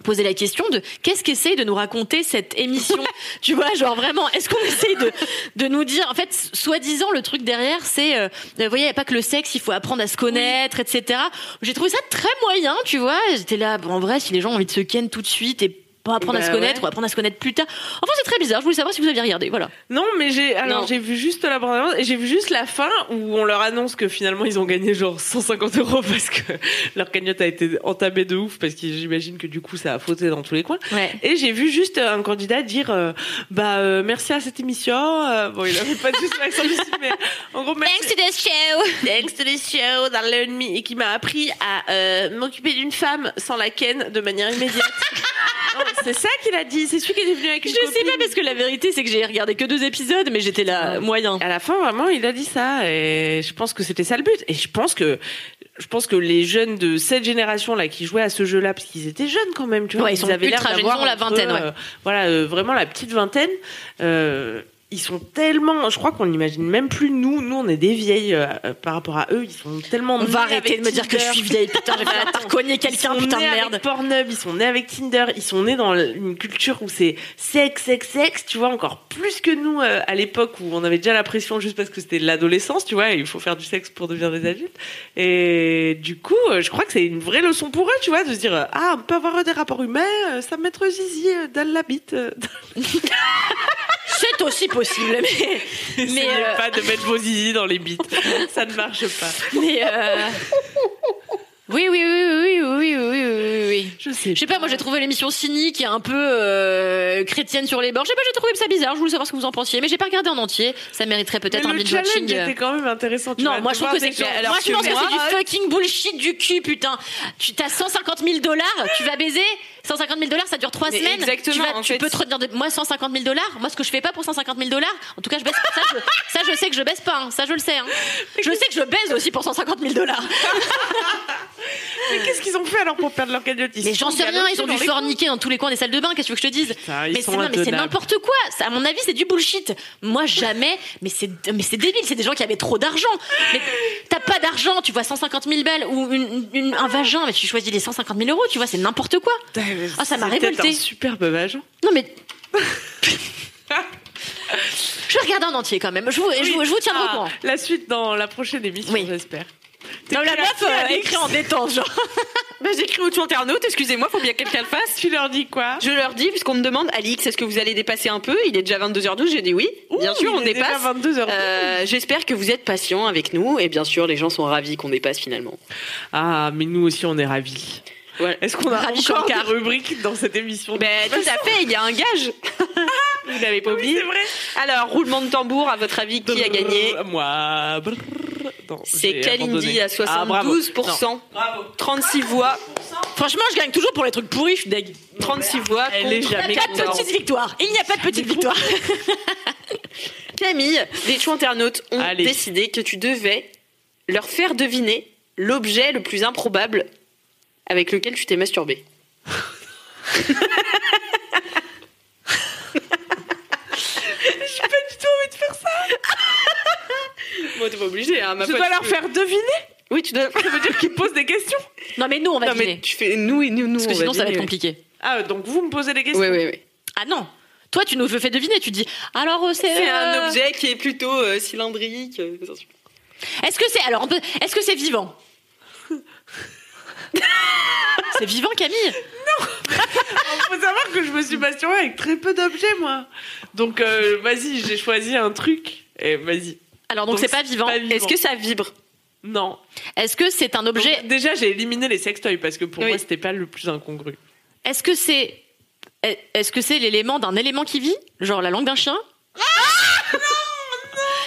B: poser la question de qu'est-ce qu'essaye de nous raconter cette émission tu vois genre vraiment est-ce qu'on essaye de de nous dire en fait soi-disant le truc derrière c'est euh, vous voyez y a pas que le sexe il faut apprendre à se connaître etc j'ai trouvé ça très moyen tu vois j'étais là bon, en vrai si les gens ont envie de se ken tout de suite et pas apprendre à
A: Bah
B: se connaître ou apprendre à se connaître plus tard enfin c'est très bizarre je voulais savoir si vous aviez regardé voilà
A: Non, mais j'ai
D: Non.
A: alors j'ai vu juste la bande-annonce et j'ai vu juste la fin où on leur annonce que finalement ils ont gagné genre 150 euros parce que leur cagnotte a été entamée de ouf parce que j'imagine que du coup ça a fauté dans tous les coins.
B: ouais
A: Et j'ai vu juste un candidat dire euh, bah euh, merci à cette émission. euh, bon, il avait pas juste l'accent du sud, mais en gros merci.
B: to this show
A: Thanks to this show that learned me et qui m'a appris à euh, m'occuper d'une femme sans la ken de manière immédiate. Non, Oh, c'est ça qu'il a dit. C'est celui qui est venu avec
B: je
A: une
B: sais
A: copine.
B: pas parce que la vérité c'est que j'ai regardé que deux épisodes mais j'étais là
A: Ouais.
B: moyen
A: À la fin, vraiment, il a dit ça, et je pense que c'était ça le but. Et je pense que, je pense que les jeunes de cette génération-là qui jouaient à ce jeu-là, parce qu'ils étaient jeunes quand même, tu vois,
B: Ouais, ils sont
A: avaient
B: ultra
A: l'air
B: jeunes,
A: d'avoir
B: ils ont la
A: entre,
B: vingtaine, ouais.
A: euh, voilà, euh, vraiment la petite vingtaine. euh, ils sont tellement, je crois qu'on n'imagine même plus nous. Nous, on est des vieilles euh, euh, par rapport à eux. Ils sont tellement.
B: on
A: nés
B: va arrêter
A: avec
B: de me dire que je
A: Tinder.
B: suis vieille putain j'ai fait cogner quelqu'un
A: Ils sont
B: putain de
A: nés
B: merde
A: Avec Pornhub, ils sont nés avec Tinder, ils sont nés dans une culture où c'est sexe, sexe, sexe, tu vois, encore plus que nous euh, à l'époque où on avait déjà la pression juste parce que c'était l'adolescence, tu vois, et il faut faire du sexe pour devenir des adultes. Et du coup, euh, je crois que c'est une vraie leçon pour eux, tu vois, de se dire euh, ah, on peut avoir des rapports humains, euh, ça me mettre zizi euh, dans la bite. euh,
B: C'est aussi possible, mais
A: Essayez
B: euh,
A: pas de mettre vos zizi dans les bites, ça ne marche pas.
B: mais euh, oui, oui, oui, oui, oui, oui, oui, oui, oui.
A: Je sais.
B: Je sais pas, moi j'ai trouvé l'émission cynique et un peu euh, chrétienne sur les bords. Je sais pas, j'ai trouvé ça bizarre. Je voulais savoir ce que vous en pensiez, mais j'ai pas regardé en entier. Ça mériterait peut-être un euh,
A: Mais le
B: binge
A: challenge
B: watching.
A: était quand même intéressant. tu
B: Non,
A: vois,
B: moi
A: de
B: je trouve
A: voir
B: que c'est
A: des gens-
B: moi
A: alors
B: je pense que c'est du fucking bullshit du cul, putain. Tu t'as 150 000 dollars, tu vas baiser 150 000 dollars, ça dure trois
C: Mais
B: semaines.
C: exactement,
B: tu vas-
C: en
B: tu
C: fait.
B: peux te retenir de moi 150 000 dollars. Moi ce que je fais pas pour 150 000 dollars, en tout cas je baisse pas. Ça je, ça, je sais que je baisse pas, hein. ça je le sais. hein. Je sais que je baise aussi pour 150 000 dollars.
A: Mais qu'est-ce qu'ils ont fait alors pour perdre leur cagnotte Ils
B: Mais
A: se
B: j'en
A: sont
B: sais rien,
A: galochés
B: ils ont dû
A: dans les
B: forniquer dans tous les coins des salles de bain, qu'est-ce que tu veux que je te dise
A: Putain, ils
B: Mais c'est
A: sont
B: non, mais c'est
A: intenables.
B: n'importe quoi, Ça, à mon avis c'est du bullshit. Moi jamais, mais c'est mais c'est débile, c'est des gens qui avaient trop d'argent. Mais t'as pas d'argent, tu vois 150 000 balles ou une- une- un vagin, mais tu choisis les 150 000 euros, tu vois, c'est n'importe quoi. Ah, ça m'a
A: C'est peut-être
B: révolté.
A: un superbe hein. vagin.
B: Non mais... je vais regarder en entier quand même, je vous, je, vous- je vous tiendrai au
A: Ah,
B: courant.
A: La suite dans la prochaine émission,
B: Oui.
A: j'espère.
C: Non, la
A: T'écris à
C: meuf
A: qui,
C: euh,
A: Alex
C: écrit en détente, genre. bah, j'écris aux internautes, excusez-moi, faut bien que quelqu'un le fasse.
A: Tu leur dis quoi
D: Je leur dis, puisqu'on me demande, Alix, est-ce que vous allez dépasser un peu Il est déjà 22h12, j'ai dit oui. bien
A: Ouh,
D: sûr,
A: il
D: on
A: est déjà
D: dépasse.
A: 22h12.
D: Euh, J'espère que vous êtes patient avec nous et bien sûr, les gens sont ravis qu'on dépasse finalement.
A: Ah, mais nous aussi, on est ravis.
D: Voilà.
A: Est-ce qu'on a
B: Ravis
A: encore
B: Shankar.
A: des rubriques dans cette émission
D: Ben, tout à fait, il y a un gage. vous n'avez pas
A: Ah Oui,
D: oublié.
A: c'est vrai.
D: Alors, roulement de tambour, à votre avis, qui a gagné
A: Brrr, Moi. brrr. Non,
D: C'est
A: j'ai
D: Kalindi
A: abandonné.
D: à
A: Ah, bravo.
D: 72%. 36 voix.
C: Franchement, je gagne toujours pour les trucs pourris, je suis deg.
D: 36 voix
A: Elle est
D: contre
A: jamais
C: Il n'y a pas de
D: 14.
C: petite victoire. Il n'y a pas de petite victoire.
D: Camille, les chou internautes ont
A: Allez.
D: décidé que tu devais leur faire deviner l'objet le plus improbable avec lequel tu t'es masturbé. J'ai pas du tout envie de faire ça. Moi, t'es pas obligé, hein, ma
A: Je
D: pote,
A: dois
D: tu
A: leur
D: peux.
A: faire deviner
D: Oui, hein, tu dois.
A: Ça veut dire qu'ils posent des questions
B: Non, mais nous, on va
D: Non,
B: dîner.
D: mais tu fais nous et nous, nous.
B: Parce que
D: on
B: sinon, ça va être
D: dîner.
B: compliqué.
A: Ah, donc vous me posez des questions.
D: Oui, oui, oui.
B: Ah non Toi, tu nous fais deviner. Tu dis, alors, euh, c'est.
D: C'est
B: euh,
D: un objet qui est plutôt euh, cylindrique. euh,
B: Est-ce que c'est. Alors, on peut- est-ce que c'est vivant C'est vivant, Camille
A: Faut savoir que je me suis masturbée avec très peu d'objets, moi. Donc, euh, vas-y, j'ai choisi un truc. Et vas-y.
B: Alors, donc,
A: Donc,
B: c'est pas
A: c'est
B: vivant.
A: pas vivant.
D: Est-ce que ça vibre
A: Non.
B: Est-ce que c'est un
A: Donc,
B: objet.
A: déjà, j'ai éliminé les sextoys parce que pour
D: Oui.
A: moi, c'était pas le plus incongru.
B: Est-ce que c'est. Est-ce que c'est l'élément d'un élément qui vit Genre la langue d'un chien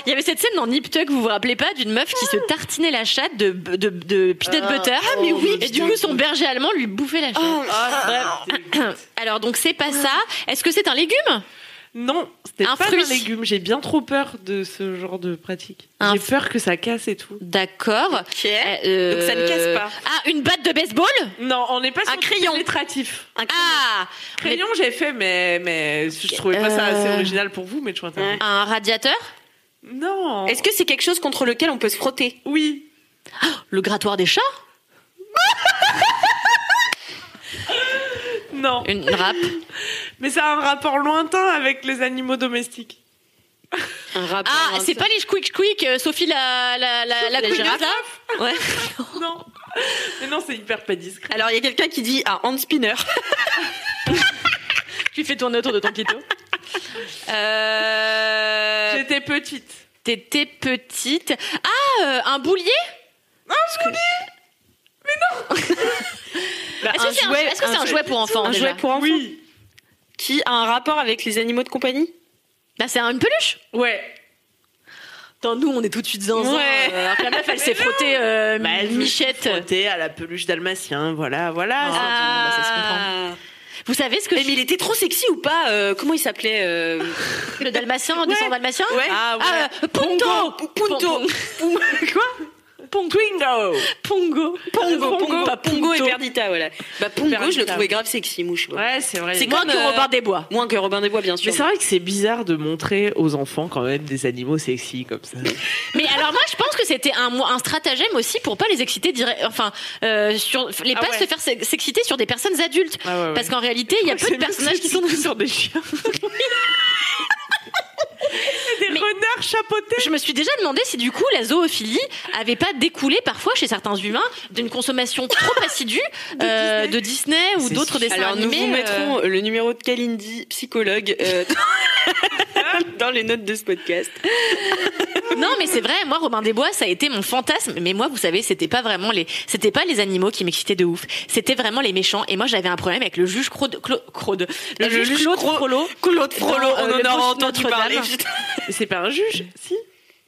B: Il y avait cette scène dans Nip Tuck, vous vous rappelez pas, d'une meuf qui se tartinait la chatte de, de, de peanut butter. Ah, mais oui Et du coup, son berger allemand lui bouffait la chatte. bah,
A: Ah, bref, c'est-
B: Alors, donc, c'est pas ça. Est-ce que c'est un légume
A: non, c'était
B: Un
A: pas
B: fruit.
A: un légume. J'ai bien trop peur de ce genre de pratique.
B: Un
A: J'ai peur que ça casse et tout.
B: D'accord. Euh,
A: Donc, ça ne casse pas.
B: Ah, une batte de baseball
A: Non, on n'est pas sur
B: Un
A: du
B: crayon.
A: pénétratif.
B: Ah
A: Crayon, j'ai fait, mais, mais je trouvais pas ça assez
B: Euh.
A: original pour vous, mais je suis interdit.
B: Un radiateur
A: Non.
D: Est-ce que c'est quelque chose contre lequel on peut se frotter
A: Oui.
B: Le grattoir des chats
A: Non.
B: Une râpe
A: Mais ça a un rapport lointain avec les animaux domestiques.
D: Un rapport.
B: Ah, c'est pas les quick quick Sophie la la la, la,
D: La
B: couineuse,
D: girafe.
B: là Ouais.
A: Non. Mais non, c'est hyper pas discret.
D: Alors, il y a quelqu'un qui dit un hand spinner.
B: Tu fais tourner autour de ton quito. Euh,
A: J'étais petite.
B: T'étais petite. Ah, euh, un boulier
A: Bah,
B: Est-ce que c'est un, est-ce que c'est un jouet pour enfants
D: Un
B: déjà
D: jouet pour enfants
A: Oui.
D: qui a un rapport avec les animaux de compagnie
B: Bah, c'est un- une peluche.
A: Ouais.
B: Attends, nous, on est tout de suite zinzin.
A: Ouais. Bah,
B: euh, alors que la meuf, elle s'est frottée euh, michette.
A: Frottée à la peluche dalmatien, voilà, voilà. c'est-
B: Ah.
A: bah, ça se comprend.
B: Vous savez ce que
D: Eh, mais il était trop sexy ou pas euh, Comment il s'appelait euh,
B: je- le dalmatien, descend dalmatien
D: Ouais.
A: Ah, ouais.
B: euh, Punto
D: Pongo, Punto. Quoi
A: Twingo.
B: Pongo
D: Pongo,
B: Pongo, eh
D: Pongo,
B: pas
D: pas
B: Punto.
D: Pongo et Perdita, voilà. Bah Pongo, je le
A: Perdita.
D: trouvais grave sexy, mouche.
A: Ouais, c'est vrai.
D: C'est
B: Moins
D: comme,
B: que
D: euh,
B: Robin des Bois.
D: Moins que Robin des Bois, bien
A: Mais
D: sûr.
A: c'est vrai que c'est bizarre de montrer aux enfants quand même des animaux sexy comme ça.
B: Mais alors moi je pense que c'était un, mo- un stratagème aussi pour pas les exciter direct, enfin euh, sur les
A: Ah
B: pas
A: ouais.
B: se faire se- s'exciter sur des personnes adultes
A: Ah ouais, ouais.
B: parce qu'en réalité il y a peu de
A: C'est
B: personnages
A: mieux
B: qui sont dans-
A: sur des chiens. des
B: Mais-
A: renards chapeautés.
B: Je me suis déjà demandé si du coup la zoophilie avait pas découlé parfois chez certains humains d'une consommation trop assidue euh, de, Disney. ou
A: C'est
B: d'autres
A: sûr.
B: dessins
D: Alors nous
B: animés.
D: vous
B: euh,
D: mettrons le numéro de Kalindi, psychologue, euh, dans les notes de ce podcast.
B: Non, mais c'est vrai. Moi, Robin des Bois, ça a été mon fantasme. Mais moi, vous savez, c'était pas vraiment les, c'était pas les animaux qui m'excitaient de ouf. C'était vraiment les méchants. Et moi, j'avais un problème avec le juge Claude, Clo- Claude, le,
D: Le
B: juge
D: juge
B: Claude
D: Cro-
B: Frollo.
D: Claude Frollo,
B: Dans, euh,
D: on
B: le
D: en aura
B: Bouche
D: entendu
B: Notre-Dame.
D: parler. putain.
A: Mais c'est pas un juge, si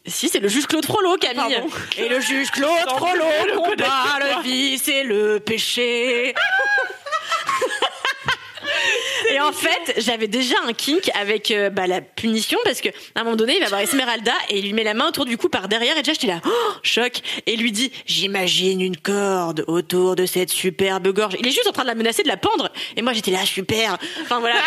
B: Si, c'est le juge Claude Frollo, Camille.
A: Pardon.
B: Et le juge Claude
A: Sans
B: Frollo
A: plus, je le
B: combat
A: connais pas.
B: le vice et le péché. Et en fait, j'avais déjà un kink avec euh, bah, la punition parce que à un moment donné, il va voir Esmeralda et il lui met la main autour du cou par derrière et déjà j'étais là, oh, choc, et lui dit "J'imagine une corde autour de cette superbe gorge." Il est juste en train de la menacer de la pendre et moi j'étais là, super. Enfin voilà.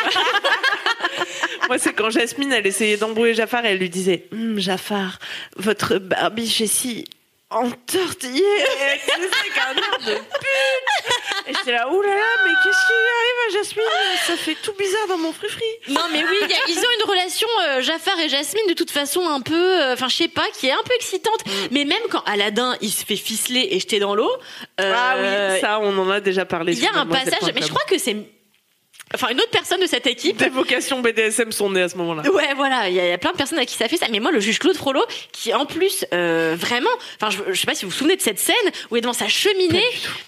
A: Moi, c'est quand Jasmine, elle essayait d'embrouiller Jafar et elle lui disait Hum, Jafar, votre barbiche est si entortillée. Et elle se faisait qu'un air de pute. Et j'étais là Ouh là là, mais qu'est-ce qui lui arrive à Jasmine Ça fait tout bizarre dans mon frifri.
B: Non mais oui, il y a- ils ont une relation euh, Jafar et Jasmine de toute façon un peu, euh, enfin je sais pas, qui est un peu excitante.
A: Mm.
B: Mais même quand Aladdin il se fait ficeler et jeter dans l'eau, euh,
A: ah oui, ça, on en a déjà parlé.
B: il y a un passage. Mais je crois que c'est, enfin une autre personne de cette équipe.
A: Des vocations BDSM sont nées à ce moment-là.
B: Ouais, voilà, il y, a- il y a plein de personnes à qui ça fait ça. Mais moi, le juge Claude Frollo, qui en plus, euh, vraiment, enfin, je, je sais pas si vous vous souvenez de cette scène où il est devant sa cheminée,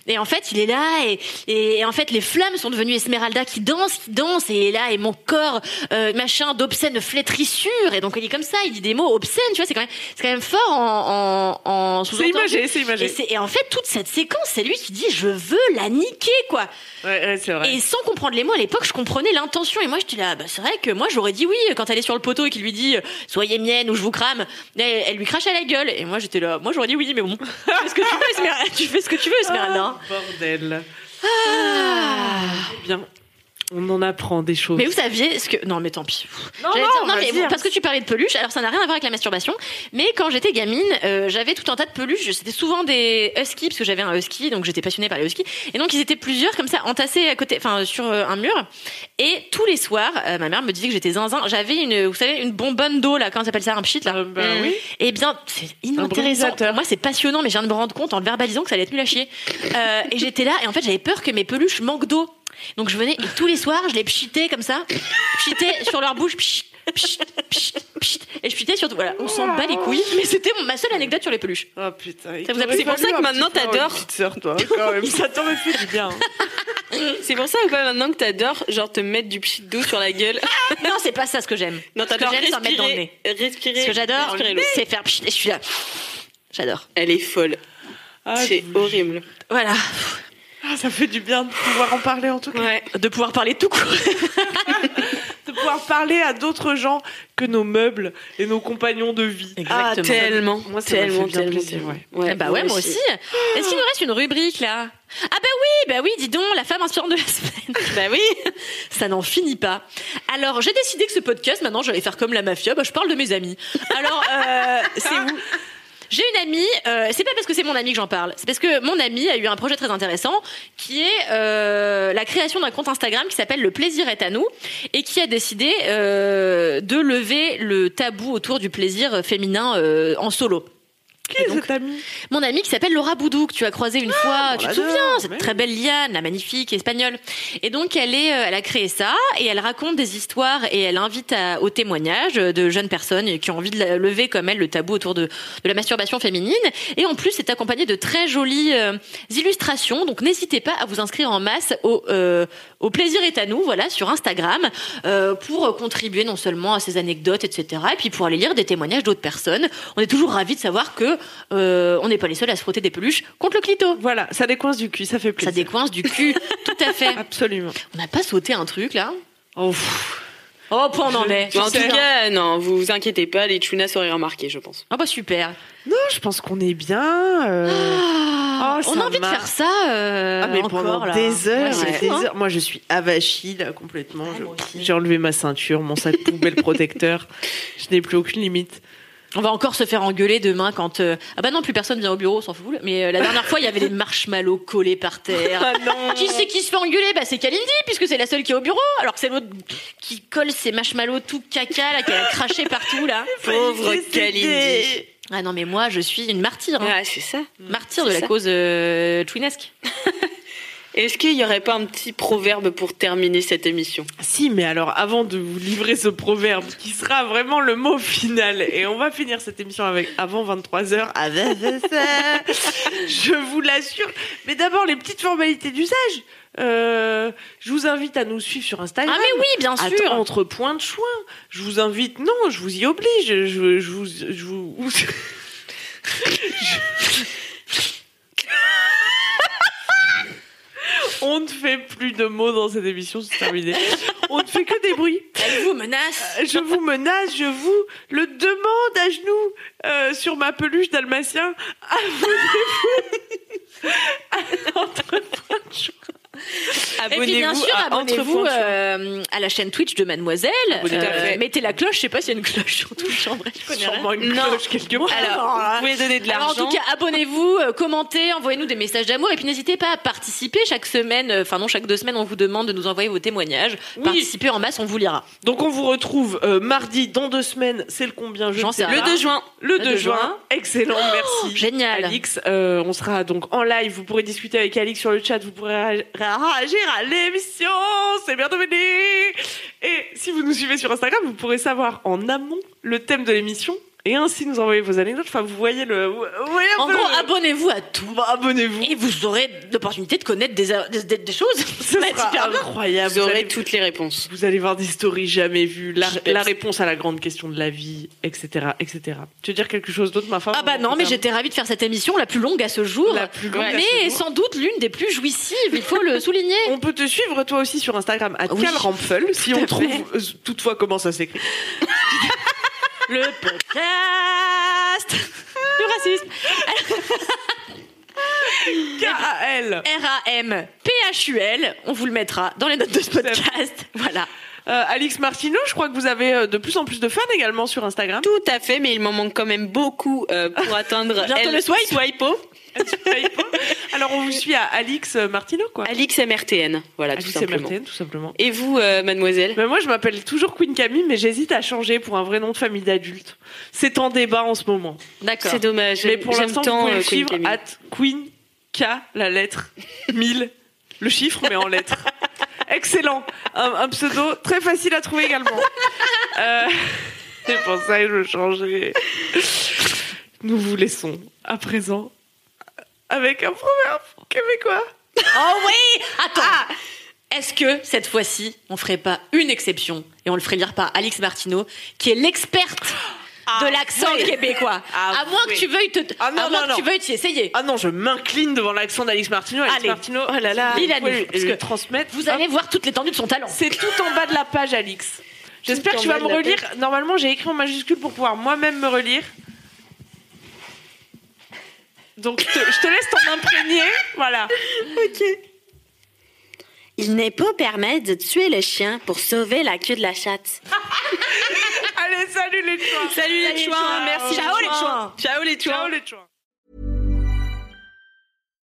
B: et en fait, il est là, et, et, en fait, les flammes sont devenues Esmeralda qui danse, qui danse, et il est là, et mon corps, euh, machin, d'obscène flétrissure, et donc il est comme ça, il dit des mots obscènes, tu vois, c'est quand même, c'est quand même fort en, en, en
A: C'est
B: sous-entendu.
A: imagé, c'est
B: Et,
A: imagé.
B: c'est- et en fait, toute cette séquence, c'est lui qui dit je veux la niquer, quoi.
A: Ouais, ouais, c'est vrai.
B: Et sans comprendre les mots, à l'époque, je comprenais l'intention. Et moi, j'étais là, bah, c'est vrai que moi, j'aurais dit oui quand elle est sur le poteau et qu'il lui dit euh, soyez mienne ou je vous crame. Elle, elle lui crache à la gueule. Et moi, j'étais là, moi, j'aurais dit oui, mais bon. Tu fais ce que tu veux, Esmeralda. Tu fais ce que tu veux, Esmeralda.
A: Bordel. Eh Bien. On en apprend des choses.
B: Mais vous saviez ce que. Non, mais tant pis.
A: Non,
B: J'allais
A: non,
B: dire, non, mais
A: vas-y, hein.
B: parce que tu parlais de peluches, alors ça n'a rien à voir avec la masturbation. Mais quand j'étais gamine, euh, j'avais tout un tas de peluches. C'était souvent des huskies, parce que j'avais un husky, donc j'étais passionnée par les huskies. Et donc ils étaient plusieurs comme ça, entassés à côté, enfin sur euh, un mur. Et tous les soirs, euh, ma mère me disait que j'étais zinzin. J'avais une, vous savez, une bonbonne d'eau là, comment ça s'appelle ça, un pchit là.
A: Bah oui.
B: Eh bien, c'est inintéressant.
A: brumisateur.
B: Pour moi, c'est passionnant, mais je viens de me rendre compte en le verbalisant que ça allait être nul à chier. Euh, et j'étais là, et en fait, j'avais peur que mes peluches manquent d'eau. Donc je venais, et tous les soirs, je les pchitais comme ça, pchitais sur leur bouche, pchit, pchit, pchit, pchit, et je pchitais sur tout. Voilà, on s'en bat les couilles. Mais c'était mon- ma seule anecdote sur les peluches.
A: Ah putain. il
B: Ça vous a
A: t'aurait
B: plu
C: C'est pour ça
A: fallu
C: que
A: un
C: maintenant,
A: petit frère ou
C: t'adores.
A: une petite sœur, toi, quand même. Ça t'aurait fait du bien. hein.
C: C'est pour ça ou pas maintenant que t'adores, genre te mettre du pchit d'eau sur la gueule
B: Non, c'est pas ça ce que j'aime.
C: Non,
B: ce que
C: t'adores
B: j'aime, c'est en mettre dans le nez.
C: respirer. Respirer.
B: Ce que j'adore,
C: respirer l'eau.
B: c'est faire pchit, et je suis là. J'adore.
C: Elle est folle.
A: Ah,
C: C'est horrible.
B: Voilà.
A: ah, ça fait du bien de pouvoir en parler en tout cas.
C: Ouais.
B: De pouvoir parler tout court.
A: De pouvoir parler à d'autres gens que nos meubles et nos compagnons de vie.
C: Ah,
B: Exactement.
C: tellement.
A: Moi, ça m'a fait
C: tellement,
A: bien
C: tellement.
A: plaisir,
C: tellement.
A: ouais.
B: Eh bah ouais, moi aussi. Est-ce qu'il nous reste une rubrique là Ah bah oui, bah oui, dis donc, la femme inspirante de la semaine. bah oui, ça n'en finit pas. Alors j'ai décidé que ce podcast, maintenant, j'allais faire comme la mafia, bah, je parle de mes amis. Alors euh, c'est où j'ai une amie, euh, c'est pas parce que c'est mon amie que j'en parle, c'est parce que mon amie a eu un projet très intéressant qui est euh, la création d'un compte Instagram qui s'appelle Le plaisir est à nous et qui a décidé euh, de lever le tabou autour du plaisir féminin euh, en solo.
A: Qui
B: Et
A: est
B: donc,
A: cet ami
B: mon amie qui s'appelle Laura Boudou, que tu as croisée une fois, tu te
A: l'adore,
B: souviens, cette
A: mais
B: très belle liane, la magnifique espagnole. Et donc, elle, est, euh, elle a créé ça, et elle raconte des histoires, et elle invite à- au témoignage euh, de jeunes personnes qui ont envie de la- lever, comme elle, le tabou autour de, de la masturbation féminine. Et en plus, c'est accompagné de très jolies euh, illustrations, donc n'hésitez pas à vous inscrire en masse au, euh, au plaisir est à nous, voilà, sur Instagram, euh, pour contribuer non seulement à ces anecdotes, etc., et puis pour aller lire des témoignages d'autres personnes. On est toujours ravis de savoir que euh, on n'est pas les seuls à se frotter des peluches contre le clito.
A: Voilà, ça décoince du cul, ça fait
B: Ça
A: plaisir.
B: décoince du cul, tout à fait.
A: Absolument.
B: On n'a pas sauté un truc là
A: Oh, pff.
B: Oh, point on en est.
C: Mais en tout
A: sais.
C: cas, non, vous vous inquiétez pas, les Chunas auraient remarqué, je pense.
B: Ah bah super.
A: non, je pense qu'on est bien. euh,
B: Ah,
A: Oh,
B: on
A: ça
B: a envie de
A: marche.
B: faire ça euh,
A: Ah, mais
B: encore,
A: pendant
B: là.
A: des heures,
B: Ouais, c'est
A: des
B: fou, hein.
A: heures. Moi, je suis avachie, là, complètement. Je-
B: moi aussi.
A: J'ai enlevé ma ceinture, mon sac poubelle protecteur. Je n'ai plus aucune limite.
B: On va encore se faire engueuler demain quand euh, ah bah non plus personne vient au bureau, on s'en fout. Mais euh, la dernière fois il y avait des marshmallows collés par terre.
A: Ah non
B: Qui c'est qui se fait engueuler Bah c'est Kalindi puisque c'est la seule qui est au bureau, alors que c'est l'autre qui colle ses marshmallows tout caca là, qui a craché partout là.
C: Pauvre Kalindi.
B: Ah non mais moi je suis une martyre, hein.
C: Ah, c'est ça.
B: martyre de
C: c'est
B: la
C: ça.
B: cause euh, chouinesque.
C: Est-ce qu'il y aurait pas un petit proverbe pour terminer cette émission
A: Si, mais alors avant de vous livrer ce proverbe qui sera vraiment le mot final, et on va finir cette émission avec avant 23h, avec ça, je vous l'assure. Mais d'abord, les petites formalités d'usage. Euh, je vous invite à nous suivre sur Instagram.
B: Ah mais oui bien
A: Att-
B: sûr.
A: entre points de choin. Je vous invite, non, je vous y oblige. Je, je vous. Je vous... Je- On ne fait plus de mots dans cette émission, c'est terminé. On ne fait que des bruits.
B: Elle vous menace.
A: Je vous menace, je vous le demande à genoux euh, sur ma peluche dalmatien.
B: Et puis bien sûr
C: à
B: Euh, abonnez-vous
C: Entrepoint de Choix.
B: euh, à la chaîne Twitch de Mademoiselle.
C: Abonnez-vous.
B: Euh, mettez la cloche, je sais pas s'il y a une cloche sur Twitch en vrai. Je connais rien.
A: Sûrement une
C: Non.
A: cloche quelque part.
C: Alors, vous pouvez donner de
B: Ah. Alors, en
C: l'argent.
B: tout cas, abonnez-vous, euh, commentez, envoyez-nous des messages d'amour et puis n'hésitez pas à participer chaque semaine, euh, enfin non, chaque deux semaines, on vous demande de nous envoyer vos témoignages. Participez en masse, on vous lira.
A: Donc on vous retrouve euh, mardi dans deux semaines. C'est le combien je
B: J'en
A: ne sais
B: sais
A: pas.
B: rien.
C: Le 2 juin.
A: Le 2
B: 2
A: juin.
B: juin. Oh,
A: Excellent, merci.
B: génial.
A: Alix, Euh, on sera donc en live. Vous pourrez discuter avec Alix sur le chat. Vous pourrez réag- réagir à l'émission. C'est bien devenu. Et si vous nous suivez sur Instagram, vous pourrez savoir en amont le thème de l'émission. Et ainsi nous envoyer vos anecdotes. Enfin, vous voyez le. vous voyez un
B: En
A: peu
B: gros,
A: le-
B: abonnez-vous à tout
A: Bah, abonnez-vous.
B: et vous aurez l'opportunité de connaître des, euh, des, des- des choses.
A: Ce
B: Ça va être
A: sera
B: super bien.
A: incroyable.
C: Vous aurez
A: allez-
C: toutes les réponses.
A: Vous allez voir des stories jamais vues, la,
C: Qui pète.
A: la réponse à la grande question de la vie, etc., etc. Tu veux dire quelque chose d'autre, ma femme
B: Ah bah non, mais j'étais ravie de faire cette émission la plus longue à ce jour.
A: La plus longue à ce
B: mais
A: jour.
B: sans doute l'une des plus jouissives, il faut le souligner.
A: On peut te suivre toi aussi sur Instagram à
B: Oui.
A: Calrampfel, si on trouve euh, toutefois comment ça s'écrit.
B: Le podcast Le racisme
A: K-A-L.
B: R-A-M-P-H-U-L. On vous le mettra dans les notes de ce podcast. Voilà.
A: Euh, Alix Martineau, je crois que vous avez euh, de plus en plus de fans également sur Instagram.
D: Tout à fait, mais il m'en manque quand même beaucoup euh, pour atteindre
A: Bientôt
D: El
A: le swipe.
D: Swipo.
A: Alors on vous suit à Alix Martineau, quoi.
D: Alix MRTN, voilà, tout
A: Alix
D: simplement.
A: MRTN, tout simplement.
D: Et vous, euh, mademoiselle
A: Mais moi, je m'appelle toujours Queen Camille, mais j'hésite à changer pour un vrai nom de famille d'adulte. C'est en débat en ce moment.
B: D'accord.
D: C'est dommage.
A: Mais pour
D: j'aime
A: l'instant,
D: tant,
A: vous pouvez
D: euh,
A: le
D: Queen
A: suivre
D: Camille.
A: at Queen K, la lettre 1000. Le chiffre, mais en lettres. Excellent. Un, un pseudo très facile à trouver également. Euh, C'est pour ça que je veux changer. Nous vous laissons à présent avec un proverbe québécois.
B: Oh oui Attends Est-ce que cette fois-ci, on ferait pas une exception et on le ferait lire par Alix Martineau, qui est l'experte de l'accent québécois
A: Ah
B: À moins
A: oui.
B: que tu veuilles te,
A: Ah non,
B: à moins
A: non,
B: que
A: non.
B: tu veuilles t'y essayer.
A: Ah non, je m'incline devant l'accent d'Alix Martineau. Alix
B: Allez.
A: Martineau, oh là là,
B: Dis-la
A: vous pouvez
B: nous,
A: le-
B: parce
A: le
B: que
A: transmettre.
B: Vous
A: Hop.
B: allez voir toute l'étendue de son talent.
A: C'est tout en bas de la page, Alix. J'espère
D: Tout
A: que tu
D: en
A: vas
D: bas
A: me
D: de la
A: relire. Normalement, j'ai écrit en majuscule pour pouvoir moi-même me relire. Donc, je te, je te laisse t'en imprégner. Voilà.
D: Il n'est pas permis de tuer le chien pour sauver la queue de la chatte.
A: Allez, salut les chouins.
D: Salut les chouins, merci
A: Ciao, les
D: chouins. Ciao les
A: Ciao les chouins.